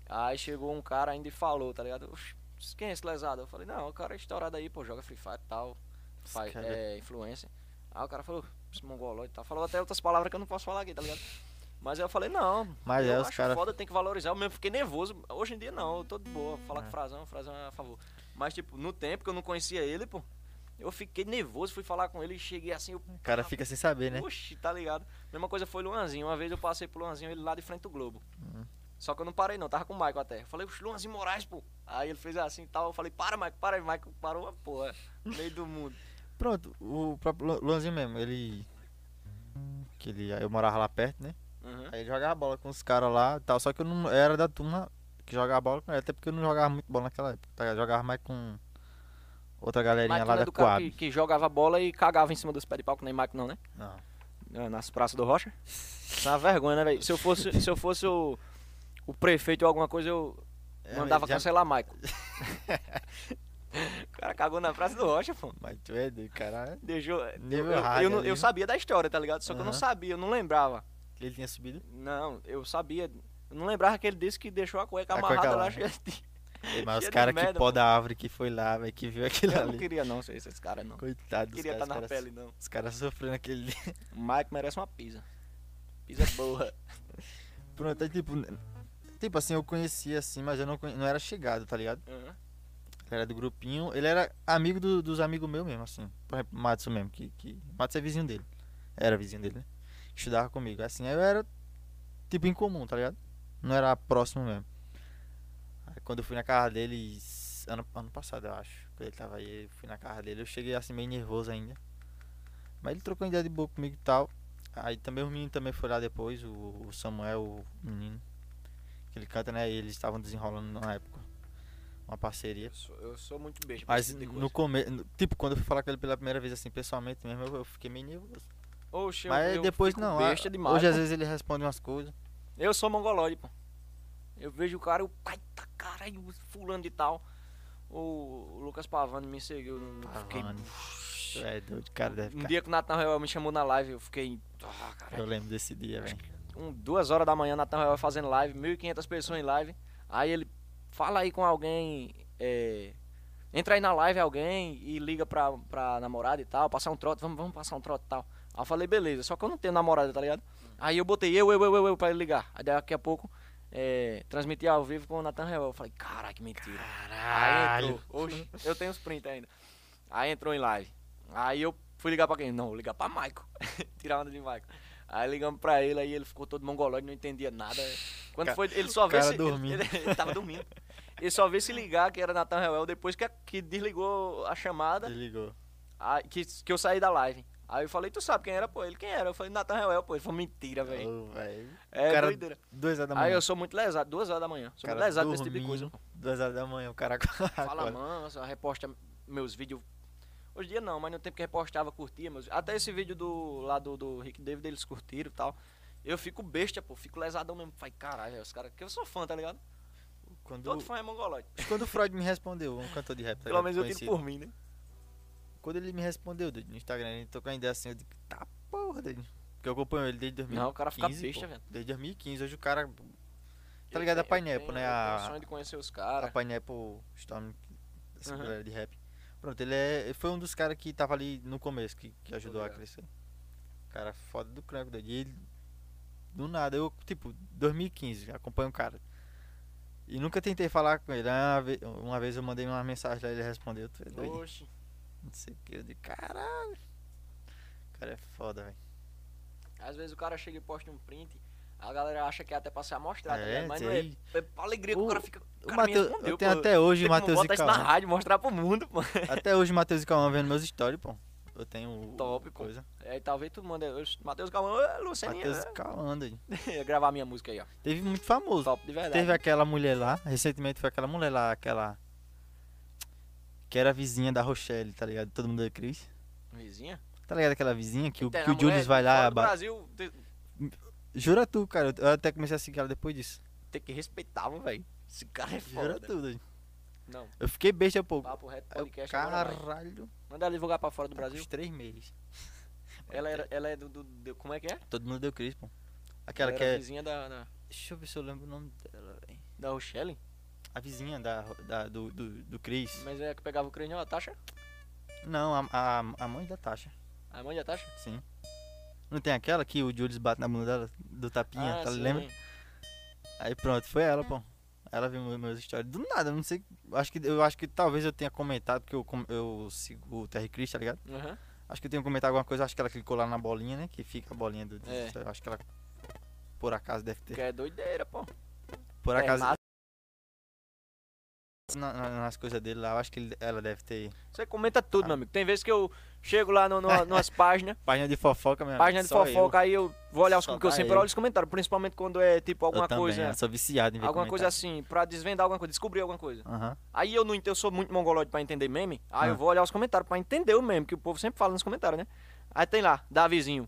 Speaker 5: Aí chegou um cara ainda e falou, tá ligado? "Oxe, Quem é esse lesado? Eu falei, não, o cara é estourado aí, pô, joga Free Fire e tal.
Speaker 4: Esse
Speaker 5: Faz,
Speaker 4: cara
Speaker 5: é, influencer. Aí o cara falou, esse mongolóide e tal. Falou até outras palavras que eu não posso falar aqui, tá ligado? Mas aí eu falei, não,
Speaker 4: Mas
Speaker 5: eu
Speaker 4: é, os
Speaker 5: acho
Speaker 4: cara-
Speaker 5: foda, tem que valorizar. Eu mesmo fiquei nervoso. Hoje em dia não, eu tô de boa. Falar com o Frazão, Frazão é a favor. Mas, tipo, no tempo que eu não conhecia ele, pô, eu fiquei nervoso, fui falar com ele e cheguei assim, eu
Speaker 4: O cara fica sem saber, né?
Speaker 5: Oxi, tá ligado? Mesma coisa foi o Luanzinho. Uma vez eu passei pro Luanzinho, ele lá de frente do Globo.
Speaker 4: Hum.
Speaker 5: Só que eu não parei, não. Tava com o Michael até. Eu falei, "Oxe, Luanzinho Moraes, pô. Aí ele fez assim e tal. Eu falei, para, Michael, para aí, Michael. Parou uma porra. no Meio do mundo.
Speaker 4: Pronto, o próprio Lu- Luanzinho mesmo, ele. Que ele eu morava lá perto, né?
Speaker 5: Uhum.
Speaker 4: Aí ele jogava bola com os caras lá e tal. Só que eu não eu era da turma que jogava bola com ele, até porque eu não jogava muito bola naquela época. tá? Eu jogava mais com outra galerinha
Speaker 5: Mike
Speaker 4: lá
Speaker 5: não
Speaker 4: da
Speaker 5: é do cara
Speaker 4: Coab.
Speaker 5: que, que jogava bola e cagava em cima dos pés de pau, que nem Mike não, né?
Speaker 4: Não.
Speaker 5: É, Nas praças do Rocha. Isso é uma vergonha, né, velho? Se eu fosse, se eu fosse o, o prefeito ou alguma coisa, eu
Speaker 4: É,
Speaker 5: mandava
Speaker 4: já-
Speaker 5: cancelar Mike. o cara cagou na praça do Rocha, pô.
Speaker 4: Mas tu é doido, caralho.
Speaker 5: Deixou.
Speaker 4: Nível
Speaker 5: eu, eu-
Speaker 4: hard
Speaker 5: eu não-
Speaker 4: ali,
Speaker 5: eu
Speaker 4: né?
Speaker 5: sabia da história, tá ligado? Só que eu não
Speaker 4: Aham.
Speaker 5: sabia, eu não lembrava.
Speaker 4: Ele tinha subido.
Speaker 5: Não, eu sabia. Eu não lembrava que ele disse que deixou a cueca
Speaker 4: A cueca
Speaker 5: amarrada
Speaker 4: lá,
Speaker 5: lá.
Speaker 4: né?
Speaker 5: cheia de-
Speaker 4: Ei, Mas
Speaker 5: Cheio
Speaker 4: os
Speaker 5: de
Speaker 4: caras que
Speaker 5: merda,
Speaker 4: pó
Speaker 5: pô.
Speaker 4: da árvore que foi lá, velho, que viu aquilo
Speaker 5: Eu não
Speaker 4: ali.
Speaker 5: queria não ser esses caras, não.
Speaker 4: Coitado dos
Speaker 5: queria
Speaker 4: caras.
Speaker 5: estar
Speaker 4: os caras-
Speaker 5: na pele, não.
Speaker 4: Os caras sofrendo aquele dia.
Speaker 5: O Mike merece uma pizza. Pizza boa.
Speaker 4: Pronto, aí tipo. n- Tipo assim, eu conhecia assim, mas eu não, conhe- não era chegado, tá ligado?
Speaker 5: Uhum.
Speaker 4: Ele era do grupinho, ele era amigo do- dos amigos meus mesmo, assim. Por exemplo, Matson mesmo, que, que. Matson é vizinho dele. Era vizinho dele, né? Estudava comigo. Assim, aí eu era tipo incomum, tá ligado? Não era próximo mesmo. Aí quando eu fui na casa dele, s- ano, ano passado, eu acho, quando ele tava aí, eu fui na casa dele, eu cheguei assim meio nervoso ainda. Mas ele trocou ideia de boa comigo e tal. Aí também o menino também foi lá depois, o, o Samuel, o menino. Que ele canta, né? E eles estavam desenrolando na época. Uma parceria.
Speaker 5: Eu, sou, eu sou muito beijo.
Speaker 4: Mas no começo, tipo, quando eu fui falar com ele pela primeira vez, assim, pessoalmente mesmo, eu, eu fiquei meio nervoso.
Speaker 5: Oxe, eu-
Speaker 4: Mas
Speaker 5: eu
Speaker 4: depois
Speaker 5: fico
Speaker 4: não, a-
Speaker 5: Besta demais,
Speaker 4: hoje às
Speaker 5: pô.
Speaker 4: vezes ele responde umas coisas.
Speaker 5: Eu sou mongolóide, pô. Eu vejo o cara, eu, pai, tá caralho, fulano de tal. O Lucas Pavani me seguiu. Eu fiquei.
Speaker 4: Pavani. Tu É doido, cara, deve
Speaker 5: Um
Speaker 4: ficar.
Speaker 5: dia que o Natan Real me chamou na live, eu fiquei. Ah, caralho.
Speaker 4: Eu lembro desse dia, velho.
Speaker 5: um, duas horas da manhã, Natan Real fazendo live, 1.500 pessoas em live. Aí ele fala aí com alguém, é, entra aí na live alguém e liga pra, pra namorada e tal, passar um trote, vamos, vamos passar um trote e tal. Aí eu falei, beleza, só que eu não tenho namorada, tá ligado? Aí eu botei eu, eu, eu, eu, eu pra ele ligar. Aí daqui a pouco, é, transmiti ao vivo com o Natan Real. Eu falei, caralho, que mentira. Aí entrou, oxe, eu tenho os prints ainda. Aí entrou em live. Aí eu fui ligar pra quem? Não, vou ligar pra Maico. Tirar onda de Maico. Aí ligamos pra ele, aí ele ficou todo mongolóide, não entendia nada. Quando
Speaker 4: Ca-
Speaker 5: foi, ele só vê
Speaker 4: cara
Speaker 5: se...
Speaker 4: dormindo.
Speaker 5: Ele, ele tava dormindo. Ele só veio se ligar que era Natan Reuel depois que, a- que desligou a chamada,
Speaker 4: Ele ligou.
Speaker 5: aí que, que eu saí da live. Aí eu falei, tu sabe quem era, pô? Ele, quem era? Eu falei, Natan Reuel, pô. Ele falou, mentira, velho.
Speaker 4: Ô, velho.
Speaker 5: É
Speaker 4: cara,
Speaker 5: doideira.
Speaker 4: duas horas da manhã.
Speaker 5: Aí eu sou muito lesado, duas horas da manhã. Sou
Speaker 4: tá cara
Speaker 5: muito lesado desse tipo de coisa.
Speaker 4: dormindo, Duas horas da manhã, o cara
Speaker 5: Fala
Speaker 4: acorda.
Speaker 5: manso, reposta meus vídeos. Hoje em dia não, mas no tempo que repostava, curtia meus. Até esse vídeo do lá do, do Rick David, eles curtiram e tal. Eu fico besta, pô, fico lesadão mesmo. Falei, caralho, velho, os caras. Que eu sou fã, tá ligado?
Speaker 4: Quando,
Speaker 5: Todo fã é mongoloide.
Speaker 4: quando o Freud me respondeu, um cantor de rap, tá
Speaker 5: Pelo
Speaker 4: ligado?
Speaker 5: menos eu tiro
Speaker 4: Conhecido.
Speaker 5: por mim, né?
Speaker 4: Quando ele me respondeu doido, no Instagram, ele tocou a ideia assim, eu digo, tá porra, doido. Porque eu acompanho ele desde 2015.
Speaker 5: Não, o cara fica besta,
Speaker 4: pô.
Speaker 5: velho.
Speaker 4: Desde 2015, hoje o cara. Tá
Speaker 5: Eu
Speaker 4: ligado? a
Speaker 5: tenho- eu
Speaker 4: Pineapple,
Speaker 5: tenho-
Speaker 4: né?
Speaker 5: Eu
Speaker 4: A-
Speaker 5: tenho sonho de conhecer os
Speaker 4: a
Speaker 5: caras.
Speaker 4: Pineapple Storm, essa
Speaker 5: Aham.
Speaker 4: galera de rap. Pronto, ele é, ele foi um dos caras que tava ali no começo, que, que ajudou a
Speaker 5: ligado.
Speaker 4: crescer. Cara foda do cranco, doido. E ele, do nada, eu, tipo, 2015, acompanho o cara. E nunca tentei falar com ele. Ah, Uma vez, uma vez eu mandei uma mensagem lá, ele respondeu. Tu é doido?
Speaker 5: Oxi.
Speaker 4: Não sei o que, eu digo, caralho. O cara é foda, velho.
Speaker 5: Às vezes o cara chega e posta um print, a galera acha que é até pra se amostrar, tá
Speaker 4: É,
Speaker 5: ligado? Mas
Speaker 4: tem
Speaker 5: não é.
Speaker 4: aí.
Speaker 5: É pra alegria que o,
Speaker 4: O-
Speaker 5: cara fica. O
Speaker 4: O
Speaker 5: cara me
Speaker 4: Matheus,
Speaker 5: respondeu,
Speaker 4: eu tenho
Speaker 5: pô.
Speaker 4: até hoje
Speaker 5: Tem
Speaker 4: o
Speaker 5: como
Speaker 4: Matheus e
Speaker 5: botar isso na
Speaker 4: Cauã.
Speaker 5: rádio, mostrar pro mundo, pô.
Speaker 4: Até hoje o Matheus e Cauã vendo meus stories, pô. Eu tenho o-
Speaker 5: Top, pô.
Speaker 4: coisa.
Speaker 5: Aí É, talvez tu manda. eu- Matheus Calma, ô Lucianinha.
Speaker 4: Matheus e Cauã, doido.
Speaker 5: né? gravar minha música aí, ó.
Speaker 4: Teve muito famoso.
Speaker 5: Top de verdade.
Speaker 4: Teve aquela mulher lá, recentemente foi aquela mulher lá, aquela. Que era vizinha da Rochelle, tá ligado? Todo mundo é Cris.
Speaker 5: Vizinha?
Speaker 4: Tá ligado aquela vizinha que, o-
Speaker 5: Tem
Speaker 4: que
Speaker 5: uma
Speaker 4: o Julius
Speaker 5: mulher
Speaker 4: vai
Speaker 5: fora
Speaker 4: lá.
Speaker 5: do
Speaker 4: ba-
Speaker 5: Brasil te- tem,
Speaker 4: Jura tu, cara. Eu até comecei a seguir ela depois disso.
Speaker 5: que respeitar, mano, velho. Esse cara é
Speaker 4: Jura
Speaker 5: foda.
Speaker 4: tu, doido.
Speaker 5: Não,
Speaker 4: Eu fiquei besta um pouco.
Speaker 5: papo reto
Speaker 4: Aí eu,
Speaker 5: podcast. agora vai.
Speaker 4: caralho.
Speaker 5: Manda ela divulgar pra fora do
Speaker 4: Tá com
Speaker 5: Brasil.
Speaker 4: uns três meses.
Speaker 5: Ela, era, ela é do, do- do- Como é que é?
Speaker 4: Todo mundo deu Cris, pô. Aquela
Speaker 5: ela
Speaker 4: que
Speaker 5: era
Speaker 4: é.
Speaker 5: vizinha da, da,
Speaker 4: Deixa eu ver se eu lembro o nome dela, velho.
Speaker 5: da Rochelle.
Speaker 4: A vizinha da, Ro- da- do, do, do Cris.
Speaker 5: Mas é a que pegava o crânio, a Tasha?
Speaker 4: Não, a, a, a mãe da Tasha.
Speaker 5: A mãe da Tasha?
Speaker 4: Sim. Não tem aquela que o Julius bate na bunda dela do tapinha, tá,
Speaker 5: Ah, sim.
Speaker 4: lembra? Aí pronto, foi ela, pô. Ela viu meu- meus stories. Do nada, não sei. Acho que, eu acho que talvez eu tenha comentado, porque eu, com- eu sigo o Terry Chris, tá ligado?
Speaker 5: Aham.
Speaker 4: Acho que eu tenho comentado alguma coisa, acho que ela clicou lá na bolinha, né? Que fica a bolinha do.
Speaker 5: É.
Speaker 4: eu Acho que ela. Por acaso deve
Speaker 5: Que
Speaker 4: ter.
Speaker 5: é doideira, pô.
Speaker 4: Por acaso.
Speaker 5: é,
Speaker 4: na- na- nas coisas dele lá, eu acho que ele- ela deve ter
Speaker 5: Você comenta
Speaker 4: Ah.
Speaker 5: tudo, meu amigo. Tem vezes que eu chego lá no, no, nas páginas,
Speaker 4: página de fofoca mesmo.
Speaker 5: página de
Speaker 4: É, só
Speaker 5: fofoca, aí eu vou olhar os
Speaker 4: Só
Speaker 5: comentários, que eu
Speaker 4: tá
Speaker 5: sempre
Speaker 4: eu.
Speaker 5: olho os comentários, principalmente quando é tipo
Speaker 4: Eu,
Speaker 5: alguma
Speaker 4: eu também,
Speaker 5: coisa,
Speaker 4: eu sou viciado em ver
Speaker 5: alguma coisa
Speaker 4: comentário.
Speaker 5: assim, pra desvendar alguma coisa, descobrir alguma coisa.
Speaker 4: Aham.
Speaker 5: Aí eu não entendo, eu sou muito mongolóide pra entender meme. Aí
Speaker 4: Ah.
Speaker 5: eu vou olhar os comentários pra entender o meme, que o povo sempre fala nos comentários, né? Aí tem lá, Davizinho.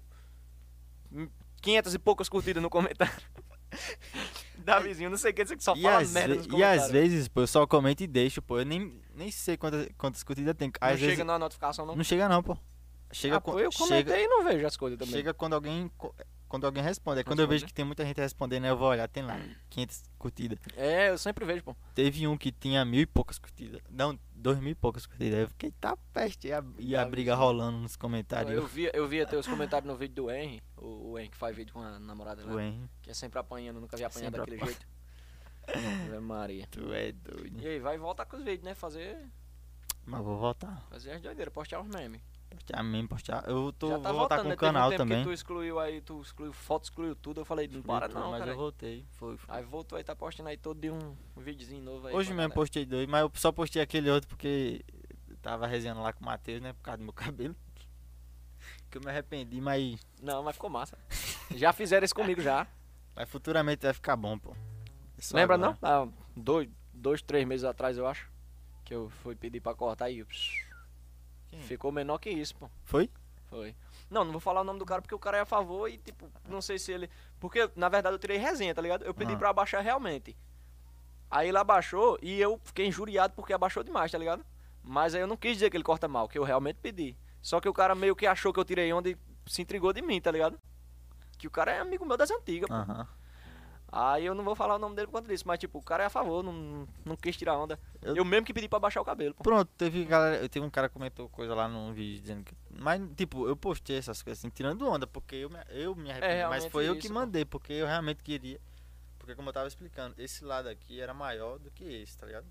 Speaker 5: Hum, 500 e poucas curtidas no comentário. Davizinho, não sei o que, você que só
Speaker 4: E,
Speaker 5: fala
Speaker 4: às
Speaker 5: merda
Speaker 4: ve-
Speaker 5: nos
Speaker 4: e às
Speaker 5: comentários.
Speaker 4: vezes, pô, eu só comento e deixo, pô. Eu nem, nem sei quantas, quantas curtidas tem.
Speaker 5: não
Speaker 4: Às
Speaker 5: chega
Speaker 4: vezes,
Speaker 5: na notificação, não.
Speaker 4: não chega não, pô. Chega
Speaker 5: Ah,
Speaker 4: quan-
Speaker 5: pô, eu comentei
Speaker 4: chega,
Speaker 5: e não vejo as coisas também.
Speaker 4: chega quando alguém co- quando alguém responde. Aí quando eu
Speaker 5: Responde,
Speaker 4: vejo
Speaker 5: né?
Speaker 4: que tem muita gente respondendo, aí eu vou olhar, tem lá 500 curtidas.
Speaker 5: É, eu sempre vejo, pô.
Speaker 4: Teve um que tinha mil e poucas curtidas. Não, dois mil e poucas curtidas. Aí eu fiquei, tá peste. E a, e a briga rolando nos comentários.
Speaker 5: Eu via, eu via teus comentários no vídeo do Henry, o, o Henry que faz vídeo com a namorada
Speaker 4: Tu
Speaker 5: lá,
Speaker 4: é,
Speaker 5: que é sempre apanhando, nunca vi apanhar
Speaker 4: Sempre
Speaker 5: daquele
Speaker 4: apa-
Speaker 5: jeito. Ave Maria.
Speaker 4: tu é doido.
Speaker 5: E aí, vai voltar com os vídeos, né? Fazer,
Speaker 4: Mas vou voltar.
Speaker 5: fazer as doideiras, postar os memes.
Speaker 4: Postar meme, postar. Eu tô,
Speaker 5: Já tá
Speaker 4: vou voltar com o
Speaker 5: voltando, né? Teve um
Speaker 4: canal
Speaker 5: tempo
Speaker 4: também.
Speaker 5: Que tu excluiu aí, tu excluiu foto, excluiu tudo. Eu falei, não para
Speaker 4: Tudo,
Speaker 5: não,
Speaker 4: mas
Speaker 5: cara.
Speaker 4: eu voltei. Foi, foi.
Speaker 5: Aí voltou aí, tá postando aí todo de um um videozinho novo aí.
Speaker 4: Hoje
Speaker 5: pra
Speaker 4: mesmo
Speaker 5: galera.
Speaker 4: postei dois, mas eu só postei aquele outro porque eu tava resenhando lá com o Matheus, né? Por causa do meu cabelo. Que eu me arrependi, mas,
Speaker 5: Não, mas ficou massa. já fizeram isso comigo já.
Speaker 4: mas futuramente vai ficar bom, pô. É só
Speaker 5: Lembra
Speaker 4: agora.
Speaker 5: não? Há dois, dois, três meses atrás, eu acho. Que eu fui pedir pra cortar e psh,
Speaker 4: Quem?
Speaker 5: ficou menor que isso, pô.
Speaker 4: Foi?
Speaker 5: Foi. Não, não vou falar o nome do cara porque o cara é a favor e, tipo, não sei se ele. Porque, na verdade, eu tirei resenha, tá ligado? Eu pedi
Speaker 4: Ah.
Speaker 5: pra abaixar realmente. Aí ele abaixou e eu fiquei injuriado porque abaixou demais, tá ligado? Mas aí eu não quis dizer que ele corta mal, que eu realmente pedi. Só que o cara meio que achou que eu tirei onda e se intrigou de mim, tá ligado? Que o cara é amigo meu das antigas. pô.
Speaker 4: Aham.
Speaker 5: Aí eu não vou falar o nome dele por conta disso, mas tipo, o cara é a favor, não, não quis tirar onda.
Speaker 4: Eu-
Speaker 5: Eu, mesmo que pedi pra baixar o cabelo, pô.
Speaker 4: Pronto, teve galera. Eu teve um cara que comentou coisa lá num vídeo dizendo que. Mas, tipo, eu postei essas coisas assim, tirando onda, porque eu me, eu me arrependi. mas
Speaker 5: É, realmente
Speaker 4: foi eu que
Speaker 5: isso, pô.
Speaker 4: mandei, porque eu realmente queria. Porque como eu tava explicando, esse lado aqui era maior do que esse, tá ligado?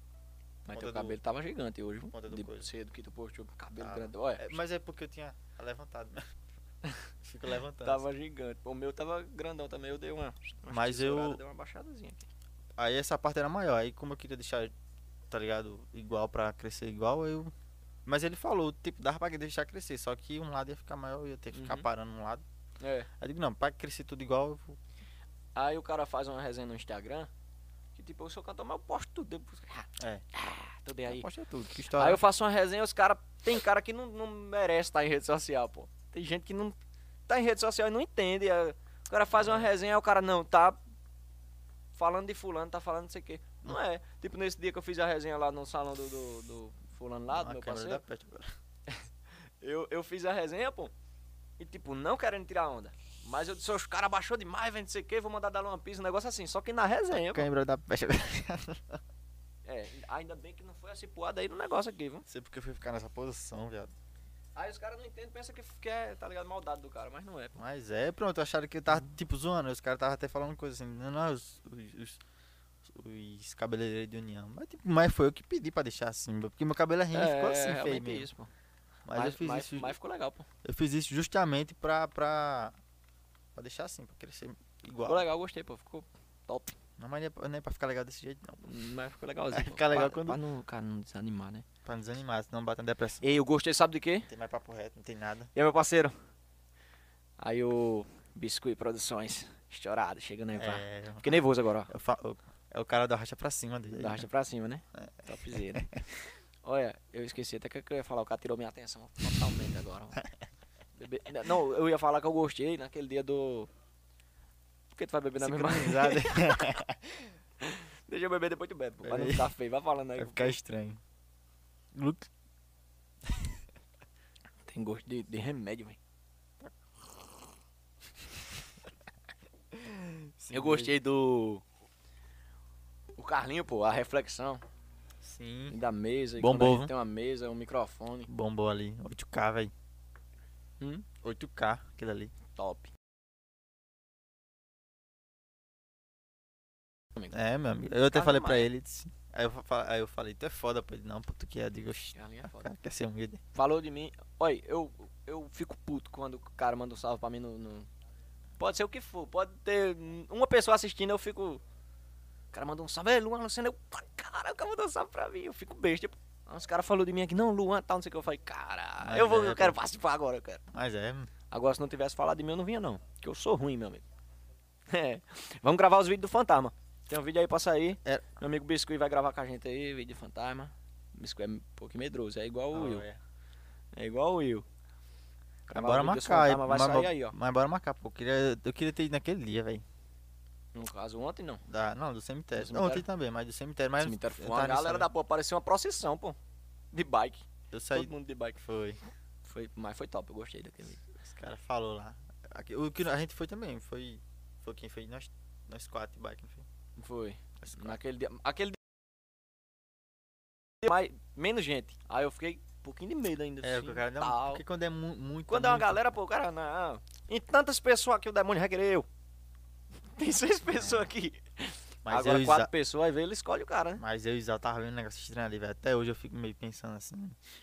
Speaker 5: Mas
Speaker 4: conta
Speaker 5: teu
Speaker 4: do-
Speaker 5: cabelo tava gigante hoje, viu?
Speaker 4: conta do
Speaker 5: de
Speaker 4: coisa.
Speaker 5: cedo que tu postou, cabelo
Speaker 4: Tava.
Speaker 5: grande, olha.
Speaker 4: É, mas é porque eu tinha levantado, né? Fico levantando.
Speaker 5: Tava gigante. O meu tava grandão também, eu dei uma. uma
Speaker 4: Mas eu-
Speaker 5: tesourada, Dei uma baixadazinha aqui.
Speaker 4: Aí essa parte era maior. Aí como eu queria deixar, tá ligado, igual pra crescer igual, eu. Mas ele falou, tipo, dava pra deixar crescer, só que um lado ia ficar maior, eu ia ter que ficar
Speaker 5: Uhum.
Speaker 4: parando um lado.
Speaker 5: É.
Speaker 4: Aí eu digo, não, pra crescer tudo igual, eu vou.
Speaker 5: Aí o cara faz uma resenha no Instagram. Que tipo, eu sou cantor, mas eu posto tudo. depois- Ah,
Speaker 4: É.
Speaker 5: ah, Tô bem aí.
Speaker 4: Posta tudo. Que
Speaker 5: Aí
Speaker 4: história.
Speaker 5: eu faço uma resenha, os caras. Tem cara que não, não merece estar em rede social, pô. Tem gente que não. Tá em rede social e não entende. aí O cara faz
Speaker 4: É.
Speaker 5: uma resenha, aí o cara não, tá. Falando de fulano, tá falando não sei o quê. Não é. Tipo, nesse dia que eu fiz a resenha lá no salão do, do, do fulano lá, do
Speaker 4: A
Speaker 5: meu
Speaker 4: câmera
Speaker 5: parceiro.
Speaker 4: Ah, da peste agora.
Speaker 5: Eu, eu fiz a resenha, pô. E tipo, não querendo tirar onda. Mas eu disse, os caras baixou demais, velho, não sei o que, vou mandar dar uma pizza, um negócio assim. Só que na resenha, pô.
Speaker 4: Câmera da peste agora.
Speaker 5: É, ainda bem que não foi essa poada aí no negócio aqui, viu?
Speaker 4: Não sei porque eu fui ficar nessa posição, viado.
Speaker 5: Aí os caras não entendem, pensa que, que é, tá ligado, maldade do cara, mas não é, pô.
Speaker 4: Mas é, pronto, acharam que eu tava tipo zoando, os caras estavam até falando coisa assim, não, não, os, os, os, os cabeleireiros de união. Mas, tipo, mas foi eu que pedi pra deixar assim, porque meu cabelo é rindo, ficou assim, feio
Speaker 5: realmente
Speaker 4: mesmo.
Speaker 5: isso, pô.
Speaker 4: Mas, eu, fiz isso,
Speaker 5: mas ficou legal, pô.
Speaker 4: eu fiz isso justamente pra, pra, pra deixar assim, pra crescer igual.
Speaker 5: Ficou legal, gostei, pô. Ficou top.
Speaker 4: Não, mas nem é pra- não é pra ficar legal desse jeito não,
Speaker 5: Mas ficou legalzinho.
Speaker 4: Fica
Speaker 5: pô.
Speaker 4: legal
Speaker 5: pra,
Speaker 4: quando-
Speaker 5: Pra não, cara, não desanimar, né?
Speaker 4: pra não desanimar, senão bate na depressão.
Speaker 5: Ei, eu gostei, sabe de quê?
Speaker 4: Não tem mais papo reto, não tem nada.
Speaker 5: E aí, meu parceiro? Aí o Biscuit Produções, estourado, chegando aí pra...
Speaker 4: É,
Speaker 5: Fiquei nervoso agora, ó.
Speaker 4: eu fa- eu- é o cara da racha pra cima dele.
Speaker 5: Da racha pra cima, né?
Speaker 4: É.
Speaker 5: Topzera. Olha, eu esqueci até que eu ia falar, o cara tirou minha atenção totalmente agora. mano. Bebê- Não, eu ia falar que eu gostei naquele dia do. Por que tu vai beber
Speaker 4: é
Speaker 5: na mesma?
Speaker 4: Sincronizado.
Speaker 5: Deixa eu beber, depois tu bebe, pô. Vai não
Speaker 4: Peraí.
Speaker 5: ficar feio, vai falando aí.
Speaker 4: Vai ficar estranho. Look.
Speaker 5: Tem gosto de, de remédio, velho. Eu
Speaker 4: é.
Speaker 5: gostei do. O Carlinho, pô, a reflexão
Speaker 4: Sim.
Speaker 5: da mesa. e
Speaker 4: Hum. Bombou,
Speaker 5: quando a gente
Speaker 4: viu?
Speaker 5: Tem uma mesa, um microfone.
Speaker 4: Bombou ali. 8K, velho.
Speaker 5: Hum?
Speaker 4: 8K, aquele ali.
Speaker 5: Top.
Speaker 4: É, meu amigo. Eu até falei pra
Speaker 5: demais.
Speaker 4: ele. disse- Aí, eu fa- aí eu falei, tu é foda pra ele. Não, pô, tu que é. Eu digo, oxi,
Speaker 5: Carlinho é foda.
Speaker 4: cara, quer ser humilde.
Speaker 5: falou de mim. Olha, eu, eu fico puto quando o cara manda um salve pra mim no, no- Pode ser o que for, pode ter hum, uma pessoa assistindo, eu fico. cara mandou um salve, é Luan Lucena, eu, "Pá, cara, o cara mandou um salve pra mim, eu fico besta. tipo, "Ah, pô. Aí uns caras falaram de mim aqui, não, Luan, tal, não sei o que, eu falei, cara,
Speaker 4: Mas
Speaker 5: eu, vou,
Speaker 4: é,
Speaker 5: eu
Speaker 4: pô.
Speaker 5: quero participar agora, eu quero.
Speaker 4: Mas é.
Speaker 5: Agora, se não tivesse falado de mim, eu não vinha, não. Porque eu sou ruim, meu amigo. É. Vamos gravar os vídeos do Fantasma. Tem um vídeo aí pra sair.
Speaker 4: É.
Speaker 5: Meu amigo Biscuit vai gravar com a gente aí, vídeo do Fantasma. Biscuit é um pouquinho medroso, é
Speaker 4: Ah,
Speaker 5: igual o Will. É. igual o Will. Gravar
Speaker 4: Bora
Speaker 5: o vídeo dos
Speaker 4: marcar aí.
Speaker 5: Fantasma, um vai
Speaker 4: mas,
Speaker 5: sair aí, ó.
Speaker 4: mas bora marcar, pô. Eu queria, eu queria ter ido naquele dia, velho.
Speaker 5: No caso, ontem não.
Speaker 4: Da, não, do cemitério.
Speaker 5: Do
Speaker 4: Não, ontem
Speaker 5: cemitério.
Speaker 4: também, mas do cemitério. Mas
Speaker 5: Cemitério foi
Speaker 4: eu
Speaker 5: uma
Speaker 4: tava nisso,
Speaker 5: galera da
Speaker 4: né?
Speaker 5: porra, parecia uma procissão, pô. De bike.
Speaker 4: Eu saí.
Speaker 5: Todo mundo de bike.
Speaker 4: Foi.
Speaker 5: Foi, mas foi top, eu gostei daquele vídeo.
Speaker 4: Os caras falaram lá. Aqui- o que a gente foi também. Foi. Foi quem foi? Nós, nós quatro de bike, não foi?
Speaker 5: Foi.
Speaker 4: Nós quatro.
Speaker 5: Naquele dia. Aquele dia. Mais, menos gente. Aí eu fiquei um pouquinho de medo ainda.
Speaker 4: É,
Speaker 5: assim,
Speaker 4: o cara dá
Speaker 5: tal.
Speaker 4: um, Porque quando é mu muito.
Speaker 5: Quando é uma
Speaker 4: muito-
Speaker 5: galera, pô, o cara, não. Em tantas pessoas aqui o demônio vai querer eu. Tem seis pessoas aqui.
Speaker 4: Mas eu
Speaker 5: Agora
Speaker 4: e o
Speaker 5: quatro
Speaker 4: Isa-
Speaker 5: pessoas, aí vê, ele escolhe o cara, né?
Speaker 4: Mas eu e o Zal tava vendo um negócio estranho ali, velho. Até hoje eu fico meio pensando assim.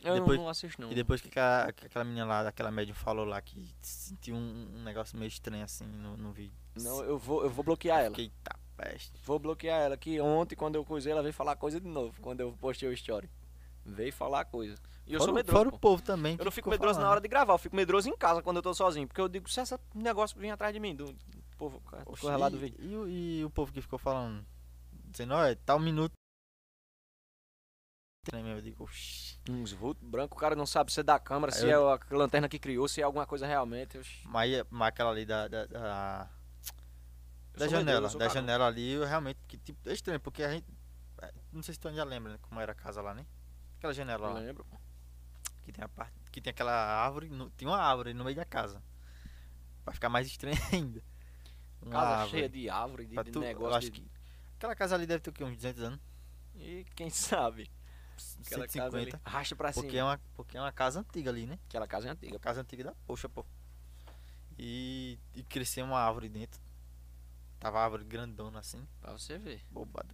Speaker 5: Eu
Speaker 4: Depois-
Speaker 5: não assisto, não.
Speaker 4: E depois que aquela, que aquela menina lá, aquela médium falou lá que sentiu um, um negócio meio estranho assim no, no vídeo.
Speaker 5: Não, eu vou, eu vou bloquear ela.
Speaker 4: Fiquei, tá peste.
Speaker 5: Vou bloquear ela, que ontem, quando eu coisei, ela veio falar coisa de novo, quando eu postei o story. Veio falar coisa. E eu
Speaker 4: fora,
Speaker 5: sou
Speaker 4: o-
Speaker 5: medroso,
Speaker 4: fora
Speaker 5: pô.
Speaker 4: o povo também.
Speaker 5: Eu não fico medroso na hora de gravar, eu fico medroso em casa quando eu tô sozinho. Porque eu digo, se esse negócio vir atrás de mim, do do povo, cara, do
Speaker 4: e,
Speaker 5: correr lá do vídeo.
Speaker 4: E, o- e o povo que ficou falando, dizendo, olha, tal minuto. Estranho mesmo, Eu digo, oxi.
Speaker 5: Uns vultos brancos, o cara não sabe se é da câmera,
Speaker 4: Aí
Speaker 5: se
Speaker 4: eu-
Speaker 5: é a lanterna que criou, se é alguma coisa realmente. Eu,
Speaker 4: Mas, mas aquela ali da. da, da,
Speaker 5: eu
Speaker 4: da
Speaker 5: sou medroso,
Speaker 4: janela.
Speaker 5: eu sou
Speaker 4: Da
Speaker 5: cagão.
Speaker 4: janela ali, eu realmente. Que, tipo, é estranho, porque a gente. é, Não sei se tu ainda lembra né, como era a casa lá, né? Aquela janela
Speaker 5: Eu
Speaker 4: lá.
Speaker 5: lembro. pô.
Speaker 4: Que tem, a parte, que tem aquela árvore, no, tem uma árvore no meio da casa. Pra ficar mais estranho ainda. Uma
Speaker 5: Casa
Speaker 4: árvore.
Speaker 5: cheia de árvore, de,
Speaker 4: Pra
Speaker 5: de
Speaker 4: tu- eu
Speaker 5: negócio.
Speaker 4: acho
Speaker 5: de-
Speaker 4: que- Aquela casa ali deve ter o quê? Uns 200 anos?
Speaker 5: E quem sabe? Aquela casa ali.
Speaker 4: 150.
Speaker 5: Racha pra cima.
Speaker 4: Porque é, uma, porque é uma casa antiga ali, né?
Speaker 5: Aquela casa é
Speaker 4: É
Speaker 5: antiga.
Speaker 4: uma casa antiga da poxa, pô. E, e cresceu uma árvore dentro. Tava a árvore grandona assim,
Speaker 5: Pra você ver.
Speaker 4: bobado.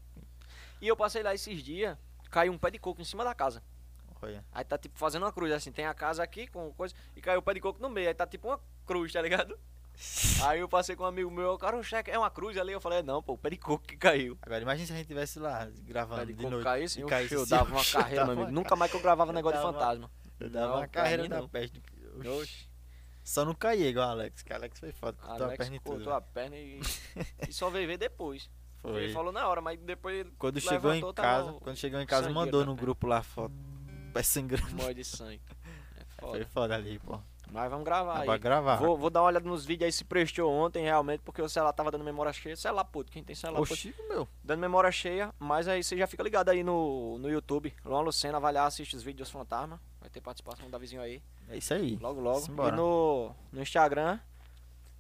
Speaker 5: E eu passei lá esses dias, caiu um pé de coco em cima da casa.
Speaker 4: Olha.
Speaker 5: Aí tá tipo fazendo uma cruz, assim, tem a casa aqui com coisa, e caiu o pé de coco no meio, aí tá tipo uma cruz, tá ligado? Aí eu passei com um amigo meu, o cara, o cheque, é uma cruz ali, eu falei, não, pô, o pé de coco que caiu.
Speaker 4: Agora imagina se a gente estivesse lá
Speaker 5: O pé
Speaker 4: gravando
Speaker 5: de
Speaker 4: de,
Speaker 5: coco
Speaker 4: noite.
Speaker 5: caísse,
Speaker 4: e
Speaker 5: eu,
Speaker 4: caísse
Speaker 5: eu
Speaker 4: assim,
Speaker 5: dava uma
Speaker 4: eu
Speaker 5: carreira,
Speaker 4: dava
Speaker 5: meu amigo.
Speaker 4: uma
Speaker 5: Nunca mais que eu gravava
Speaker 4: Eu
Speaker 5: negócio
Speaker 4: dava
Speaker 5: de
Speaker 4: uma-
Speaker 5: fantasma.
Speaker 4: Eu dava
Speaker 5: Não,
Speaker 4: uma
Speaker 5: pra
Speaker 4: carreira
Speaker 5: mim
Speaker 4: na
Speaker 5: não.
Speaker 4: peste. Oxi.
Speaker 5: Oxe,
Speaker 4: Só não caí igual o Alex, que o Alex foi foda. Cortou a
Speaker 5: Alex
Speaker 4: perna e tudo.
Speaker 5: cortou a perna né? e, e só veio ver depois.
Speaker 4: Foi.
Speaker 5: Ele falou na hora, mas depois ele
Speaker 4: Quando chegou em
Speaker 5: levantou, tá tava
Speaker 4: casa,
Speaker 5: o-
Speaker 4: quando chegou em casa,
Speaker 5: sangueiro
Speaker 4: mandou
Speaker 5: na
Speaker 4: no
Speaker 5: perna.
Speaker 4: grupo lá foto. Pé sangrando.
Speaker 5: Morde né? de sangue. É
Speaker 4: Foi
Speaker 5: foda.
Speaker 4: foda ali, pô.
Speaker 5: Mas vamos
Speaker 4: Dá
Speaker 5: gravar
Speaker 4: pra
Speaker 5: aí.
Speaker 4: gravar.
Speaker 5: Vou, vou dar uma olhada nos vídeos aí se prestou ontem realmente, porque o celular tava dando memória cheia. Celular puto, quem tem celular puto.
Speaker 4: Oxi, meu.
Speaker 5: Dando memória cheia, mas aí você já fica ligado aí no, no YouTube. Luan Lucena, vai lá, assiste os vídeos dos Fantasma. Vai ter participação da vizinha aí,
Speaker 4: É isso aí.
Speaker 5: logo logo.
Speaker 4: Simbora.
Speaker 5: E no, no Instagram,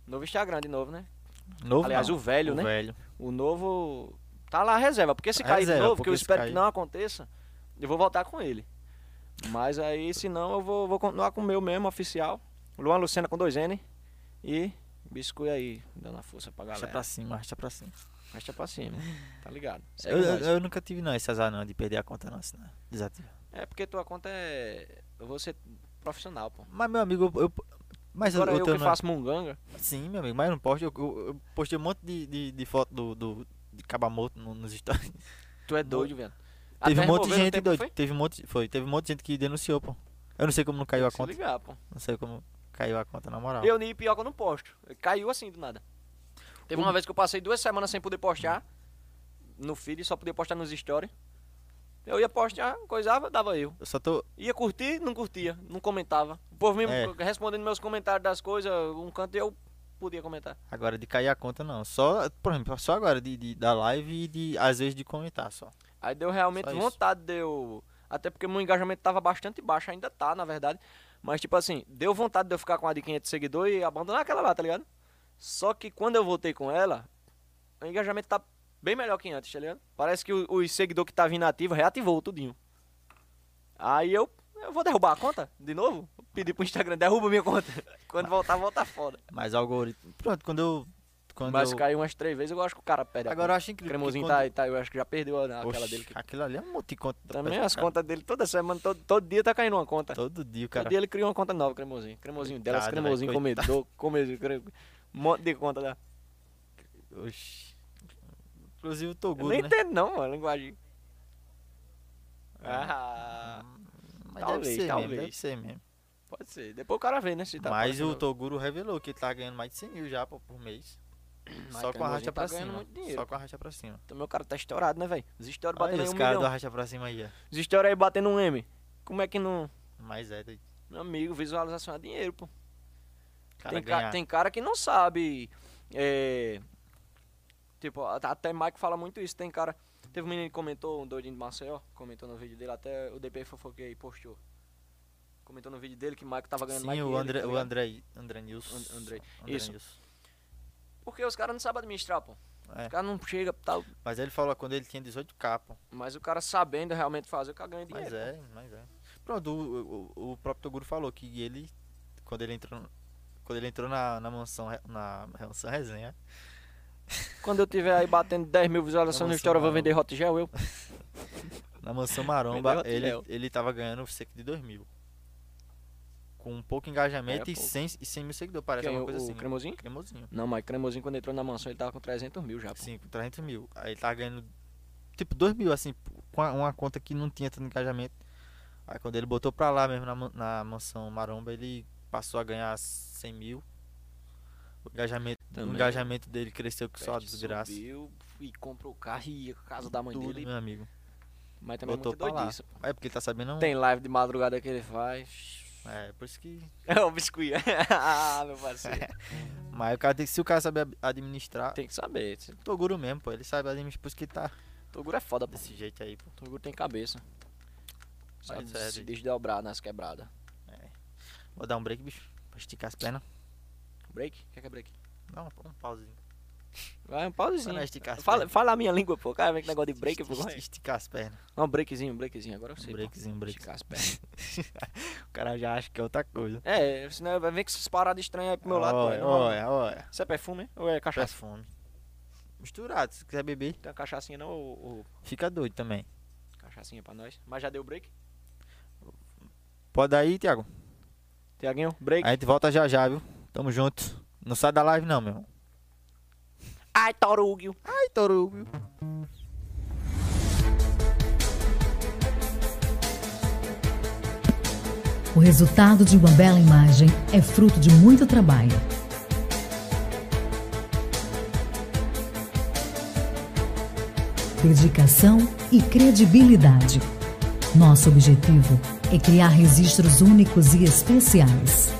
Speaker 5: novo Instagram de novo, né?
Speaker 4: Novo
Speaker 5: Aliás,
Speaker 4: não.
Speaker 5: o velho, né?
Speaker 4: velho.
Speaker 5: O novo tá lá a reserva, porque se cair de
Speaker 4: Reserva,
Speaker 5: novo, que eu
Speaker 4: porque se
Speaker 5: espero
Speaker 4: cair-
Speaker 5: que não aconteça, eu vou voltar com ele. Mas aí, se não, eu vou, vou continuar com o meu mesmo, oficial. Luan Lucena com dois N. E biscuit aí, dando a força pra
Speaker 4: Marcha
Speaker 5: galera.
Speaker 4: pra cima, marcha pra cima.
Speaker 5: Arrasta pra cima, tá ligado?
Speaker 4: Eu,
Speaker 5: Segue
Speaker 4: eu,
Speaker 5: nós.
Speaker 4: eu nunca tive não esse azar não de perder a conta não, assim, não. Desativa.
Speaker 5: É porque tua conta é... Eu vou ser profissional, pô.
Speaker 4: Mas meu amigo, eu, eu- mas
Speaker 5: Agora eu,
Speaker 4: eu,
Speaker 5: que
Speaker 4: não,
Speaker 5: faço munganga,
Speaker 4: Sim, meu amigo, mas eu não posto. Eu, eu- eu postei um monte de, de, de foto do, do de Cabamoto no- nos stories.
Speaker 5: tu é doido, velho.
Speaker 4: Teve
Speaker 5: Até
Speaker 4: um monte de
Speaker 5: remover no
Speaker 4: gente
Speaker 5: tempo,
Speaker 4: doido.
Speaker 5: foi?
Speaker 4: Teve um monte, foi, teve um monte de gente que denunciou, pô. Eu não sei como não caiu a
Speaker 5: Se
Speaker 4: conta.
Speaker 5: ligar, pô.
Speaker 4: Não sei como caiu a conta, na moral.
Speaker 5: Eu nem pior que eu não posto. Caiu assim do nada. Teve uma vez que eu passei duas semanas sem poder postar no feed, só poder postar nos stories. Eu ia postar, coisava, dava eu.
Speaker 4: Eu só tô.
Speaker 5: Ia curtir, não curtia, não comentava. O povo me
Speaker 4: É.
Speaker 5: respondendo meus comentários das coisas, um canto eu podia comentar.
Speaker 4: Agora de cair a conta não. Só, por exemplo, só agora de, de- da live e de às vezes de comentar só.
Speaker 5: Aí deu realmente
Speaker 4: Só isso.
Speaker 5: vontade, deu. Até porque meu engajamento tava bastante baixo, ainda tá, na verdade. Mas, tipo assim, deu vontade de eu ficar com a de 500 seguidores e abandonar aquela lá, tá ligado? Só que quando eu voltei com ela, o engajamento tá bem melhor que antes, tá ligado? Parece que o- os seguidores que tava inativo reativou tudinho. Aí eu, eu vou derrubar a conta de novo. Pedi pro Instagram, derruba minha conta. Quando voltar, volta foda.
Speaker 4: Mas algoritmo. Pronto, quando eu quando
Speaker 5: Mas
Speaker 4: eu...
Speaker 5: caiu umas três vezes, eu acho que o cara perde. a
Speaker 4: Agora
Speaker 5: conta.
Speaker 4: eu acho incrível. porque
Speaker 5: Cremosinho
Speaker 4: quando-
Speaker 5: tá, aí, tá, eu acho que já perdeu a- aquela
Speaker 4: Oxe,
Speaker 5: dele. que-
Speaker 4: Aquilo ali é um monte de conta. da
Speaker 5: Também
Speaker 4: pessoa,
Speaker 5: as
Speaker 4: cara.
Speaker 5: contas dele, toda semana, todo, todo dia tá caindo uma conta. Todo,
Speaker 4: Todo dia, o cara.
Speaker 5: dia ele criou uma conta nova, cremosinho. Cremosinho delas,
Speaker 4: Coitado,
Speaker 5: cremosinho,
Speaker 4: velho,
Speaker 5: comedor, comedor, um monte de conta lá.
Speaker 4: Oxi. Inclusive o
Speaker 5: Eu
Speaker 4: Togudo,
Speaker 5: nem
Speaker 4: né? É.
Speaker 5: entendo não, mano, a linguagem. Ah,
Speaker 4: Mas
Speaker 5: Talvez,
Speaker 4: deve ser
Speaker 5: talvez.
Speaker 4: mesmo, deve ser mesmo.
Speaker 5: pode ser. Depois o cara vê, né? Se tá
Speaker 4: Mas o
Speaker 5: patrocinando.
Speaker 4: Toguro revelou que ele tá ganhando mais de 100 mil já pô, por mês. Só com
Speaker 5: Caimbozinho
Speaker 4: a racha
Speaker 5: tá
Speaker 4: pra
Speaker 5: ganhando
Speaker 4: cima.
Speaker 5: muito dinheiro,
Speaker 4: Só com a racha pra cima.
Speaker 5: Também o cara tá estourado, né, velho? Os histórios
Speaker 4: Olha
Speaker 5: batendo aí
Speaker 4: os
Speaker 5: um
Speaker 4: caras
Speaker 5: milhão.
Speaker 4: do racha pra cima aí, ó.
Speaker 5: Os histórios aí batendo um M. Como é que não...
Speaker 4: Mas é, doido.
Speaker 5: Meu amigo, visualização é dinheiro, pô.
Speaker 4: cara
Speaker 5: tem,
Speaker 4: ganhar.
Speaker 5: cara, tem cara que não sabe. É, tipo, a- até Mike fala muito isso. Tem cara. Teve um menino que comentou, um doidinho de Maceió, comentou no vídeo dele, até o DP Fofoquei postou. Comentou no vídeo dele que Mike tava ganhando mais
Speaker 4: Sim,
Speaker 5: que
Speaker 4: o
Speaker 5: ele,
Speaker 4: André,
Speaker 5: tá
Speaker 4: o
Speaker 5: ligado?
Speaker 4: André, André Nilson.
Speaker 5: And- Andrei.
Speaker 4: André
Speaker 5: Isso.
Speaker 4: Nilson.
Speaker 5: Porque os caras não sabem administrar, pô.
Speaker 4: É.
Speaker 5: Os caras não chegam tal.
Speaker 4: Mas ele falou quando ele tinha 18k, pô.
Speaker 5: Mas o cara sabendo realmente fazer, o cara ganha dinheiro.
Speaker 4: Mas é, mas é. Pronto, o, o, o próprio Toguro falou que ele, quando ele entrou, quando ele entrou na, na mansão, re- na mansão resenha,
Speaker 5: Quando eu tiver aí batendo 10 mil visualizações
Speaker 4: Nossa,
Speaker 5: no história, eu vou
Speaker 4: maluco.
Speaker 5: vender hot gel, eu.
Speaker 4: na mansão
Speaker 5: Melhor
Speaker 4: maromba,
Speaker 5: que
Speaker 4: ele,
Speaker 5: eu.
Speaker 4: ele tava ganhando cerca de 2 mil. Com um pouco engajamento
Speaker 5: É,
Speaker 4: e,
Speaker 5: pouco.
Speaker 4: 100, e 100 mil seguidores, parece
Speaker 5: Quem,
Speaker 4: alguma
Speaker 5: o-
Speaker 4: coisa
Speaker 5: o
Speaker 4: assim. né?
Speaker 5: Cremosinho?
Speaker 4: Cremosinho.
Speaker 5: Não, mas Cremozinho quando entrou na mansão, ele tava com 300 mil já, pô.
Speaker 4: Sim, com 300 mil. Aí ele tava ganhando, tipo, 2 mil, assim, com a- uma conta que não tinha tanto engajamento. Aí quando ele botou pra lá mesmo, na, man- na mansão maromba, ele passou a ganhar 100 mil. O engajamento, o
Speaker 5: Também.
Speaker 4: engajamento dele cresceu que só a
Speaker 5: Peste
Speaker 4: desgraça.
Speaker 5: Subiu É, e comprou o carro e ia com a casa da mãe
Speaker 4: Tudo,
Speaker 5: dele.
Speaker 4: meu amigo.
Speaker 5: Mas também é
Speaker 4: botou
Speaker 5: muito
Speaker 4: pra lá.
Speaker 5: doidice. pô.
Speaker 4: É porque ele tá sabendo.
Speaker 5: Tem live de madrugada que ele faz.
Speaker 4: É, por isso que.
Speaker 5: É o biscuit. ah, meu parceiro.
Speaker 4: É. Mas o cara tem, se o cara sabe ab- administrar,
Speaker 5: Tem que saber. esse
Speaker 4: o Toguro mesmo, pô. Ele sabe administrar, por isso que ele tá
Speaker 5: Toguro é foda, pô.
Speaker 4: desse jeito aí, pô.
Speaker 5: Toguro tem cabeça. Sabe
Speaker 4: Mas é,
Speaker 5: se
Speaker 4: gente.
Speaker 5: desdobrar nas quebradas.
Speaker 4: Vou dar um break, bicho. Pra esticar as pernas.
Speaker 5: Break? Quer que é break?
Speaker 4: Não, pô, um pauzinho.
Speaker 5: Vai, um pausezinho.
Speaker 4: Pra nós esticar as
Speaker 5: Fala,
Speaker 4: pernas.
Speaker 5: fala a minha língua, pô. Cara, vem que negócio de break, pô.
Speaker 4: Esti- Esticar as pernas.
Speaker 5: Não, um breakzinho, um breakzinho. Agora eu sei.
Speaker 4: Um breakzinho, um
Speaker 5: pô.
Speaker 4: break.
Speaker 5: Esticar as pernas.
Speaker 4: O cara já acha que é outra coisa.
Speaker 5: É, senão vai ver que essas paradas estranhas aí pro meu lado. pô.
Speaker 4: Olha,
Speaker 5: Não,
Speaker 4: olha, olha.
Speaker 5: Isso é perfume? hein? Ou é cachaça?
Speaker 4: Perfume. Tá Misturado, se quiser beber,
Speaker 5: Tem uma cachaçinha não ou- ou
Speaker 4: fica doido também.
Speaker 5: Cachaçinha pra nós. Mas já deu break?
Speaker 4: Pode dar aí, Thiago.
Speaker 5: Tiaguinho, break.
Speaker 4: A gente volta já já, viu? Tamo junto. Não sai da live, não, meu irmão.
Speaker 5: Ai, Torugio.
Speaker 4: Ai, Toru, viu?
Speaker 1: O resultado de uma bela imagem é fruto de muito trabalho. Dedicação e credibilidade. Nosso objetivo é criar registros únicos e especiais.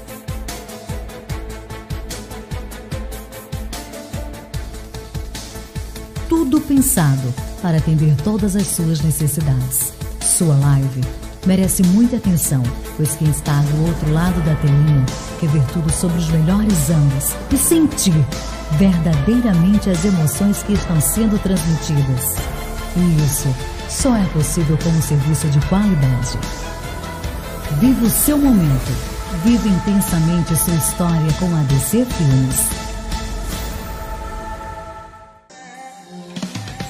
Speaker 1: Tudo pensado para atender todas as suas necessidades. Sua live merece muita atenção, pois quem está do outro lado da telinha quer ver tudo sobre os melhores ângulos e sentir verdadeiramente as emoções que estão sendo transmitidas. E isso só é possível com um serviço de qualidade. Viva o seu momento. Viva intensamente sua história com a DC Filmes.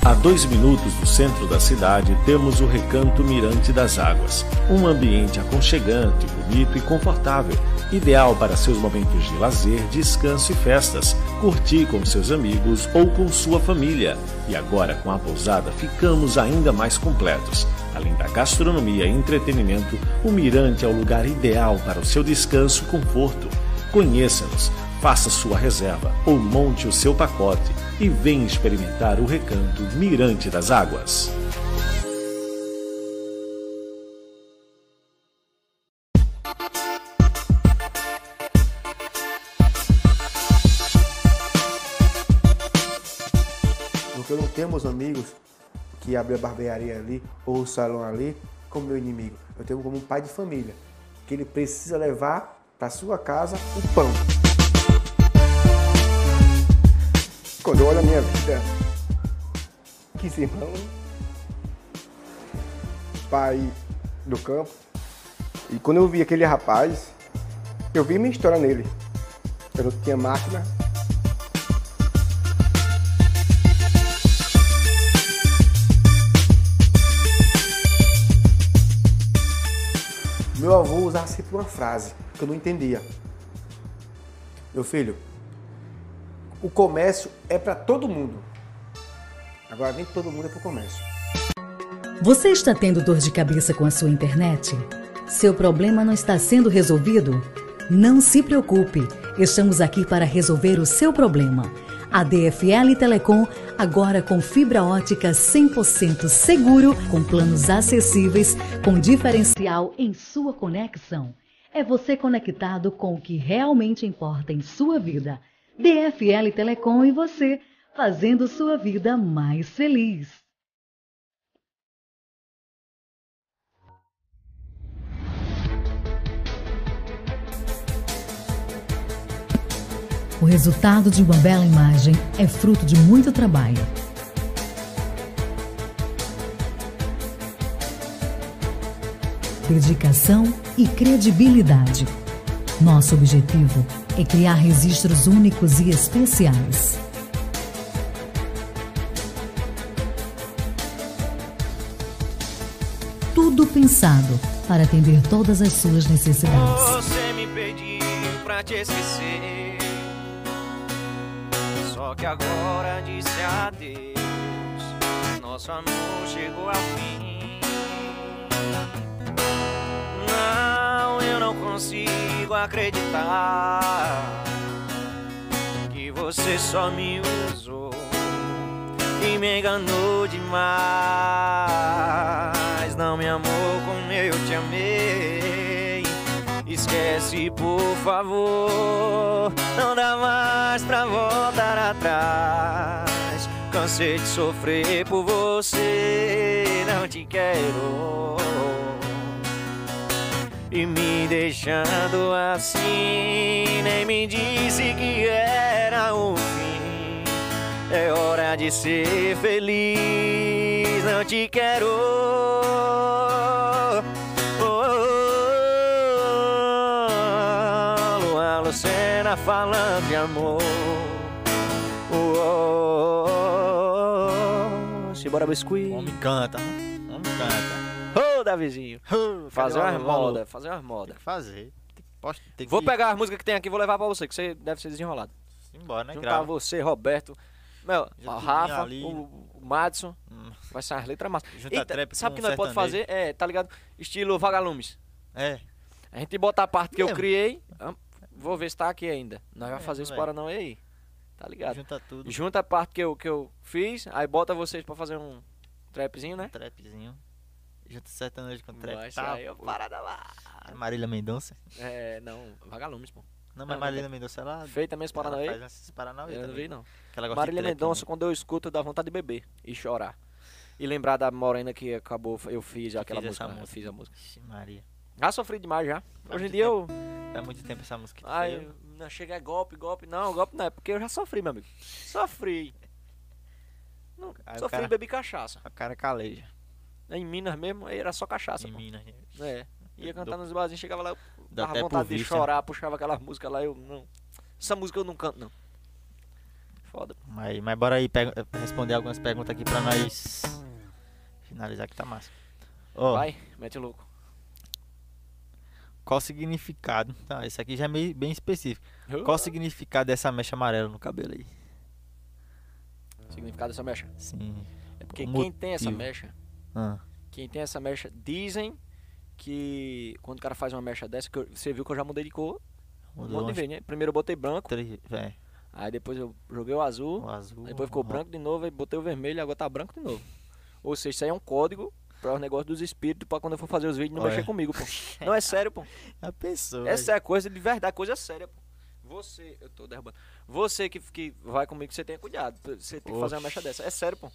Speaker 2: A dois minutos do centro da cidade temos o Recanto Mirante das Águas, um ambiente aconchegante, bonito e confortável, ideal para seus momentos de lazer, descanso e festas, curtir com seus amigos ou com sua família. E agora com a pousada ficamos ainda mais completos. Além da gastronomia e entretenimento, o Mirante é o lugar ideal para o seu descanso e conforto. Conheça-nos, faça sua reserva ou monte o seu pacote e venha experimentar o recanto Mirante das Águas.
Speaker 3: Porque eu não temos amigos que abriu a barbearia ali ou o salão ali como meu inimigo. Eu tenho como um pai de família que ele precisa levar para sua casa o pão. Quando eu olho a minha vida, que se irmão, pai do campo, e quando eu vi aquele rapaz, eu vi minha história nele. Eu não tinha máquina, Meu avô usava sempre uma frase que eu não entendia. Meu filho, o comércio é para todo mundo. Agora nem todo mundo é pro comércio.
Speaker 1: Você está tendo dor de cabeça com a sua internet? Seu problema não está sendo resolvido? Não se preocupe, estamos aqui para resolver o seu problema. A DFL Telecom, agora com fibra ótica 100% seguro, com planos acessíveis, com diferencial em sua conexão. É você conectado com o que realmente importa em sua vida. DFL Telecom e você, fazendo sua vida mais feliz. O resultado de uma bela imagem é fruto de muito trabalho. Dedicação e credibilidade. Nosso objetivo é criar registros únicos e especiais. Tudo pensado para atender todas as suas necessidades.
Speaker 5: Você me pediu pra te esquecer. Só que agora disse adeus. Nosso amor chegou ao fim. Não, eu não consigo acreditar que você só me usou e me enganou demais. Não me amou como eu te amei. Esquece, por favor. Não dá mais pra voltar atrás. Cansei de sofrer por você. Não te quero. E me deixando assim, nem me disse que era o fim. É hora de ser feliz. Não te quero. Oh, oh, oh. Lua Lucena falando de amor. Oh, oh, oh, oh. Simbora biscuit.
Speaker 4: Homem canta, né? homem canta.
Speaker 5: Ô, Davizinho. Fazer
Speaker 4: Cadê
Speaker 5: umas
Speaker 4: o
Speaker 5: moda,
Speaker 4: maluco?
Speaker 5: fazer umas moda.
Speaker 4: Tem que fazer. Tem que, posso, tem
Speaker 5: Vou
Speaker 4: que
Speaker 5: pegar as músicas que tem aqui e vou levar pra você, que você deve ser desenrolado.
Speaker 4: ir embora, né?
Speaker 5: Juntar
Speaker 4: Grava.
Speaker 5: você, Roberto, meu,
Speaker 4: Junto
Speaker 5: o
Speaker 4: com
Speaker 5: Rafa,
Speaker 4: minha ali.
Speaker 5: o, o Madison.
Speaker 4: Hum.
Speaker 5: Vai ser as letras massas.
Speaker 4: Junta
Speaker 5: Eita,
Speaker 4: trap
Speaker 5: sabe
Speaker 4: com
Speaker 5: o que nós podemos
Speaker 4: sertanejo.
Speaker 5: fazer? É, tá ligado? Estilo Vagalumes.
Speaker 4: É.
Speaker 5: A gente bota a parte que eu
Speaker 4: Mesmo?
Speaker 5: criei. ah, Vou ver se tá aqui ainda. Nós vamos
Speaker 4: É,
Speaker 5: fazer isso
Speaker 4: moleque.
Speaker 5: para não e aí. Tá ligado?
Speaker 4: Junta tudo.
Speaker 5: Junta a parte que eu, que eu fiz, aí bota vocês pra fazer um trapzinho,
Speaker 4: É?
Speaker 5: né?
Speaker 4: Trapzinho. Junta sertanejo com
Speaker 5: Vai
Speaker 4: trap.
Speaker 5: ser
Speaker 4: Tá,
Speaker 5: aí, ó,
Speaker 4: pô.
Speaker 5: parada lá.
Speaker 4: Marília Mendonça.
Speaker 5: É, não, vagalumes, pô.
Speaker 4: Não,
Speaker 5: Não,
Speaker 4: mas
Speaker 5: não,
Speaker 4: Marília Mendonça, ela...
Speaker 5: Feita mesmo
Speaker 4: Ah, ela
Speaker 5: Paranauê.
Speaker 4: faz esses Paranauê
Speaker 5: Eu não
Speaker 4: também.
Speaker 5: vi, não.
Speaker 4: Que ela gosta de
Speaker 5: Marília
Speaker 4: trap,
Speaker 5: Mendonça,
Speaker 4: né?
Speaker 5: quando eu escuto, dá vontade de beber e chorar. E lembrar da morena que acabou, eu fiz aquela
Speaker 4: fez
Speaker 5: música,
Speaker 4: essa
Speaker 5: eu
Speaker 4: música.
Speaker 5: fiz a música.
Speaker 4: Ixi, Maria.
Speaker 5: Já sofri demais já.
Speaker 4: Faz
Speaker 5: Hoje em
Speaker 4: muito
Speaker 5: dia eu,
Speaker 4: Faz muito tempo essa música. que
Speaker 5: ai,
Speaker 4: saiu.
Speaker 5: não chega é golpe, golpe, não, golpe não é, porque eu já sofri, meu amigo. Sofri. Não,
Speaker 4: Aí o
Speaker 5: sofri
Speaker 4: cara-
Speaker 5: e bebi cachaça.
Speaker 4: A cara caleja.
Speaker 5: Em Minas mesmo, aí era só cachaça,
Speaker 4: Em
Speaker 5: pô.
Speaker 4: Minas. né?
Speaker 5: É. Ia
Speaker 4: Eu
Speaker 5: cantar
Speaker 4: dou-
Speaker 5: nos barzinhos, chegava lá, eu
Speaker 4: Dá
Speaker 5: dava
Speaker 4: até por
Speaker 5: vontade de
Speaker 4: vício, né?
Speaker 5: chorar, puxava aquelas músicas lá, eu não. Essa música eu não canto, não. Foda.
Speaker 4: Mas, mas bora aí pega- responder algumas perguntas aqui pra nós finalizar que tá massa. Ó,
Speaker 5: Vai, mete o louco.
Speaker 4: qual o significado? Tá, esse aqui já é meio, bem específico. Qual o significado dessa mecha amarela no cabelo aí?
Speaker 5: significado dessa mecha?
Speaker 4: Sim.
Speaker 5: É porque
Speaker 4: O
Speaker 5: quem tem essa
Speaker 4: motivo.
Speaker 5: mecha,
Speaker 4: Ah,
Speaker 5: quem tem essa mecha, dizem que quando o cara faz uma mecha dessa, que eu- você viu que eu já mudei de cor, um
Speaker 4: mudou
Speaker 5: monte de
Speaker 4: uns
Speaker 5: vez, né? Primeiro eu botei branco,
Speaker 4: três, é,
Speaker 5: aí depois eu joguei o azul,
Speaker 4: o azul.
Speaker 5: aí depois ficou
Speaker 4: o-
Speaker 5: branco de novo, aí botei o vermelho, agora tá branco de novo. Ou seja, isso aí é um código para os negócios dos espíritos, pra quando eu for fazer os vídeos não
Speaker 4: Olha.
Speaker 5: mexer comigo, pô. Não é sério, pô.
Speaker 4: A pessoa.
Speaker 5: Essa é a coisa de verdade, coisa séria, pô. Você, eu tô derrubando. Você que, que vai comigo, você tenha cuidado. Você tem que fazer uma mecha dessa. É sério, pô.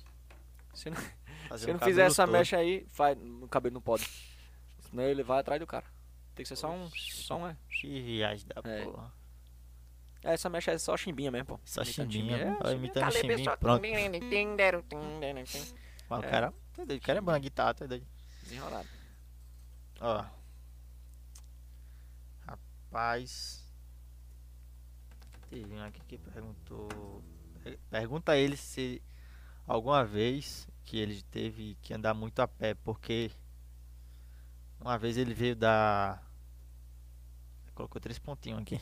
Speaker 5: Você não,
Speaker 4: fazer
Speaker 5: Se
Speaker 4: um
Speaker 5: não fizer
Speaker 4: cabelo
Speaker 5: essa
Speaker 4: todo.
Speaker 5: mecha aí, faz, o cabelo não pode. Senão ele vai atrás do cara. Tem que ser só um. Só um é.
Speaker 4: Que viagem da
Speaker 5: É.
Speaker 4: porra.
Speaker 5: É, Essa mecha é só chimbinha mesmo, pô.
Speaker 4: Só
Speaker 5: Imitando
Speaker 4: chimbinha, né? Ó,
Speaker 5: É,
Speaker 4: imitando
Speaker 5: Caleb
Speaker 4: chimbinha,
Speaker 5: só
Speaker 4: pronto.
Speaker 5: chimbinha.
Speaker 4: Mas
Speaker 5: É.
Speaker 4: O cara, tu é doido, o cara é bom na guitarra, tu é doido.
Speaker 5: Desenrolado.
Speaker 4: Ó. Rapaz. Teve um aqui que perguntou. per- Pergunta a ele se alguma vez que ele teve que andar muito a pé, porque uma vez ele veio da. Colocou três pontinhos aqui.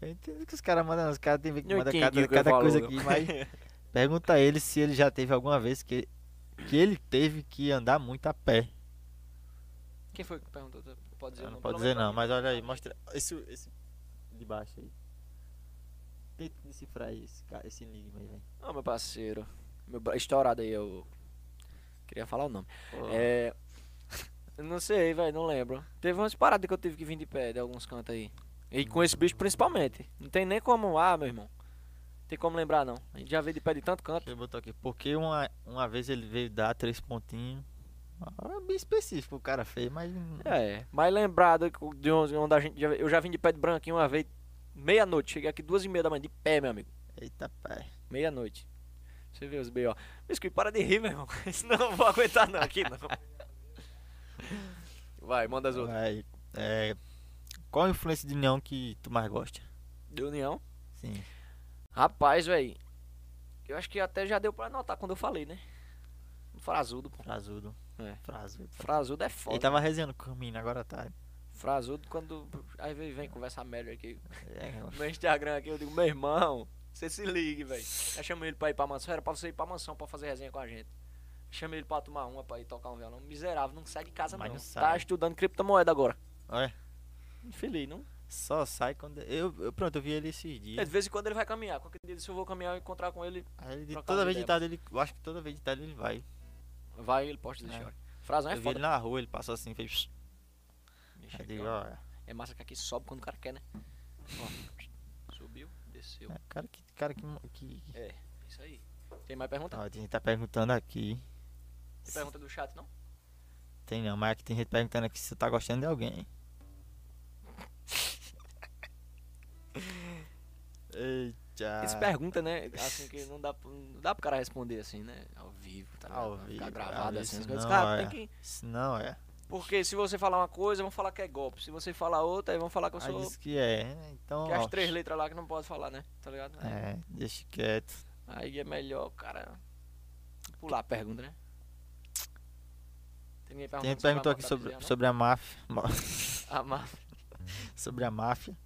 Speaker 4: Eu entendo que os caras mandam, os caras tem que ver que
Speaker 5: Não
Speaker 4: manda
Speaker 5: entendi
Speaker 4: cada,
Speaker 5: o que ele
Speaker 4: cada coisa
Speaker 5: falou,
Speaker 4: aqui,
Speaker 5: não.
Speaker 4: mas Pergunta a ele se ele já teve alguma vez que, que ele teve que andar muito a pé.
Speaker 6: Quem foi que perguntou? Pode dizer
Speaker 4: Ah,
Speaker 6: não. tá
Speaker 4: não pode
Speaker 6: pelo
Speaker 4: dizer
Speaker 6: menos pra
Speaker 4: não,
Speaker 6: mim.
Speaker 4: mas olha aí, mostra. Esse, esse de baixo aí. Tenta decifrar esse, ca- esse enigma aí, velho.
Speaker 5: Ah, meu parceiro. Meu bra- estourado aí, eu. Queria falar o nome. É. eu Não sei, velho, não lembro. Teve umas paradas que eu tive que vir de pé de alguns cantos aí. E com esse bicho principalmente. Não tem nem como. Ah, meu irmão. Tem como lembrar, não. A gente já veio de pé de tanto canto.
Speaker 4: Deixa eu botar aqui. Porque uma, uma vez ele veio dar três pontinhos. Ah, É bem específico o cara fez, mas. hum,
Speaker 5: É, mas lembrado de onde onde a gente. já- Eu já vim de pé de branquinho uma vez, meia-noite. Cheguei aqui duas e meia da manhã, de pé, meu amigo.
Speaker 4: Eita pé.
Speaker 5: Meia-noite. Você vê os B.O. Biscuit, para de rir, meu irmão. Senão eu não vou aguentar, não, aqui não. Vai, manda as outras.
Speaker 4: Vai, é, qual a influência de neon que tu mais gosta?
Speaker 5: De união.
Speaker 4: Sim.
Speaker 5: Rapaz, velho. Eu acho que até já deu pra notar quando eu falei, né? Frazudo, pô.
Speaker 4: Frazudo.
Speaker 5: É.
Speaker 4: Frazudo.
Speaker 5: Frazudo é
Speaker 4: Ele
Speaker 5: foda.
Speaker 4: tava resenhando com o menino agora tá.
Speaker 5: Frazudo quando. Aí vem, vem conversar merda aqui.
Speaker 4: É,
Speaker 5: no meu Instagram aqui, eu digo, meu irmão, você se ligue, velho. Eu chamo ele pra ir pra mansão, era pra você ir pra mansão pra fazer resenha com a gente. Chama ele pra tomar uma, pra ir tocar um violão. Miserável, não sai de casa
Speaker 4: Mas
Speaker 5: não.
Speaker 4: não
Speaker 5: Tá
Speaker 4: sai. É?
Speaker 5: estudando criptomoeda agora.
Speaker 4: olha,
Speaker 5: Infeliz, não?
Speaker 4: só sai quando. Eu, eu- pronto, eu vi ele esses
Speaker 5: De
Speaker 4: dias.
Speaker 5: vez em quando ele vai caminhar. Qualquer dia se eu vou caminhar e encontrar com ele,
Speaker 4: Aí ele-
Speaker 5: trocar
Speaker 4: toda
Speaker 5: uma
Speaker 4: vez de
Speaker 5: ideia.
Speaker 4: tarde ele. Eu acho que toda vez de tarde ele vai.
Speaker 5: vai ele posta esse
Speaker 4: É.
Speaker 5: história. Frasão é
Speaker 4: eu vi ele
Speaker 5: foda.
Speaker 4: na rua, ele passou assim, fez.
Speaker 5: Ixi,
Speaker 4: Aí
Speaker 5: aqui,
Speaker 4: digo,
Speaker 5: ó.
Speaker 4: ó,
Speaker 5: É massa que aqui sobe quando o cara quer, né? Ó, subiu, desceu.
Speaker 4: é, cara que. Cara que. que...
Speaker 5: É, isso aí. Tem mais pergunta?
Speaker 4: Ó, a gente tá perguntando aqui.
Speaker 5: Tem pergunta do chat, não?
Speaker 4: Tem não, mas aqui tem gente perguntando aqui se você tá gostando de alguém. Eita.
Speaker 5: Essa pergunta, né? Assim que não dá, pro- não dá pro cara responder assim, né? Ao vivo, tá
Speaker 4: Ao
Speaker 5: ligado? Vai
Speaker 4: vivo,
Speaker 5: Ficar
Speaker 4: ao
Speaker 5: gravado
Speaker 4: vivo,
Speaker 5: assim. as
Speaker 4: isso
Speaker 5: coisas.
Speaker 4: não
Speaker 5: Cara,
Speaker 4: é.
Speaker 5: tem que...
Speaker 4: Isso não é.
Speaker 5: Porque se você falar uma coisa, vão falar que é golpe. Se você falar outra, aí vão falar que eu
Speaker 4: Aí
Speaker 5: sou.
Speaker 4: disse que é. né? Então.
Speaker 5: Que é as
Speaker 4: ó,
Speaker 5: três letras lá que não pode falar, né? Tá ligado?
Speaker 4: É, deixa quieto.
Speaker 5: Aí é melhor, o cara. Pular a pergunta, né? Tem
Speaker 4: Tem
Speaker 5: ninguém perguntando
Speaker 4: gente perguntou aqui sobre,
Speaker 5: sobre a né? Ah,
Speaker 4: sobre a máfia. ma-
Speaker 5: máfia. A máfia.
Speaker 4: sobre a máfia.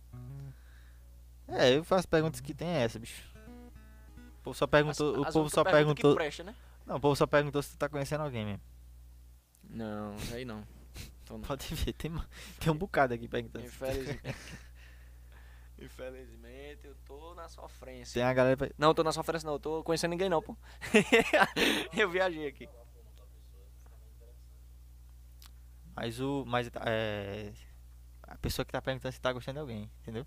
Speaker 4: É, eu faço perguntas que tem essa, bicho. O povo só perguntou.
Speaker 5: As-
Speaker 4: o
Speaker 5: as
Speaker 4: povo
Speaker 5: únicas
Speaker 4: só
Speaker 5: perguntas que
Speaker 4: perguntou.
Speaker 5: presta, né?
Speaker 4: Não, o povo só perguntou se tu tá conhecendo alguém mesmo.
Speaker 5: Não, isso aí não. Então não.
Speaker 4: Pode ver, tem, ma- tem um bocado aqui perguntando. se tu-
Speaker 5: Infelizmente. Infelizmente, eu tô na sofrência.
Speaker 4: Tem a galera. pe-
Speaker 5: Não, eu tô na sofrência não, eu tô conhecendo ninguém não, pô. eu viajei aqui.
Speaker 4: Mas o. Mas é. A pessoa que tá perguntando se tá gostando de alguém, entendeu?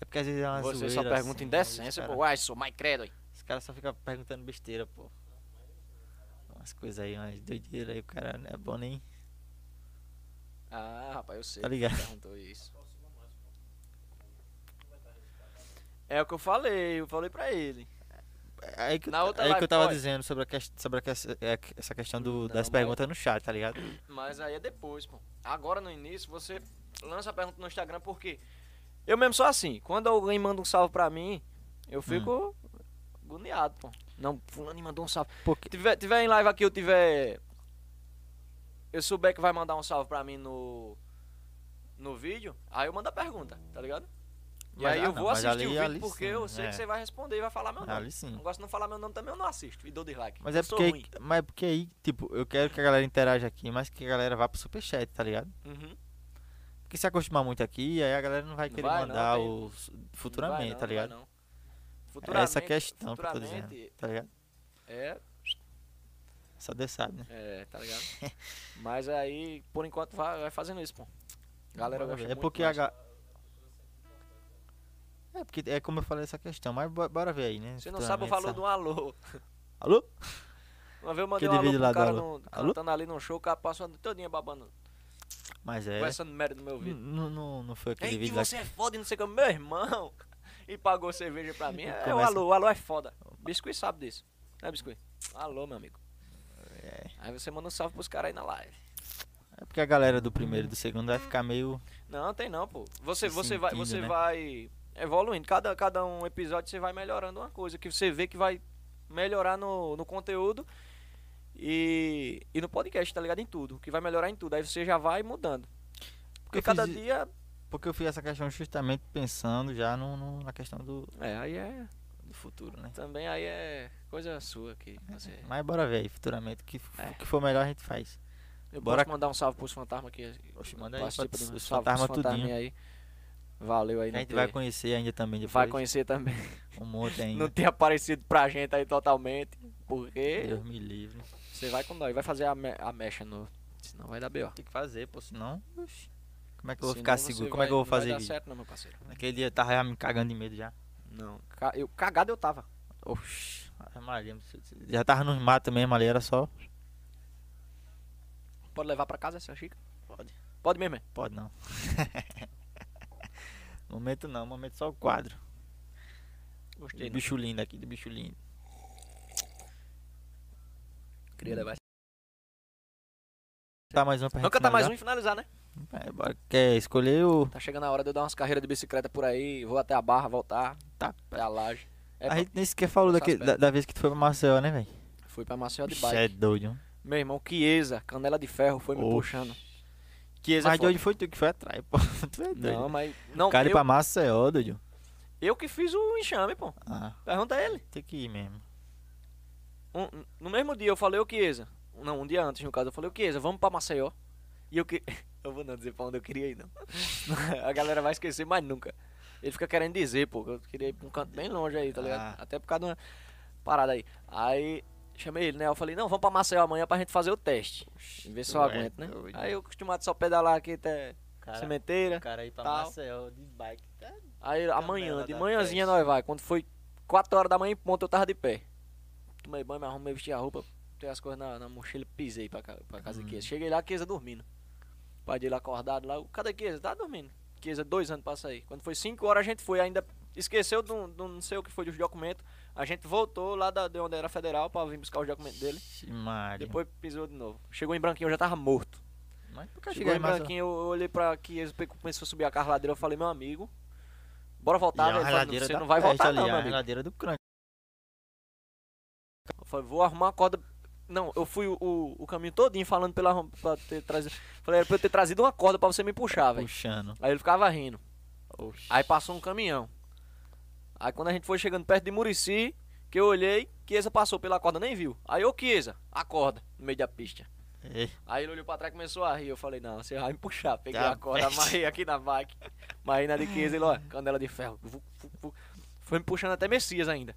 Speaker 4: É porque às vezes é uma
Speaker 5: Você só
Speaker 4: zoeira,
Speaker 5: pergunta
Speaker 4: assim, os
Speaker 5: indecência,
Speaker 4: cara-
Speaker 5: pô. Uai, sou mais credo aí.
Speaker 4: Os caras só ficam perguntando besteira, pô. Umas coisas aí, umas doideiras aí, o cara não é bom nem.
Speaker 5: Ah, rapaz, eu sei.
Speaker 4: Tá
Speaker 5: que
Speaker 4: ligado.
Speaker 5: você Perguntou isso. É o que eu falei, eu falei pra ele.
Speaker 4: É Aí que, eu-
Speaker 5: Na outra
Speaker 4: aí que
Speaker 5: live,
Speaker 4: eu tava
Speaker 5: pode?
Speaker 4: dizendo sobre, a quest- sobre a ques- é, essa questão do-
Speaker 5: Não,
Speaker 4: das
Speaker 5: mas-
Speaker 4: perguntas no chat, tá ligado?
Speaker 5: Mas aí é depois, pô. Agora no início, você lança a pergunta no Instagram, por quê? Eu mesmo sou assim. Quando alguém manda um salve pra mim, eu fico
Speaker 4: Hum.
Speaker 5: agoniado, pô. Não, fulano me mandou um salve.
Speaker 4: Porque.
Speaker 5: tiver, tiver em live aqui, eu tiver. Eu souber que vai mandar um salve pra mim no. No vídeo, aí eu mando a pergunta, tá ligado? E
Speaker 4: Mas-
Speaker 5: aí
Speaker 4: ah,
Speaker 5: eu
Speaker 4: não,
Speaker 5: vou
Speaker 4: mas
Speaker 5: assistir
Speaker 4: ali-
Speaker 5: o vídeo
Speaker 4: ali
Speaker 5: porque
Speaker 4: sim,
Speaker 5: eu sei
Speaker 4: é.
Speaker 5: que você vai responder e vai falar meu nome.
Speaker 4: Ali sim.
Speaker 5: Não gosto de não falar meu nome também, eu não assisto. E dou dislike.
Speaker 4: Mas
Speaker 5: Eu
Speaker 4: é
Speaker 5: sou
Speaker 4: porque, aí,
Speaker 5: ruim.
Speaker 4: mas é porque aí, tipo, eu quero que a galera interaja aqui, mas que a galera vá pro superchat, tá ligado?
Speaker 5: Uhum.
Speaker 4: Porque se acostumar muito aqui, aí a galera não vai
Speaker 5: Não
Speaker 4: querer
Speaker 5: vai, não,
Speaker 4: mandar
Speaker 5: tem-
Speaker 4: os futuramente,
Speaker 5: Não vai não,
Speaker 4: tá
Speaker 5: não vai
Speaker 4: ligado? É
Speaker 5: não.
Speaker 4: essa
Speaker 5: Futuramente-
Speaker 4: questão que eu tô
Speaker 5: futuramente
Speaker 4: dizendo, tá ligado?
Speaker 5: É,
Speaker 4: Só Deus sabe, né?
Speaker 5: é, tá ligado? Mas aí, por enquanto, vai, vai fazendo isso, pô. Galera
Speaker 4: Bora
Speaker 5: gosta
Speaker 4: ver. É
Speaker 5: muito
Speaker 4: porque a
Speaker 5: mais.
Speaker 4: ga... É porque é como eu falei essa questão, mas bo- bora ver aí, né?
Speaker 5: Você não sabe o
Speaker 4: futuramente,
Speaker 5: valor
Speaker 4: sabe?
Speaker 5: de um alô.
Speaker 4: Alô?
Speaker 5: Uma vez eu
Speaker 4: Aquele
Speaker 5: mandei um alô
Speaker 4: vídeo
Speaker 5: pro
Speaker 4: lá do
Speaker 5: cara
Speaker 4: alô.
Speaker 5: no,
Speaker 4: Alô?
Speaker 5: cantando ali num show, o cara passou a noite todinha babando,
Speaker 4: Mas é.
Speaker 5: conversando merda no meu
Speaker 4: N-
Speaker 5: vídeo.
Speaker 4: Não, não, não foi aquele
Speaker 5: Ei, que
Speaker 4: vídeo lá
Speaker 5: você é foda e não sei o que, meu irmão. E pagou cerveja pra mim. É o
Speaker 4: Começa-
Speaker 5: alô, o alô é foda. Biscuit sabe disso. Não é biscuit? Alô, meu amigo. Aí você manda um salve pros caras aí na live.
Speaker 4: É porque a galera do primeiro e do segundo vai ficar meio.
Speaker 5: Não, tem não, pô. Você,
Speaker 4: Se
Speaker 5: você, vai,
Speaker 4: sentindo,
Speaker 5: você
Speaker 4: né?
Speaker 5: vai evoluindo. Cada, cada um episódio você vai melhorando uma coisa que você vê que vai melhorar no, no conteúdo e, e no podcast, tá ligado? Em tudo. Que vai melhorar em tudo. Aí você já vai mudando. Porque
Speaker 4: Eu
Speaker 5: cada
Speaker 4: fiz i-
Speaker 5: dia
Speaker 4: Porque eu fiz essa questão justamente pensando já no, no- na questão do,
Speaker 5: É, aí é.
Speaker 4: do futuro, né?
Speaker 5: Também aí é coisa sua que você.
Speaker 4: Mas bora ver aí, futuramente. O que, f-
Speaker 5: É.
Speaker 4: o que for melhor a gente faz.
Speaker 5: Eu
Speaker 4: Bora-
Speaker 5: posso mandar um salve pros fantasmas aqui.
Speaker 4: Oxe, manda aí
Speaker 5: Posso,
Speaker 4: pra-
Speaker 5: tipo,
Speaker 4: os
Speaker 5: um salve
Speaker 4: fantasma
Speaker 5: pros fantasminha
Speaker 4: tudinho.
Speaker 5: aí. Valeu aí,
Speaker 4: A
Speaker 5: não
Speaker 4: gente
Speaker 5: ter-
Speaker 4: vai conhecer ainda também depois.
Speaker 5: vai conhecer também.
Speaker 4: Um monte
Speaker 5: Não
Speaker 4: ainda.
Speaker 5: ter aparecido pra gente aí totalmente. Porque
Speaker 4: Deus me livre.
Speaker 5: você vai com nós. Vai fazer a, me- a mecha no. Senão vai dar B.O.
Speaker 4: Tem que fazer, pô, senão. oxe, Como é que eu vou
Speaker 5: Senão
Speaker 4: ficar
Speaker 5: você
Speaker 4: seguro? Como
Speaker 5: vai-
Speaker 4: é que eu vou
Speaker 5: não vai
Speaker 4: fazer
Speaker 5: dar
Speaker 4: vídeo?
Speaker 5: certo, não, meu parceiro.
Speaker 4: Naquele dia eu tava já me cagando de medo já.
Speaker 5: Não. Ca- Eu, cagado eu tava.
Speaker 4: Oxi, Ave Maria, não sei- já tava nos matos mesmo ali, era só.
Speaker 5: Pode levar pra casa essa xícara?
Speaker 4: Pode.
Speaker 5: Pode mesmo, é?
Speaker 4: Pode não. momento não, momento só o quadro.
Speaker 5: Gostei.
Speaker 4: De
Speaker 5: Não.
Speaker 4: bicho lindo aqui, de bicho lindo.
Speaker 5: Queria levar.
Speaker 4: Tá mais um pra
Speaker 5: Não
Speaker 4: gente
Speaker 5: cantar mais um
Speaker 4: finalizar?
Speaker 5: e finalizar, né?
Speaker 4: É, bora. Quer escolher o.
Speaker 5: Tá chegando a hora de eu dar umas carreiras de bicicleta por aí. Vou até a barra, voltar.
Speaker 4: Tá.
Speaker 5: Até a laje. É,
Speaker 4: a gente nem sequer falou
Speaker 5: Nossa,
Speaker 4: daquele-
Speaker 5: as
Speaker 4: da, da vez que tu foi pra Maceió, né, velho?
Speaker 5: Fui pra Maceió de
Speaker 4: Bicho, é
Speaker 5: bike.
Speaker 4: doido. hein?
Speaker 5: Meu irmão, Chiesa, canela de ferro, foi me
Speaker 4: Oxe.
Speaker 5: puxando. Chiesa
Speaker 4: Mas de
Speaker 5: foda.
Speaker 4: hoje foi tu que é foi atrás, pô. Tu é doido.
Speaker 5: Não, mas. Não,
Speaker 4: Cara, ir
Speaker 5: eu,
Speaker 4: pra Maceió, doido.
Speaker 5: eu que fiz o enxame, pô.
Speaker 4: Ah,
Speaker 5: Pergunta a ele.
Speaker 4: tem que ir mesmo.
Speaker 5: Um- no mesmo dia eu falei o Chiesa. Não, um dia antes, no caso, eu falei o Chiesa, vamos pra Maceió. E eu que. Eu vou não dizer pra onde eu queria ir, não. a galera vai esquecer, mas nunca. Ele fica querendo dizer, pô, que eu queria ir pra um canto bem longe aí, tá ligado?
Speaker 4: Ah.
Speaker 5: Até por causa de uma parada aí. Aí chamei ele, né? Eu falei, não, vamos pra Maceió amanhã pra gente fazer o teste. E ver se eu
Speaker 4: tu é
Speaker 5: aguento, né?
Speaker 4: doido.
Speaker 5: Aí eu costumado só pedalar aqui até sementeira.
Speaker 4: cara ir pra
Speaker 5: tal.
Speaker 4: Maceió de bike, tá?
Speaker 5: Aí amanhã,
Speaker 4: Canela
Speaker 5: de
Speaker 4: da
Speaker 5: manhãzinha
Speaker 4: peste.
Speaker 5: nós vai. Quando foi 4 horas da manhã em ponto, eu tava de pé. Tomei banho, me arrumei, vesti a roupa, botei as coisas na, na mochila e pisei pra, ca- pra casa de Kiesa. Cheguei lá, Kiesa dormindo. O pai dele acordado lá, eu, cadê Kiesa? Tá dormindo. Kiesa, dois anos pra sair. Quando foi 5 horas, a gente foi, ainda esqueceu do, do um, não sei o que foi dos documentos. A gente voltou lá da, de onde era federal pra vir buscar os documentos dele.
Speaker 4: Mário.
Speaker 5: Depois pisou de novo. Chegou em Branquinho, eu já tava morto.
Speaker 4: Mas tu quer
Speaker 5: Chegou
Speaker 4: chegar
Speaker 5: em
Speaker 4: em Maceió.
Speaker 5: Branquinho, eu olhei pra Kiesa, começou a subir a carladeira, eu falei, meu amigo, bora voltar,
Speaker 4: E a
Speaker 5: velho.
Speaker 4: reladeira
Speaker 5: Ele falou, Você
Speaker 4: da
Speaker 5: não vai
Speaker 4: peste
Speaker 5: voltar
Speaker 4: ali,
Speaker 5: não, meu
Speaker 4: a
Speaker 5: amigo.
Speaker 4: reladeira do crânio.
Speaker 5: Eu falei, vou arrumar a corda. Não, eu fui o, o- o caminho todinho falando pela, rom- pra ter trazido. Falei, era pra eu ter trazido uma corda pra você me puxar, velho.
Speaker 4: Puxando.
Speaker 5: Aí ele ficava rindo.
Speaker 4: Oxi.
Speaker 5: Aí passou um caminhão. Aí quando a gente foi chegando perto de Murici, que eu olhei, Kiesa passou pela corda, nem viu. Aí eu, Kiesa, a corda, no meio da pista.
Speaker 4: É,
Speaker 5: Aí ele olhou pra trás e começou a rir. Eu falei, não, você vai me puxar. Peguei
Speaker 4: Tá
Speaker 5: a corda,
Speaker 4: bem.
Speaker 5: amarrei aqui na bike. Amarrei na de Kiesa, ele, ó, canela de ferro. Vu, vu, vu. Foi me puxando até Messias ainda.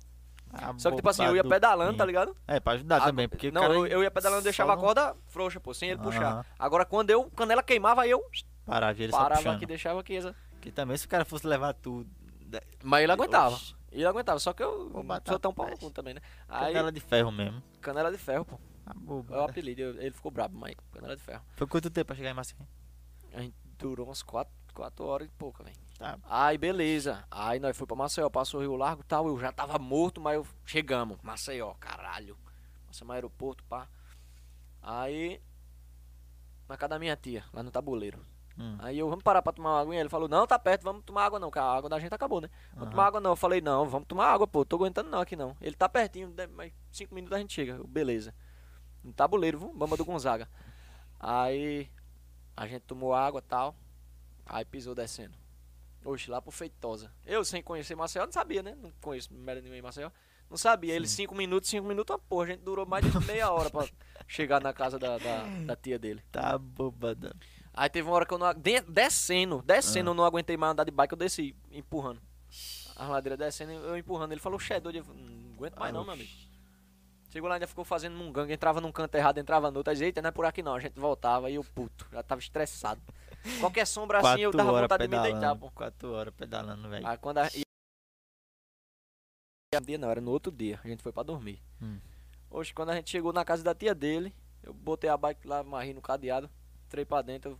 Speaker 4: a
Speaker 5: Só que, tipo assim, eu ia
Speaker 4: boca do
Speaker 5: pedalando, tá
Speaker 4: pinho.
Speaker 5: ligado?
Speaker 4: É, pra ajudar
Speaker 5: Ah,
Speaker 4: também, porque o
Speaker 5: Não,
Speaker 4: cara
Speaker 5: eu, eu ia pedalando
Speaker 4: só
Speaker 5: e deixava a
Speaker 4: não Ah.
Speaker 5: corda frouxa, pô, sem ele
Speaker 4: Aham.
Speaker 5: puxar. Agora, quando eu, quando ela queimava, eu
Speaker 4: Parava, ele só
Speaker 5: parava
Speaker 4: puxando.
Speaker 5: aqui e deixava aqui. exa-
Speaker 4: Porque também se o cara fosse levar tudo... da-
Speaker 5: Mas ele aguentava.
Speaker 4: Oxi,
Speaker 5: Ele aguentava, só que eu
Speaker 4: Vou
Speaker 5: não
Speaker 4: matar
Speaker 5: sou tão pau no
Speaker 4: peste.
Speaker 5: cu também, né? Aí,
Speaker 4: Canela de ferro mesmo.
Speaker 5: canela de ferro, pô.
Speaker 4: A
Speaker 5: É o
Speaker 4: boba.
Speaker 5: apelido, eu- ele ficou brabo, mas canela de ferro.
Speaker 4: Foi quanto tempo pra chegar em Maceió?
Speaker 5: A gente durou umas 4 quatro, horas e pouca, velho.
Speaker 4: Tá.
Speaker 5: Aí, beleza. Aí nós fomos pra Maceió, passou o Rio Largo e tal. Eu já tava morto, mas eu... chegamos. Maceió, caralho. Passamos aeroporto, pá. Aí, na casa da minha tia, lá no tabuleiro.
Speaker 4: Hum.
Speaker 5: Aí eu, vamos parar pra tomar uma aguinha? Ele falou, não, tá perto, vamos tomar água não, que a água da gente acabou, né? Vamos
Speaker 4: Aham.
Speaker 5: tomar água não. Eu falei, não, vamos tomar água, pô, tô aguentando não aqui não. Ele tá pertinho, deve- mais cinco minutos a gente chega. Eu, beleza. No tabuleiro, viu? Bamba do Gonzaga. Aí a gente tomou água e tal. Aí pisou descendo. Oxe, lá pro Feitosa. Eu, sem conhecer Maceió, não sabia, né? Não conheço merda nenhuma em Maceió. Não sabia. Ele, cinco minutos, cinco minutos, uma porra. A gente durou mais de meia hora pra chegar na casa da- da, da tia dele.
Speaker 4: Tá bobada.
Speaker 5: Aí teve uma hora que eu não. agu- de- Descendo,
Speaker 4: Ah.
Speaker 5: descendo, eu não aguentei mais andar de bike, eu desci, empurrando. A ladeira descendo, eu empurrando. Ele falou, xé, doido, eu falei, não aguento mais não, meu amigo. Chegou lá, ainda ficou fazendo um gangue, entrava num canto errado, entrava no outro. Aí, eita, não é por aqui não, a gente voltava e eu puto, já tava estressado. Qualquer sombra assim, eu
Speaker 4: Quatro
Speaker 5: dava
Speaker 4: horas
Speaker 5: vontade de me deitar,
Speaker 4: pedalando.
Speaker 5: pô. Ah,
Speaker 4: Quatro horas pedalando, velho.
Speaker 5: Aí quando a... e- e- dia não, era no outro dia, a gente foi pra dormir.
Speaker 4: Hum.
Speaker 5: Hoje, quando a gente chegou na casa da tia dele, eu botei a bike lá, amarrei no cadeado, entrei pra dentro, eu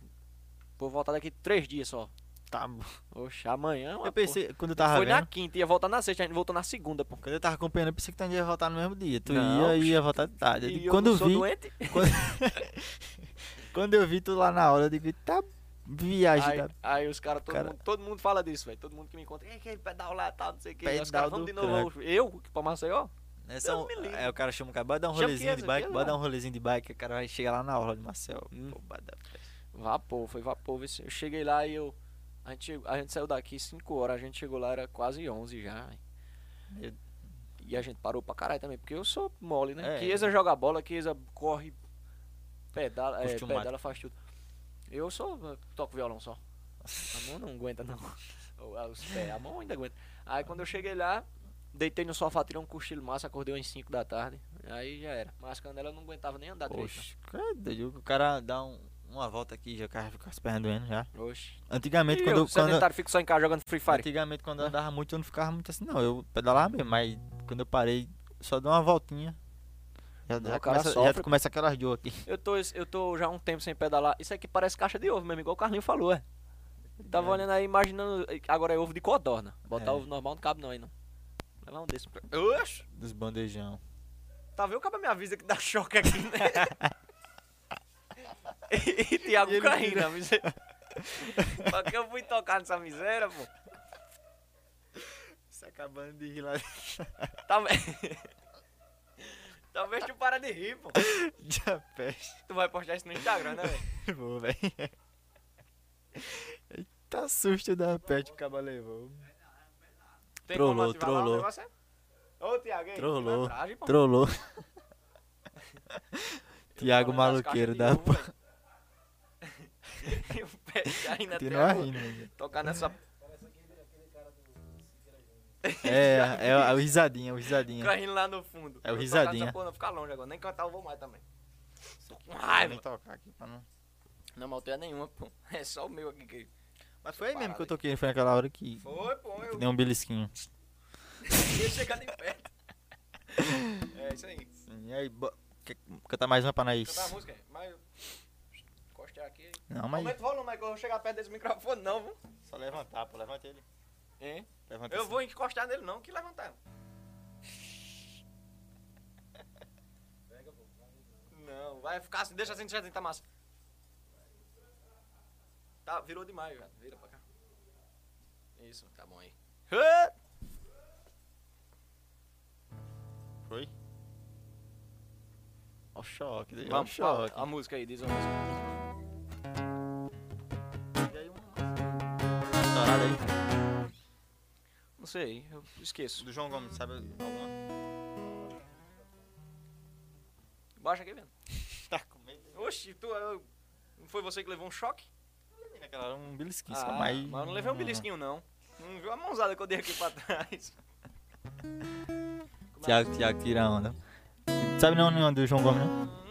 Speaker 5: vou voltar daqui três dias só.
Speaker 4: Tá bo-
Speaker 5: Oxe, amanhã. uma
Speaker 4: Eu pensei, ah, né? quando eu tava
Speaker 5: porra. Foi na
Speaker 4: vendo...
Speaker 5: quinta, ia voltar na sexta, a gente voltou na segunda, pô.
Speaker 4: Quando eu tava acompanhando, eu pensei que tu ia voltar no mesmo dia. Tu
Speaker 5: Não,
Speaker 4: ia e ia voltar de tarde. Eu
Speaker 5: E
Speaker 4: digo,
Speaker 5: eu
Speaker 4: quando tá
Speaker 5: não
Speaker 4: eu
Speaker 5: sou
Speaker 4: vi,
Speaker 5: doente.
Speaker 4: quando eu vi tu lá na aula, eu digo, tá viagem tá?
Speaker 5: Aí,
Speaker 4: da
Speaker 5: aí os caras, todo,
Speaker 4: Cara-
Speaker 5: mundo, todo mundo fala disso, velho. Todo mundo que me encontra, é aquele pedal lá, tal, não sei o que. Os
Speaker 4: Pedal
Speaker 5: caras,
Speaker 4: do
Speaker 5: vamos de novo. Eu, que pra Maceió?
Speaker 4: É, só
Speaker 5: Deus
Speaker 4: um-
Speaker 5: me livre.
Speaker 4: é, o cara chama o cara, bora dar um
Speaker 5: Chama
Speaker 4: rolezinho de
Speaker 5: 500,
Speaker 4: bike,
Speaker 5: aquele
Speaker 4: bora
Speaker 5: lá.
Speaker 4: dar um rolezinho de bike, o cara vai chegar lá na aula de Marcel.
Speaker 5: Hum.
Speaker 4: Pô, bada-
Speaker 5: Vapor, foi vapor. vê se- Eu cheguei lá e eu. A gente, chegou- a gente saiu daqui 5 horas, a gente chegou lá, era quase 11 já. véi. Eu- e a gente parou pra caralho também, porque eu sou mole, né?
Speaker 4: É.
Speaker 5: Kiesa joga bola, Kiesa corre, pedala, é,
Speaker 4: Acostumado.
Speaker 5: pedala, faz tudo. Eu só eh, toco violão só. A mão não aguenta, não. Ou, ah, Os pés, a mão ainda aguenta. Aí quando eu cheguei lá, deitei no sofá, tirei um cochilo massa, acordei umas 5 da tarde. Aí já era. Mas a canela não aguentava nem andar direito.
Speaker 4: Oxe, credo, o cara dá um- uma volta aqui já o cara fica com as pernas doendo já.
Speaker 5: não. Oxe.
Speaker 4: Antigamente,
Speaker 5: E
Speaker 4: quando,
Speaker 5: eu,
Speaker 4: eu- quando,
Speaker 5: sedentário, fico só em casa jogando Free Fire.
Speaker 4: Antigamente, quando eu andava muito, eu não ficava muito assim, não. Eu pedalava mesmo, mas quando eu parei, só dou uma voltinha. Já,
Speaker 5: Não,
Speaker 4: já
Speaker 5: o cara
Speaker 4: começa,
Speaker 5: sofre,
Speaker 4: já começa aquelas dor aqui.
Speaker 5: Eu tô, eu tô já há um tempo sem pedalar. Isso aqui parece caixa de ovo mesmo, igual o Carlinho falou, é. Eu Tava olhando aí, imaginando. Agora é ovo de codorna. Botar
Speaker 4: É.
Speaker 5: ovo normal não cabe não aí, não. Levar um desse.
Speaker 7: Oxe!
Speaker 4: Dos bandejão.
Speaker 5: Tá vendo o cara me avisa que dá choque aqui, né? e, e Thiago
Speaker 4: E ele
Speaker 5: caindo,
Speaker 4: tira.
Speaker 5: a miséria. Pra que eu fui tocar nessa miséria, pô?
Speaker 4: Se tá acabando de rir lá.
Speaker 5: Talvez. Talvez tu para de rir, pô.
Speaker 4: Já peste.
Speaker 5: Tu vai postar isso no Instagram, né, velho?
Speaker 4: Vou, velho. Eita susto da peste que o cara levou.
Speaker 5: Tem
Speaker 4: Trollou,
Speaker 5: como ativar lá o
Speaker 4: trollou.
Speaker 5: negócio, é? Ô, Thiago, aí,
Speaker 4: Trollou.
Speaker 5: lembragem, pô.
Speaker 4: Trollou. Tiago
Speaker 5: Falando das
Speaker 4: Maluqueiro
Speaker 5: caixas é
Speaker 4: da
Speaker 5: de ovo,
Speaker 4: porra.
Speaker 5: velho. E o pé ainda até
Speaker 4: Continua
Speaker 5: agora.
Speaker 4: rindo. né? velho.
Speaker 5: Tocar nessa.
Speaker 4: É, é o risadinha, o risadinha.
Speaker 5: Correndo lá no fundo.
Speaker 4: É o
Speaker 5: Eu tocar
Speaker 4: risadinha.
Speaker 5: nessa porra, Não ficar longe agora. Nem cantar eu vou mais também. Tô com raiva.
Speaker 4: tocar aqui pra não.
Speaker 5: Não malteia nenhuma, pô. É só o meu aqui que.
Speaker 4: Mas foi aí mesmo que eu toquei, foi naquela hora que,
Speaker 5: Foi, pô.
Speaker 4: que
Speaker 5: Eu
Speaker 4: deu um belisquinho.
Speaker 5: ia chegar nem perto. É isso aí.
Speaker 4: E aí, bo... quer cantar mais uma pra nós?
Speaker 5: Cantar a música, mas. eu- Encostei aqui.
Speaker 4: Não, mas.
Speaker 5: Aumenta o volume, mas eu vou chegar perto desse microfone, não, viu?
Speaker 4: Só levantar, pô, levanta ele.
Speaker 5: Hein?
Speaker 4: Levanta
Speaker 5: Eu vou encostar nele, não, que levantar. Não, vai ficar assim, deixa assim, deixa assim, tá massa. Tá, virou demais, já. Vira pra cá. Isso, tá bom aí. Hã?
Speaker 4: Foi? Ó o choque, deu um
Speaker 5: Vamos,
Speaker 4: choque.
Speaker 5: a, a música aí, diz a música.
Speaker 4: Estourado aí.
Speaker 5: Não sei, eu esqueço.
Speaker 4: Do João Gomes, sabe alguma?
Speaker 5: Baixa aqui mesmo.
Speaker 4: Tá com medo.
Speaker 5: Oxi, tu. eu- não foi você que levou um choque?
Speaker 4: Naquela hora um belisquinho,
Speaker 5: Ah,
Speaker 4: só mas...
Speaker 5: mas eu não levei um belisquinho, não. Não viu a mãozada que eu dei aqui pra trás.
Speaker 4: Tiago, Tiago, tira a onda. Sabe não nenhuma do João Gomes, não?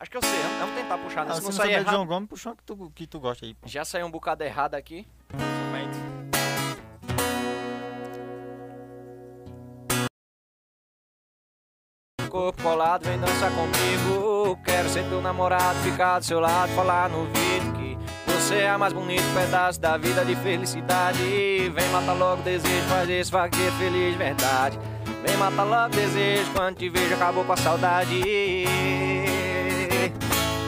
Speaker 5: Acho que eu sei, vamos tentar puxar, né?
Speaker 4: Ah,
Speaker 5: Se não
Speaker 4: se
Speaker 5: sair
Speaker 4: souber do
Speaker 5: errado.
Speaker 4: João Gomes, puxa uma que tu, que tu gosta aí. pô.
Speaker 5: Já saiu um bocado errado aqui. Corpo colado, vem dançar comigo. Quero ser teu namorado, ficar do seu lado, falar no vídeo que você é a mais bonito pedaço da vida de felicidade. Vem matar logo o desejo, faz esse vaqueiro feliz, verdade. Vem matar logo o desejo, quando te vejo acabou com a saudade.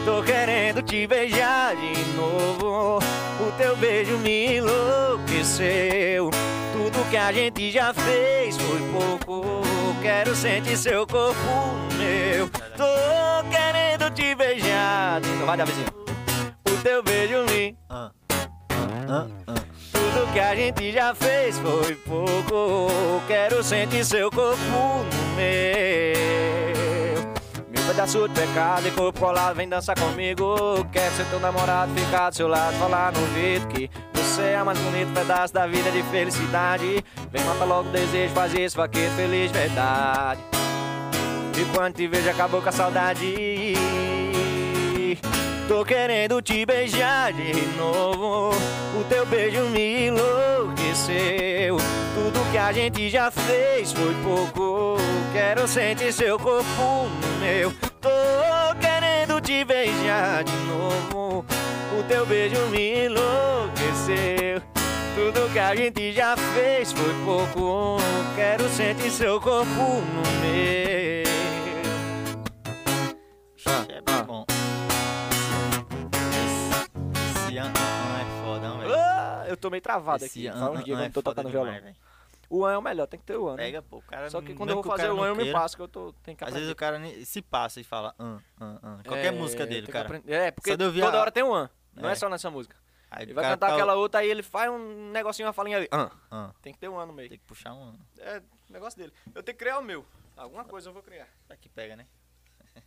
Speaker 5: Tô querendo te beijar de novo. O teu beijo me enlouqueceu. Tudo que a gente já fez foi pouco. Quero sentir seu corpo meu. Tô querendo te beijar de novo. Vai, Davizinho. O teu beijo me.
Speaker 4: Ah. Ah, ah.
Speaker 5: Tudo que a gente já fez foi pouco. Quero sentir seu corpo no meu. Meu pedaço de pecado e corpo colado, vem dançar comigo. Quero ser teu namorado, ficar do seu lado, falar no vidro que você é o mais bonito pedaço da vida de felicidade. Vem matar logo o desejo, faz isso, vaqueiro, feliz verdade. E quando te vejo acabou com a saudade Tô querendo te beijar de novo O teu beijo me enlouqueceu Tudo que a gente já fez foi pouco Quero sentir seu corpo no meu Tô querendo te beijar de novo O teu beijo me enlouqueceu tudo que a gente já fez foi pouco. Quero sentir seu corpo no meu.
Speaker 4: Ixi, é bem bom. Esse, esse an, an é foda, não, velho.
Speaker 5: Ah, eu tô meio travado
Speaker 4: Esse
Speaker 5: aqui.
Speaker 4: an-
Speaker 5: Fala
Speaker 4: an- an
Speaker 5: uns dias que eu
Speaker 4: é
Speaker 5: não tô
Speaker 4: foda
Speaker 5: tocando
Speaker 4: demais,
Speaker 5: violão.
Speaker 4: velho.
Speaker 5: O an é o melhor, tem que ter o an. né?
Speaker 4: Pega, pô, o cara
Speaker 5: Só que
Speaker 4: não-
Speaker 5: quando eu
Speaker 4: mesmo
Speaker 5: vou
Speaker 4: que o
Speaker 5: fazer
Speaker 4: cara
Speaker 5: o
Speaker 4: não
Speaker 5: an, eu me
Speaker 4: queira,
Speaker 5: passo que eu tô, tenho que
Speaker 4: Às
Speaker 5: aprender.
Speaker 4: vezes o cara nem- se passa e fala, an, an, an. Qualquer
Speaker 5: É,
Speaker 4: música dele,
Speaker 5: tem que
Speaker 4: cara.
Speaker 5: aprender. É, porque
Speaker 4: Só de eu ouvir
Speaker 5: toda
Speaker 4: a-
Speaker 5: hora tem um an. Não é,
Speaker 4: É.
Speaker 5: só nessa música.
Speaker 4: Aí
Speaker 5: Ele
Speaker 4: o
Speaker 5: vai
Speaker 4: cara
Speaker 5: cantar
Speaker 4: tá-
Speaker 5: aquela outra, aí ele faz um negocinho, uma falinha ali. Ah,
Speaker 4: Ah,
Speaker 5: tem que ter um ano meio.
Speaker 4: tem que puxar um.
Speaker 5: É, negócio dele. Eu tenho que criar o meu. Alguma coisa eu vou criar.
Speaker 4: Tá que pega, né?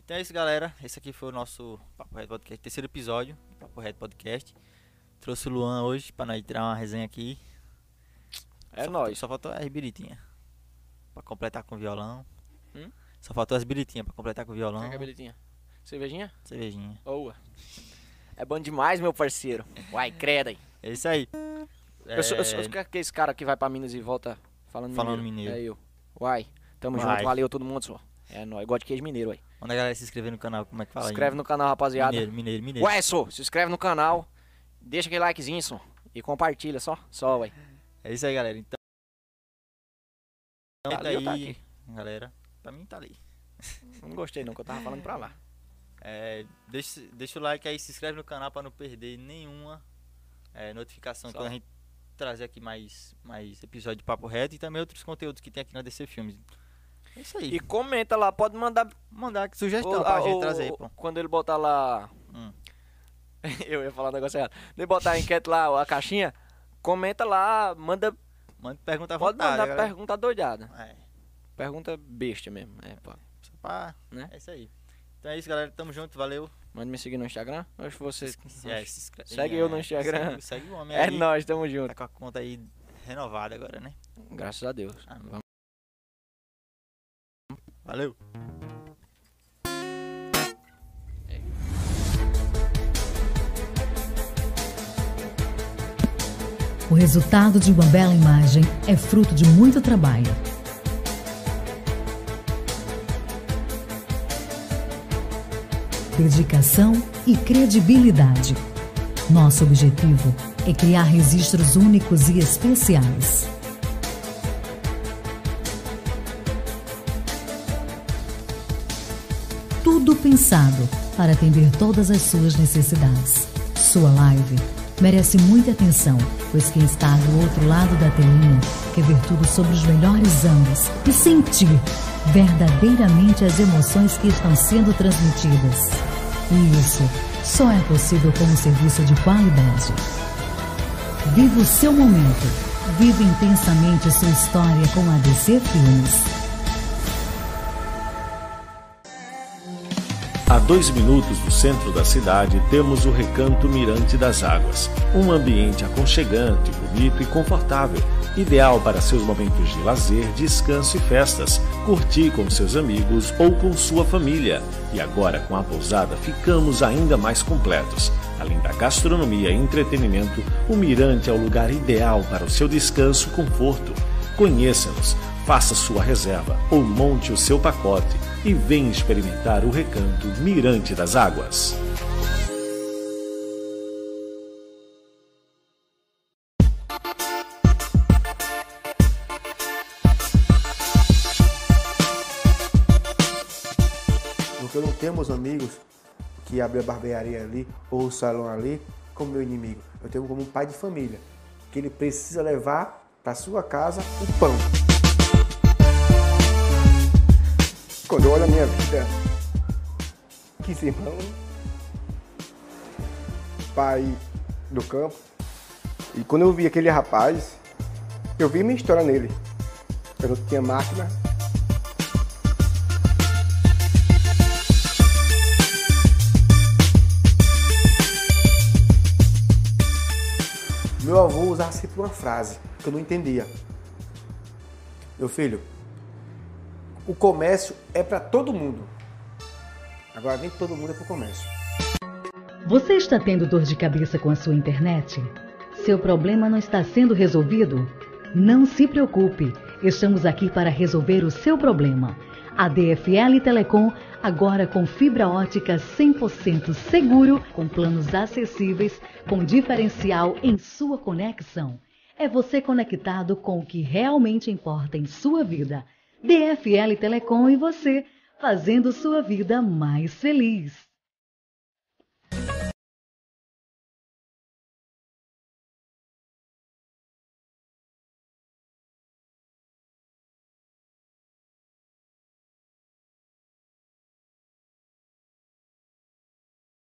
Speaker 4: então é isso, galera. Esse aqui foi o nosso Papo Red Podcast, terceiro episódio do Papo Red Podcast. Trouxe o Luan hoje pra nós tirar uma resenha aqui.
Speaker 6: É
Speaker 4: só
Speaker 6: nóis.
Speaker 4: Faltou, só faltou as biritinhas pra completar com o violão.
Speaker 6: Hum?
Speaker 4: Só faltou as biritinhas pra completar com o violão.
Speaker 6: Pega a beletinha. Cervejinha?
Speaker 4: cervejinha.
Speaker 6: Boa. É bom demais, meu parceiro. Uai, creda aí.
Speaker 4: É isso aí.
Speaker 6: Eu sou, eu sou-
Speaker 4: É,
Speaker 6: eu sou que- que esse cara que vai pra Minas e volta falando,
Speaker 4: Falando
Speaker 6: mineiro.
Speaker 4: mineiro.
Speaker 6: É eu. Uai. Tamo
Speaker 4: Uai.
Speaker 6: junto, valeu todo mundo, só. É nóis. Gosto de queijo mineiro aí.
Speaker 4: Manda a galera se inscrever no canal. Como é que fala
Speaker 6: Se
Speaker 4: aí?
Speaker 6: inscreve no canal, rapaziada.
Speaker 4: Mineiro, mineiro, mineiro.
Speaker 6: Ué, só, se inscreve no canal. Deixa aquele likezinho, só. E compartilha, só. Só, ué.
Speaker 4: É isso aí, galera. Então.
Speaker 6: Tá ali ou tá aqui?
Speaker 4: galera. Pra mim tá ali.
Speaker 6: Não gostei não, que eu tava falando pra lá.
Speaker 4: É, deixa, deixa o like aí, se inscreve no canal pra não perder nenhuma é, notificação
Speaker 6: Só.
Speaker 4: quando a gente trazer aqui mais, mais episódio de Papo Reto e também outros conteúdos que tem aqui na DC Filmes. É isso aí.
Speaker 6: E comenta lá, pode mandar
Speaker 4: mandar aqui sugestão
Speaker 6: Ô,
Speaker 4: pra
Speaker 6: ah,
Speaker 4: gente
Speaker 6: ô,
Speaker 4: trazer aí,
Speaker 6: ô,
Speaker 4: pô.
Speaker 6: Quando ele botar lá.
Speaker 4: Hum.
Speaker 6: Eu ia falar um negócio errado. Quando ele botar a enquete lá, a caixinha, comenta lá, manda.
Speaker 4: Manda pergunta à
Speaker 6: Pode
Speaker 4: vontade.
Speaker 6: mandar
Speaker 4: galera.
Speaker 6: pergunta doidada.
Speaker 4: É,
Speaker 6: Pergunta besta mesmo. É, pô.
Speaker 4: só pra-
Speaker 6: Né?
Speaker 4: É isso aí. Então é isso, galera. Tamo junto, valeu.
Speaker 6: Manda me seguir no Instagram. Acho que você.
Speaker 4: É, se inscreve-
Speaker 6: Segue eu no
Speaker 4: é,
Speaker 6: Instagram.
Speaker 4: Segue, segue o homem
Speaker 6: É
Speaker 4: aí.
Speaker 6: nóis, tamo junto.
Speaker 4: Tá com a conta aí renovada agora, né?
Speaker 6: Graças a Deus.
Speaker 4: Amém. Valeu.
Speaker 1: O resultado de uma bela imagem é fruto de muito trabalho. Dedicação e credibilidade. Nosso objetivo é criar registros únicos e especiais. Tudo pensado para atender todas as suas necessidades. Sua live merece muita atenção, pois quem está do outro lado da telinha quer ver tudo sobre os melhores ângulos e sentir verdadeiramente as emoções que estão sendo transmitidas. E isso só é possível com um serviço de qualidade. Viva o seu momento. Viva intensamente sua história com a DC Filmes.
Speaker 2: A dois minutos do centro da cidade temos o Recanto Mirante das Águas, um ambiente aconchegante, bonito e confortável, ideal para seus momentos de lazer, descanso e festas, curtir com seus amigos ou com sua família. E agora com a pousada ficamos ainda mais completos. Além da gastronomia e entretenimento, o Mirante é o lugar ideal para o seu descanso e conforto. Conheça-nos, faça sua reserva ou monte o seu pacote e venha experimentar o recanto Mirante das Águas.
Speaker 3: Porque eu não tenho meus amigos que abrem a barbearia ali ou o salão ali como meu inimigo. Eu tenho como um pai de família que ele precisa levar para sua casa o pão. Quando eu olho a minha vida, quis irmão, pai do campo, e quando eu vi aquele rapaz, eu vi minha história nele. Eu não tinha máquina, Meu avô usava sempre uma frase que eu não entendia. Meu filho, o comércio é para todo mundo. Agora nem todo mundo é para o comércio.
Speaker 1: Você está tendo dor de cabeça com a sua internet? Seu problema não está sendo resolvido? Não se preocupe, estamos aqui para resolver o seu problema. A DFL Telecom, agora com fibra ótica 100% seguro, com planos acessíveis, com diferencial em sua conexão. É você conectado com o que realmente importa em sua vida. DFL Telecom e você, fazendo sua vida mais feliz.